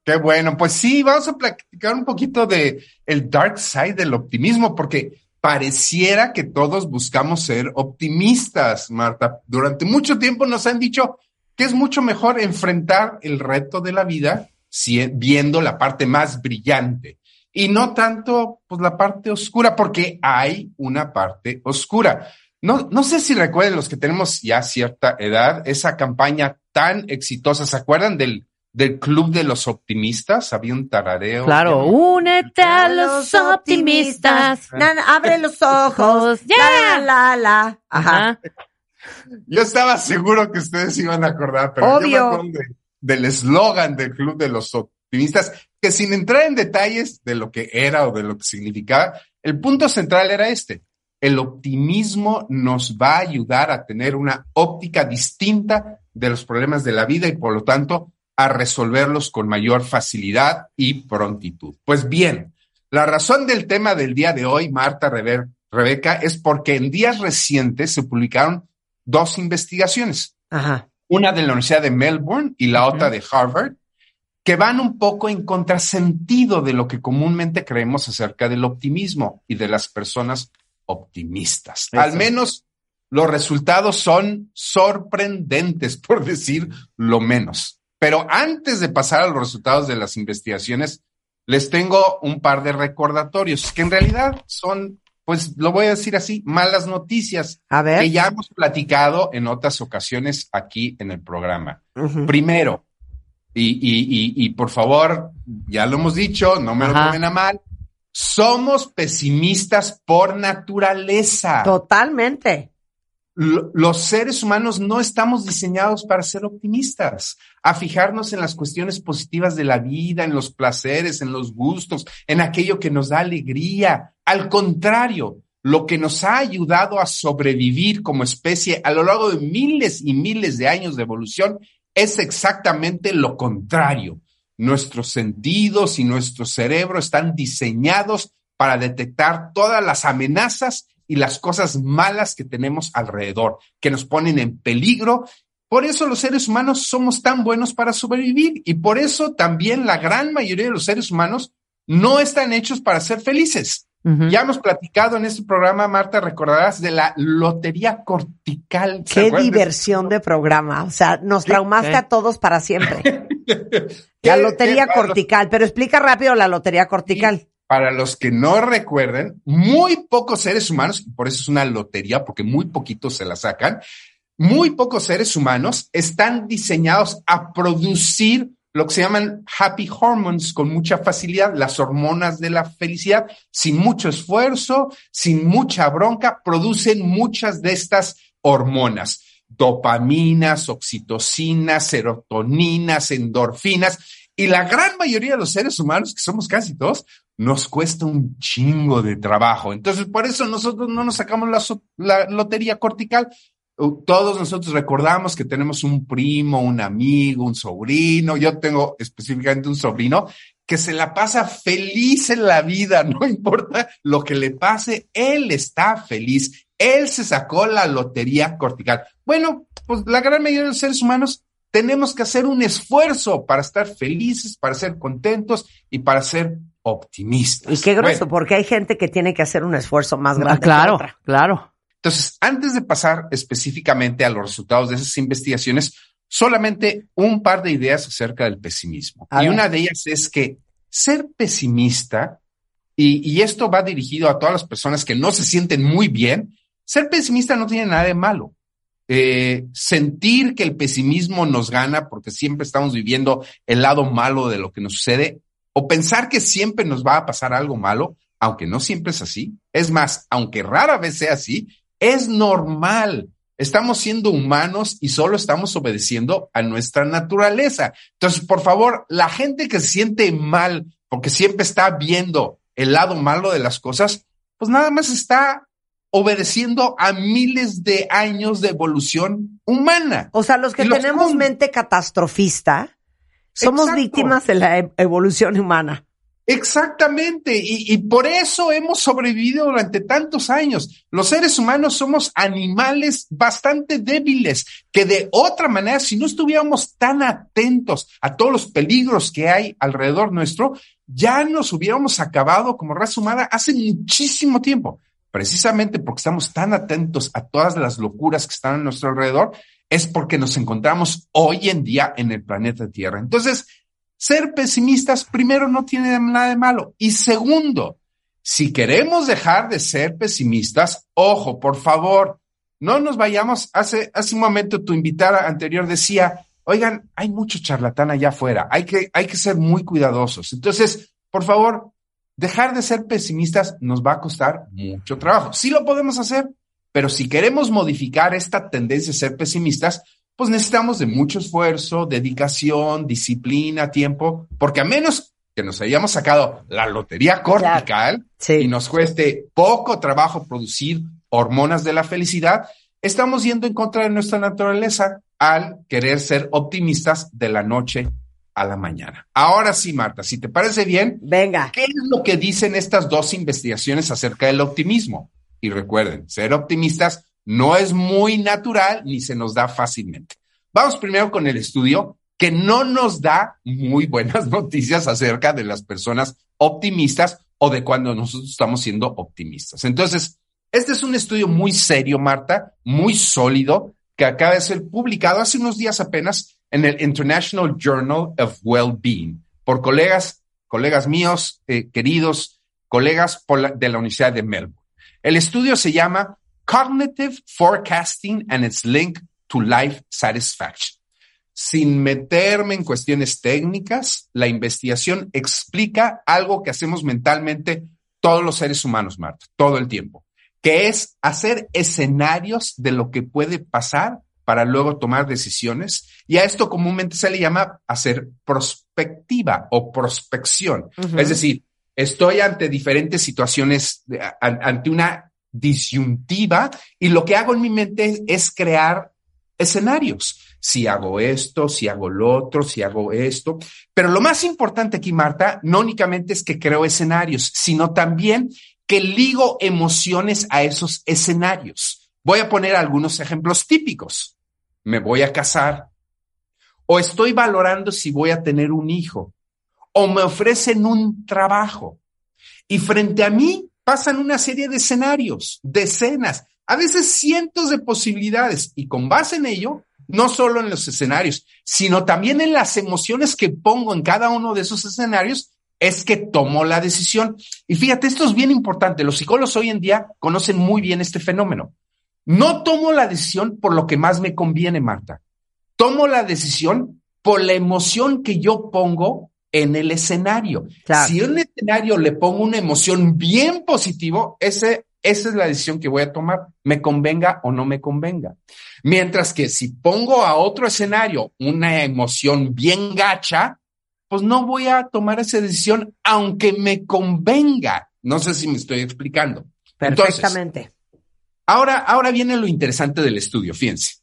Qué bueno, pues sí, vamos a platicar un poquito de el dark side del optimismo, porque pareciera que todos buscamos ser optimistas, Marta. Durante mucho tiempo nos han dicho que es mucho mejor enfrentar el reto de la vida si- viendo la parte más brillante y no tanto pues la parte oscura, porque hay una parte oscura. No, no sé si recuerden los que tenemos ya cierta edad, esa campaña tan exitosa, ¿se acuerdan del, del Club de los Optimistas? Había un tarareo. Claro, únete a los optimistas. Na- na- abre los ojos. Ya. La, la, la. Ajá. Yo estaba seguro que ustedes se iban a acordar, pero yo me Obvio. acuerdo de- del eslogan del Club de los Optimistas, que sin entrar en detalles de lo que era o de lo que significaba, el punto central era este. El optimismo nos va a ayudar a tener una óptica distinta de los problemas de la vida y por lo tanto a resolverlos con mayor facilidad y prontitud. Pues bien, la razón del tema del día de hoy, Marta Rever- Rebeca, es porque en días recientes se publicaron dos investigaciones. Ajá. Una de la Universidad de Melbourne y la otra de Harvard, que van un poco en contrasentido de lo que comúnmente creemos acerca del optimismo y de las personas optimistas. Al menos los resultados son sorprendentes, por decir lo menos. Pero antes de pasar a los resultados de las investigaciones, les tengo un par de recordatorios que en realidad son, pues lo voy a decir así, malas noticias a ver. que ya hemos platicado en otras ocasiones aquí en el programa. Primero, y, y- y- y por favor, ya lo hemos dicho, no me Ajá. lo tomen a mal, somos pesimistas por naturaleza. Totalmente. Lo- Los seres humanos no estamos diseñados para ser optimistas, a fijarnos en las cuestiones positivas de la vida, en los placeres, en los gustos, en aquello que nos da alegría. Al contrario, lo que nos ha ayudado a sobrevivir como especie a lo largo de miles y miles de años de evolución es exactamente lo contrario. Nuestros sentidos y nuestro cerebro están diseñados para detectar todas las amenazas y las cosas malas que tenemos alrededor, que nos ponen en peligro. Por eso los seres humanos somos tan buenos para sobrevivir y por eso también la gran mayoría de los seres humanos no están hechos para ser felices. Ya hemos platicado en este programa, Marta, recordarás de la lotería cortical. ¿se Qué acuerdan de diversión de programa. O sea, nos traumaste sí. a todos para siempre. la lotería qué raro. cortical. Pero explica rápido la lotería cortical. Para los que no recuerden, muy pocos seres humanos, y por eso es una lotería, porque muy poquitos se la sacan, muy pocos seres humanos están diseñados a producir lo que se llaman happy hormones con mucha facilidad, las hormonas de la felicidad, sin mucho esfuerzo, sin mucha bronca, producen muchas de estas hormonas, dopaminas, oxitocinas, serotoninas, endorfinas, y la gran mayoría de los seres humanos, que somos casi todos, nos cuesta un chingo de trabajo. Entonces, por eso nosotros no nos sacamos la, so- la lotería cortical. Uh, Todos nosotros recordamos que tenemos un primo, un amigo, un sobrino. Yo tengo específicamente un sobrino que se la pasa feliz en la vida, no importa lo que le pase, él está feliz. Él se sacó la lotería cortical. Bueno, pues la gran mayoría de los seres humanos tenemos que hacer un esfuerzo para estar felices, para ser contentos y para ser optimistas. Y qué grueso, Bueno. porque hay gente que tiene que hacer un esfuerzo más grande. que claro, otra. Claro. Entonces, antes de pasar específicamente a los resultados de esas investigaciones, solamente un par de ideas acerca del pesimismo. A y ver. una de ellas es que ser pesimista, y, y esto va dirigido a todas las personas que no se sienten muy bien, ser pesimista no tiene nada de malo. Eh, sentir que el pesimismo nos gana porque siempre estamos viviendo el lado malo de lo que nos sucede o pensar que siempre nos va a pasar algo malo, aunque no siempre es así. Es más, aunque rara vez sea así, es normal. Estamos siendo humanos y solo estamos obedeciendo a nuestra naturaleza. Entonces, por favor, la gente que se siente mal porque siempre está viendo el lado malo de las cosas, pues nada más está obedeciendo a miles de años de evolución humana. O sea, los que Y los tenemos mente catastrofista, somos Exacto. víctimas de la e- evolución humana. Exactamente, y, y por eso hemos sobrevivido durante tantos años. Los seres humanos somos animales bastante débiles, que de otra manera, si no estuviéramos tan atentos a todos los peligros que hay alrededor nuestro, ya nos hubiéramos acabado como raza humana hace muchísimo tiempo. Precisamente porque estamos tan atentos a todas las locuras que están a nuestro alrededor, es porque nos encontramos hoy en día en el planeta Tierra. Entonces, ser pesimistas, primero, no tiene nada de malo. Y segundo, si queremos dejar de ser pesimistas, ojo, por favor, no nos vayamos. Hace, hace un momento tu invitada anterior decía, oigan, hay mucho charlatán allá afuera, hay que, hay que ser muy cuidadosos. Entonces, por favor, dejar de ser pesimistas nos va a costar mucho trabajo. Sí lo podemos hacer, pero si queremos modificar esta tendencia a ser pesimistas, pues necesitamos de mucho esfuerzo, dedicación, disciplina, tiempo, porque a menos que nos hayamos sacado la lotería cortical y nos cueste poco trabajo producir hormonas de la felicidad, estamos yendo en contra de nuestra naturaleza al querer ser optimistas de la noche a la mañana. Ahora sí, Marta, si te parece bien, venga. ¿Qué es lo que dicen estas dos investigaciones acerca del optimismo? Y recuerden, ser optimistas no es muy natural ni se nos da fácilmente. Vamos primero con el estudio que no nos da muy buenas noticias acerca de las personas optimistas o de cuando nosotros estamos siendo optimistas. Entonces, este es un estudio muy serio, Marta, muy sólido, que acaba de ser publicado hace unos días apenas en el International Journal of Wellbeing por colegas, colegas míos, eh, queridos, colegas por la- de la Universidad de Melbourne. El estudio se llama Cognitive Forecasting and its Link to Life Satisfaction. Sin meterme en cuestiones técnicas, la investigación explica algo que hacemos mentalmente todos los seres humanos, Marta, todo el tiempo, que es hacer escenarios de lo que puede pasar para luego tomar decisiones. Y a esto comúnmente se le llama hacer prospectiva o prospección. Ujú. Es decir, estoy ante diferentes situaciones, de- a- an- ante una disyuntiva y lo que hago en mi mente es crear escenarios. Si hago esto, si hago lo otro, si hago esto. Pero lo más importante aquí, Marta, no únicamente es que creo escenarios, sino también que ligo emociones a esos escenarios. Voy a poner algunos ejemplos típicos. Me voy a casar. O estoy valorando si voy a tener un hijo. O me ofrecen un trabajo. Y frente a mí pasan una serie de escenarios, decenas, a veces cientos de posibilidades. Y con base en ello, no solo en los escenarios, sino también en las emociones que pongo en cada uno de esos escenarios, es que tomo la decisión. Y fíjate, esto es bien importante. Los psicólogos hoy en día conocen muy bien este fenómeno. No tomo la decisión por lo que más me conviene, Marta. Tomo la decisión por la emoción que yo pongo en el escenario. Si en un escenario le pongo una emoción bien positivo, ese, esa es la decisión que voy a tomar, me convenga o no me convenga. Mientras que si pongo a otro escenario una emoción bien gacha, pues no voy a tomar esa decisión aunque me convenga. No sé si me estoy explicando. Entonces, Perfectamente. Ahora, ahora viene lo interesante del estudio, fíjense.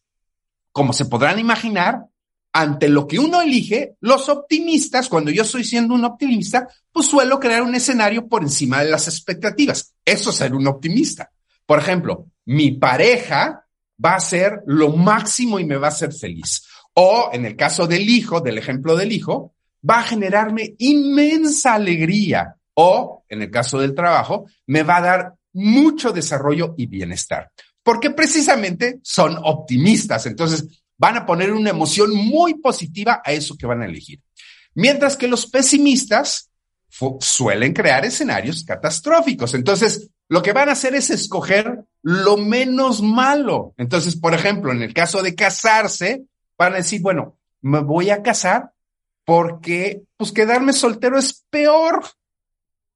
Como se podrán imaginar, ante lo que uno elige, los optimistas, cuando yo estoy siendo un optimista, pues suelo crear un escenario por encima de las expectativas. Eso es ser un optimista. Por ejemplo, mi pareja va a ser lo máximo y me va a hacer feliz. O en el caso del hijo, del ejemplo del hijo, va a generarme inmensa alegría. O en el caso del trabajo, me va a dar mucho desarrollo y bienestar. Porque precisamente son optimistas. Entonces van a poner una emoción muy positiva a eso que van a elegir. Mientras que los pesimistas fu- suelen crear escenarios catastróficos. Entonces, lo que van a hacer es escoger lo menos malo. Entonces, por ejemplo, en el caso de casarse, van a decir, bueno, me voy a casar porque pues quedarme soltero es peor.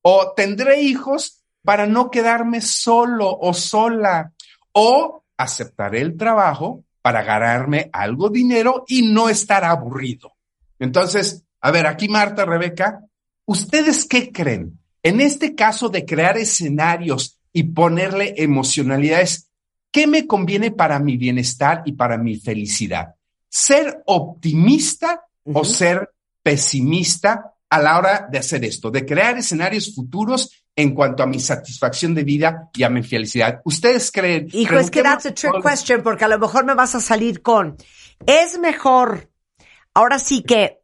O tendré hijos para no quedarme solo o sola. O aceptaré el trabajo para ganarme algo dinero y no estar aburrido. Entonces, a ver, aquí Marta, Rebeca, ¿ustedes qué creen? En este caso de crear escenarios y ponerle emocionalidades, ¿qué me conviene para mi bienestar y para mi felicidad? ¿Ser optimista o ser pesimista a la hora de hacer esto, de crear escenarios futuros en cuanto a mi satisfacción de vida y a mi felicidad? ¿Ustedes creen? Hijo, es que that's a trick question, porque a lo mejor me vas a salir con. Es mejor. Ahora sí que.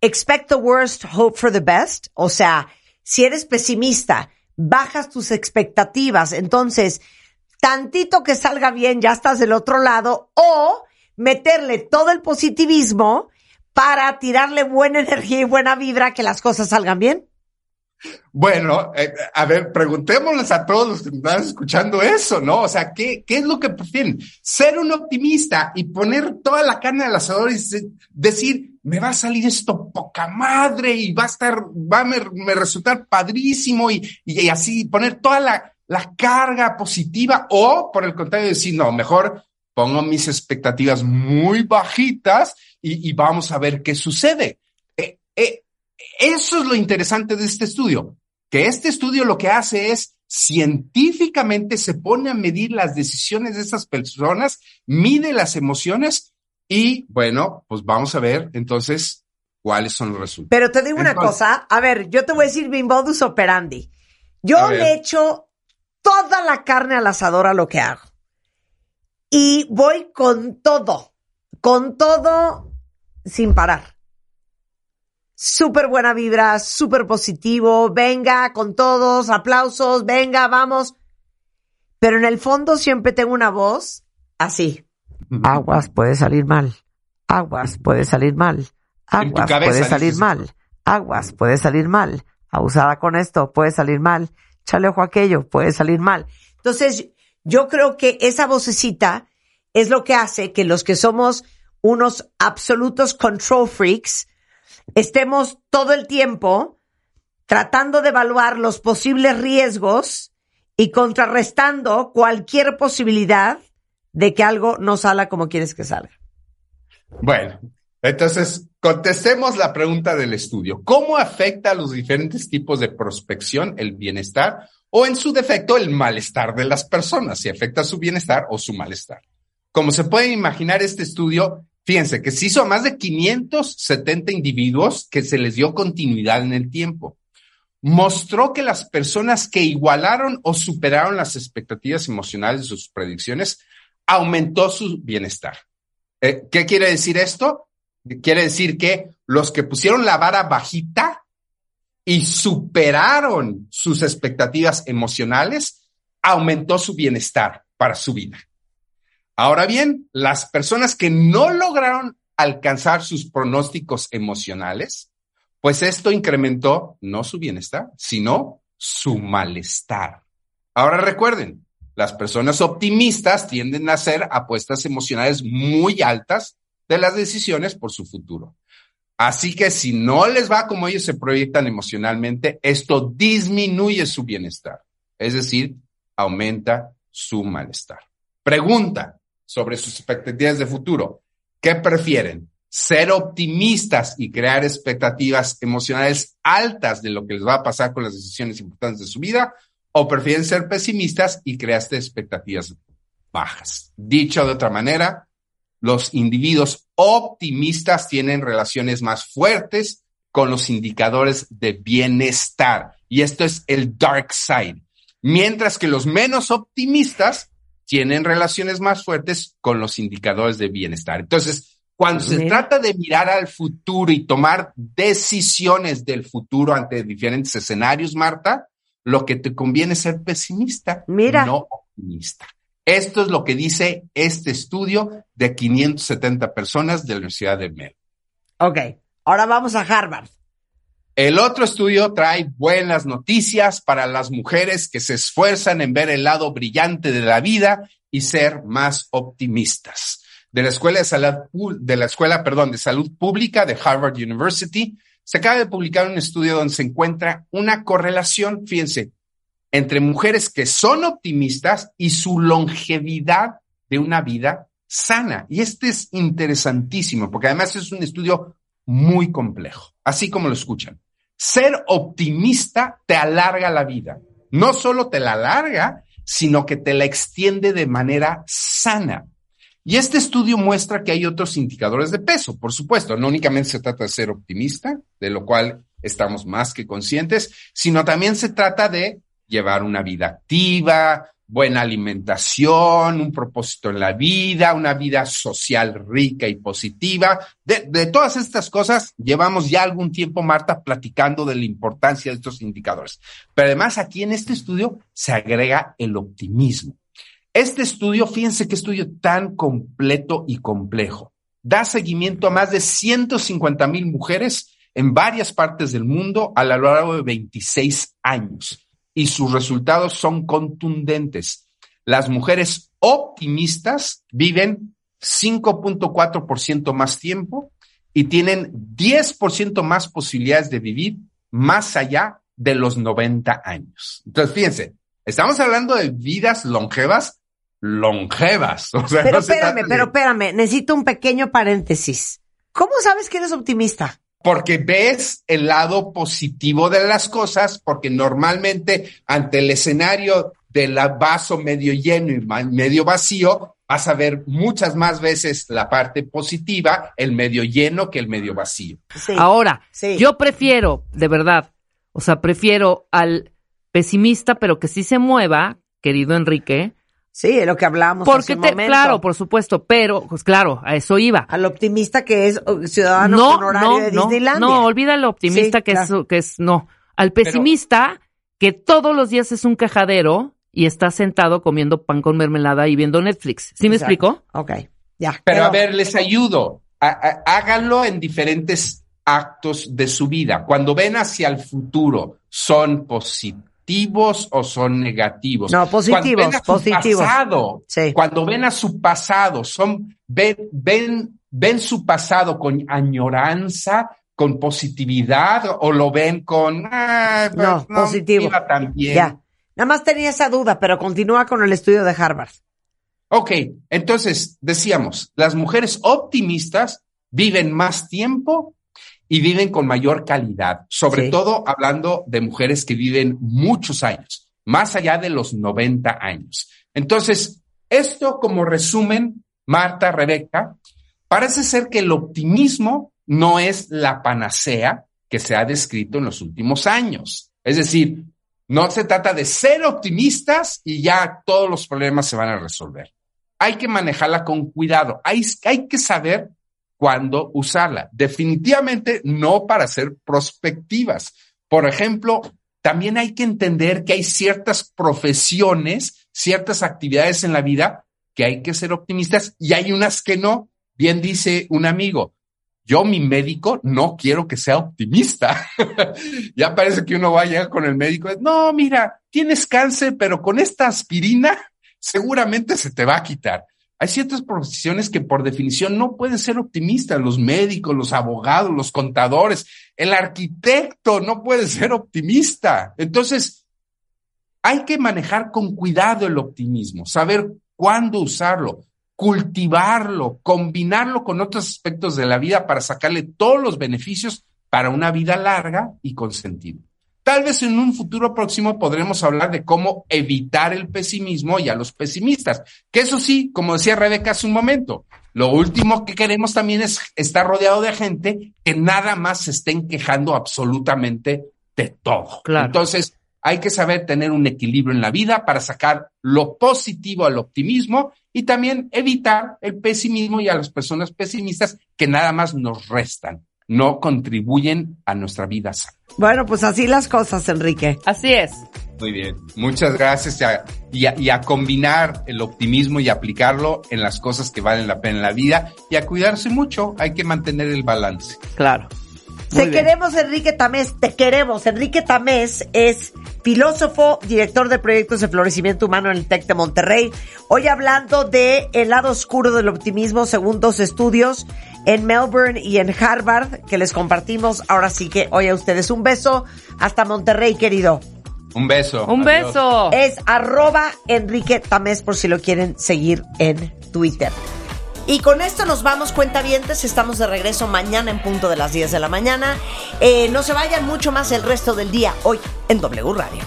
Expect the worst, hope for the best. O sea, si eres pesimista, bajas tus expectativas. Entonces, tantito que salga bien, ya estás del otro lado. O meterle todo el positivismo para tirarle buena energía y buena vibra que las cosas salgan bien. Bueno, eh, a ver, preguntémosles a todos los que están escuchando eso, ¿no? O sea, ¿qué, qué es lo que prefieren? Ser un optimista y poner toda la carne al asador y se- decir, me va a salir esto poca madre y va a estar, va a me, me resultar padrísimo y, y- y así poner toda la, la carga positiva o por el contrario decir, no, mejor pongo mis expectativas muy bajitas y, y vamos a ver qué sucede. Eh, eh, eso es lo interesante de este estudio, que este estudio lo que hace es científicamente se pone a medir las decisiones de estas personas, mide las emociones y bueno, pues vamos a ver entonces cuáles son los resultados. Pero te digo una Entonces- cosa, a ver, yo te voy a decir mi modus operandi. Yo A ver. le echo toda la carne al asador a lo que hago. Y voy con todo, con todo sin parar. Súper buena vibra, súper positivo, venga con todos, aplausos, venga, vamos. Pero en el fondo siempre tengo una voz así. Aguas puede salir mal. Aguas puede salir mal. Aguas cabeza, puede salir dices. mal. Aguas puede salir mal. Abusada con esto puede salir mal. Chale ojo a aquello puede salir mal. Entonces, yo creo que esa vocecita es lo que hace que los que somos unos absolutos control freaks estemos todo el tiempo tratando de evaluar los posibles riesgos y contrarrestando cualquier posibilidad de que algo no salga como quieres que salga. Bueno, entonces contestemos la pregunta del estudio. ¿Cómo afecta a los diferentes tipos de prospección el bienestar o en su defecto el malestar de las personas? Si afecta su bienestar o su malestar. Como se puede imaginar este estudio, fíjense que se hizo a más de 570 individuos que se les dio continuidad en el tiempo. Mostró que las personas que igualaron o superaron las expectativas emocionales de sus predicciones aumentó su bienestar. Eh, ¿Qué quiere decir esto? Quiere decir que los que pusieron la vara bajita y superaron sus expectativas emocionales, aumentó su bienestar para su vida. Ahora bien, las personas que no lograron alcanzar sus pronósticos emocionales, pues esto incrementó no su bienestar, sino su malestar. Ahora recuerden, las personas optimistas tienden a hacer apuestas emocionales muy altas de las decisiones por su futuro. Así que si no les va como ellos se proyectan emocionalmente, esto disminuye su bienestar, es decir, aumenta su malestar. Pregunta sobre sus expectativas de futuro. ¿Qué prefieren? ¿Ser optimistas y crear expectativas emocionales altas de lo que les va a pasar con las decisiones importantes de su vida? ¿O prefieren ser pesimistas y crear expectativas bajas? Dicho de otra manera, los individuos optimistas tienen relaciones más fuertes con los indicadores de bienestar. Y esto es el dark side. Mientras que los menos optimistas tienen relaciones más fuertes con los indicadores de bienestar. Entonces, cuando se Mira. trata de mirar al futuro y tomar decisiones del futuro ante diferentes escenarios, Marta, lo que te conviene es ser pesimista, no optimista. Esto es lo que dice este estudio de 570 personas de la Universidad de Melbourne. Ok, ahora vamos a Harvard. El otro estudio trae buenas noticias para las mujeres que se esfuerzan en ver el lado brillante de la vida y ser más optimistas. De la Escuela de Salud, Pu- de la Escuela, perdón, de Salud Pública de Harvard University, se acaba de publicar un estudio donde se encuentra una correlación, fíjense, entre mujeres que son optimistas y su longevidad de una vida sana. Y este es interesantísimo, porque además es un estudio muy complejo, así como lo escuchan. Ser optimista te alarga la vida. No solo te la alarga, sino que te la extiende de manera sana. Y este estudio muestra que hay otros indicadores de peso, por supuesto. No únicamente se trata de ser optimista, de lo cual estamos más que conscientes, sino también se trata de llevar una vida activa, buena alimentación, un propósito en la vida, una vida social rica y positiva. De, de todas estas cosas llevamos ya algún tiempo, Marta, platicando de la importancia de estos indicadores. Pero además aquí en este estudio se agrega el optimismo. Este estudio, fíjense qué estudio tan completo y complejo. Da seguimiento a más de 150 mil mujeres en varias partes del mundo a lo largo de 26 años y sus resultados son contundentes. Las mujeres optimistas viven 5.4% más tiempo y tienen 10% más posibilidades de vivir más allá de los 90 años. Entonces, fíjense, estamos hablando de vidas longevas, longevas. O sea, pero no se trata espérame, de- pero espérame, necesito un pequeño paréntesis. ¿Cómo sabes que eres optimista? porque ves el lado positivo de las cosas, porque normalmente ante el escenario del vaso medio lleno y ma- medio vacío, vas a ver muchas más veces la parte positiva, el medio lleno que el medio vacío. Ahora, yo prefiero, de verdad, o sea, prefiero al pesimista, pero que sí se mueva, querido Enrique, Sí, lo que hablamos Porque hace un te- momento. claro, por supuesto, pero pues claro, a eso iba. Al optimista que es o- ciudadano no, con horario no, de no, Disneylandia. No, olvida al optimista Sí, que, claro. es, que es, no. Al Pero- pesimista que todos los días es un cajadero y está sentado comiendo pan con mermelada y viendo Netflix. ¿Sí me Exacto. explico? Ok, ya. Pero a ver, les ayudo. A- a- háganlo en diferentes actos de su vida. Cuando ven hacia el futuro, ¿son positivos o son negativos? No, positivos, Cuando ven a su positivos. pasado, cuando ven a su pasado, son, ven, ven, ven su pasado con añoranza, con positividad, o lo ven con "Ay, pues, No, no, positivo. iba tan bien". Ya. Nada más tenía esa duda, pero continúa con el estudio de Harvard. Ok, entonces decíamos, las mujeres optimistas viven más tiempo y viven con mayor calidad, sobre Sí. todo hablando de mujeres que viven muchos años, más allá de los 90 años. Entonces, esto como resumen, Marta, Rebeca, parece ser que el optimismo no es la panacea que se ha descrito en los últimos años. Es decir, no se trata de ser optimistas y ya todos los problemas se van a resolver. Hay que manejarla con cuidado. Hay, hay que saber cuándo usarla. Definitivamente no para ser prospectivas. Por ejemplo, también hay que entender que hay ciertas profesiones, ciertas actividades en la vida que hay que ser optimistas y hay unas que no. Bien dice un amigo, yo mi médico no quiero que sea optimista. ya parece que uno va a llegar con el médico, no, mira, tienes cáncer, pero con esta aspirina seguramente se te va a quitar. Hay ciertas profesiones que por definición no pueden ser optimistas, los médicos, los abogados, los contadores, el arquitecto no puede ser optimista. Entonces, hay que manejar con cuidado el optimismo, saber cuándo usarlo, cultivarlo, combinarlo con otros aspectos de la vida para sacarle todos los beneficios para una vida larga y con sentido. Tal vez en un futuro próximo podremos hablar de cómo evitar el pesimismo y a los pesimistas. Que eso sí, como decía Rebeca hace un momento, lo último que queremos también es estar rodeado de gente que nada más se estén quejando absolutamente de todo. Entonces, hay que saber tener un equilibrio en la vida para sacar lo positivo al optimismo y también evitar el pesimismo y a las personas pesimistas que nada más nos restan, no contribuyen a nuestra vida sana. Bueno, pues así las cosas, Enrique. Así es. Muy bien. Muchas gracias a- y, a, y a combinar el optimismo y aplicarlo en las cosas que valen la pena en la vida y a cuidarse mucho. Hay que mantener el balance. Claro. Te queremos, Enrique Tamés, te queremos. Enrique Tamés es filósofo, director de proyectos de florecimiento humano en el TEC de Monterrey. Hoy hablando de el lado oscuro del optimismo según dos estudios en Melbourne y en Harvard que les compartimos. Ahora sí que hoy a ustedes un beso. Hasta Monterrey, querido. Un beso. Adiós. Es arroba Enrique Tamés por si lo quieren seguir en Twitter. Y con esto nos vamos, cuentavientes. Estamos de regreso mañana en punto de las 10 de la mañana. Eh, no se vayan mucho más el resto del día hoy en W Radio.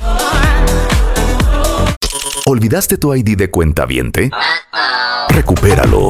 ¿Olvidaste tu ID de cuenta viente? Recupéralo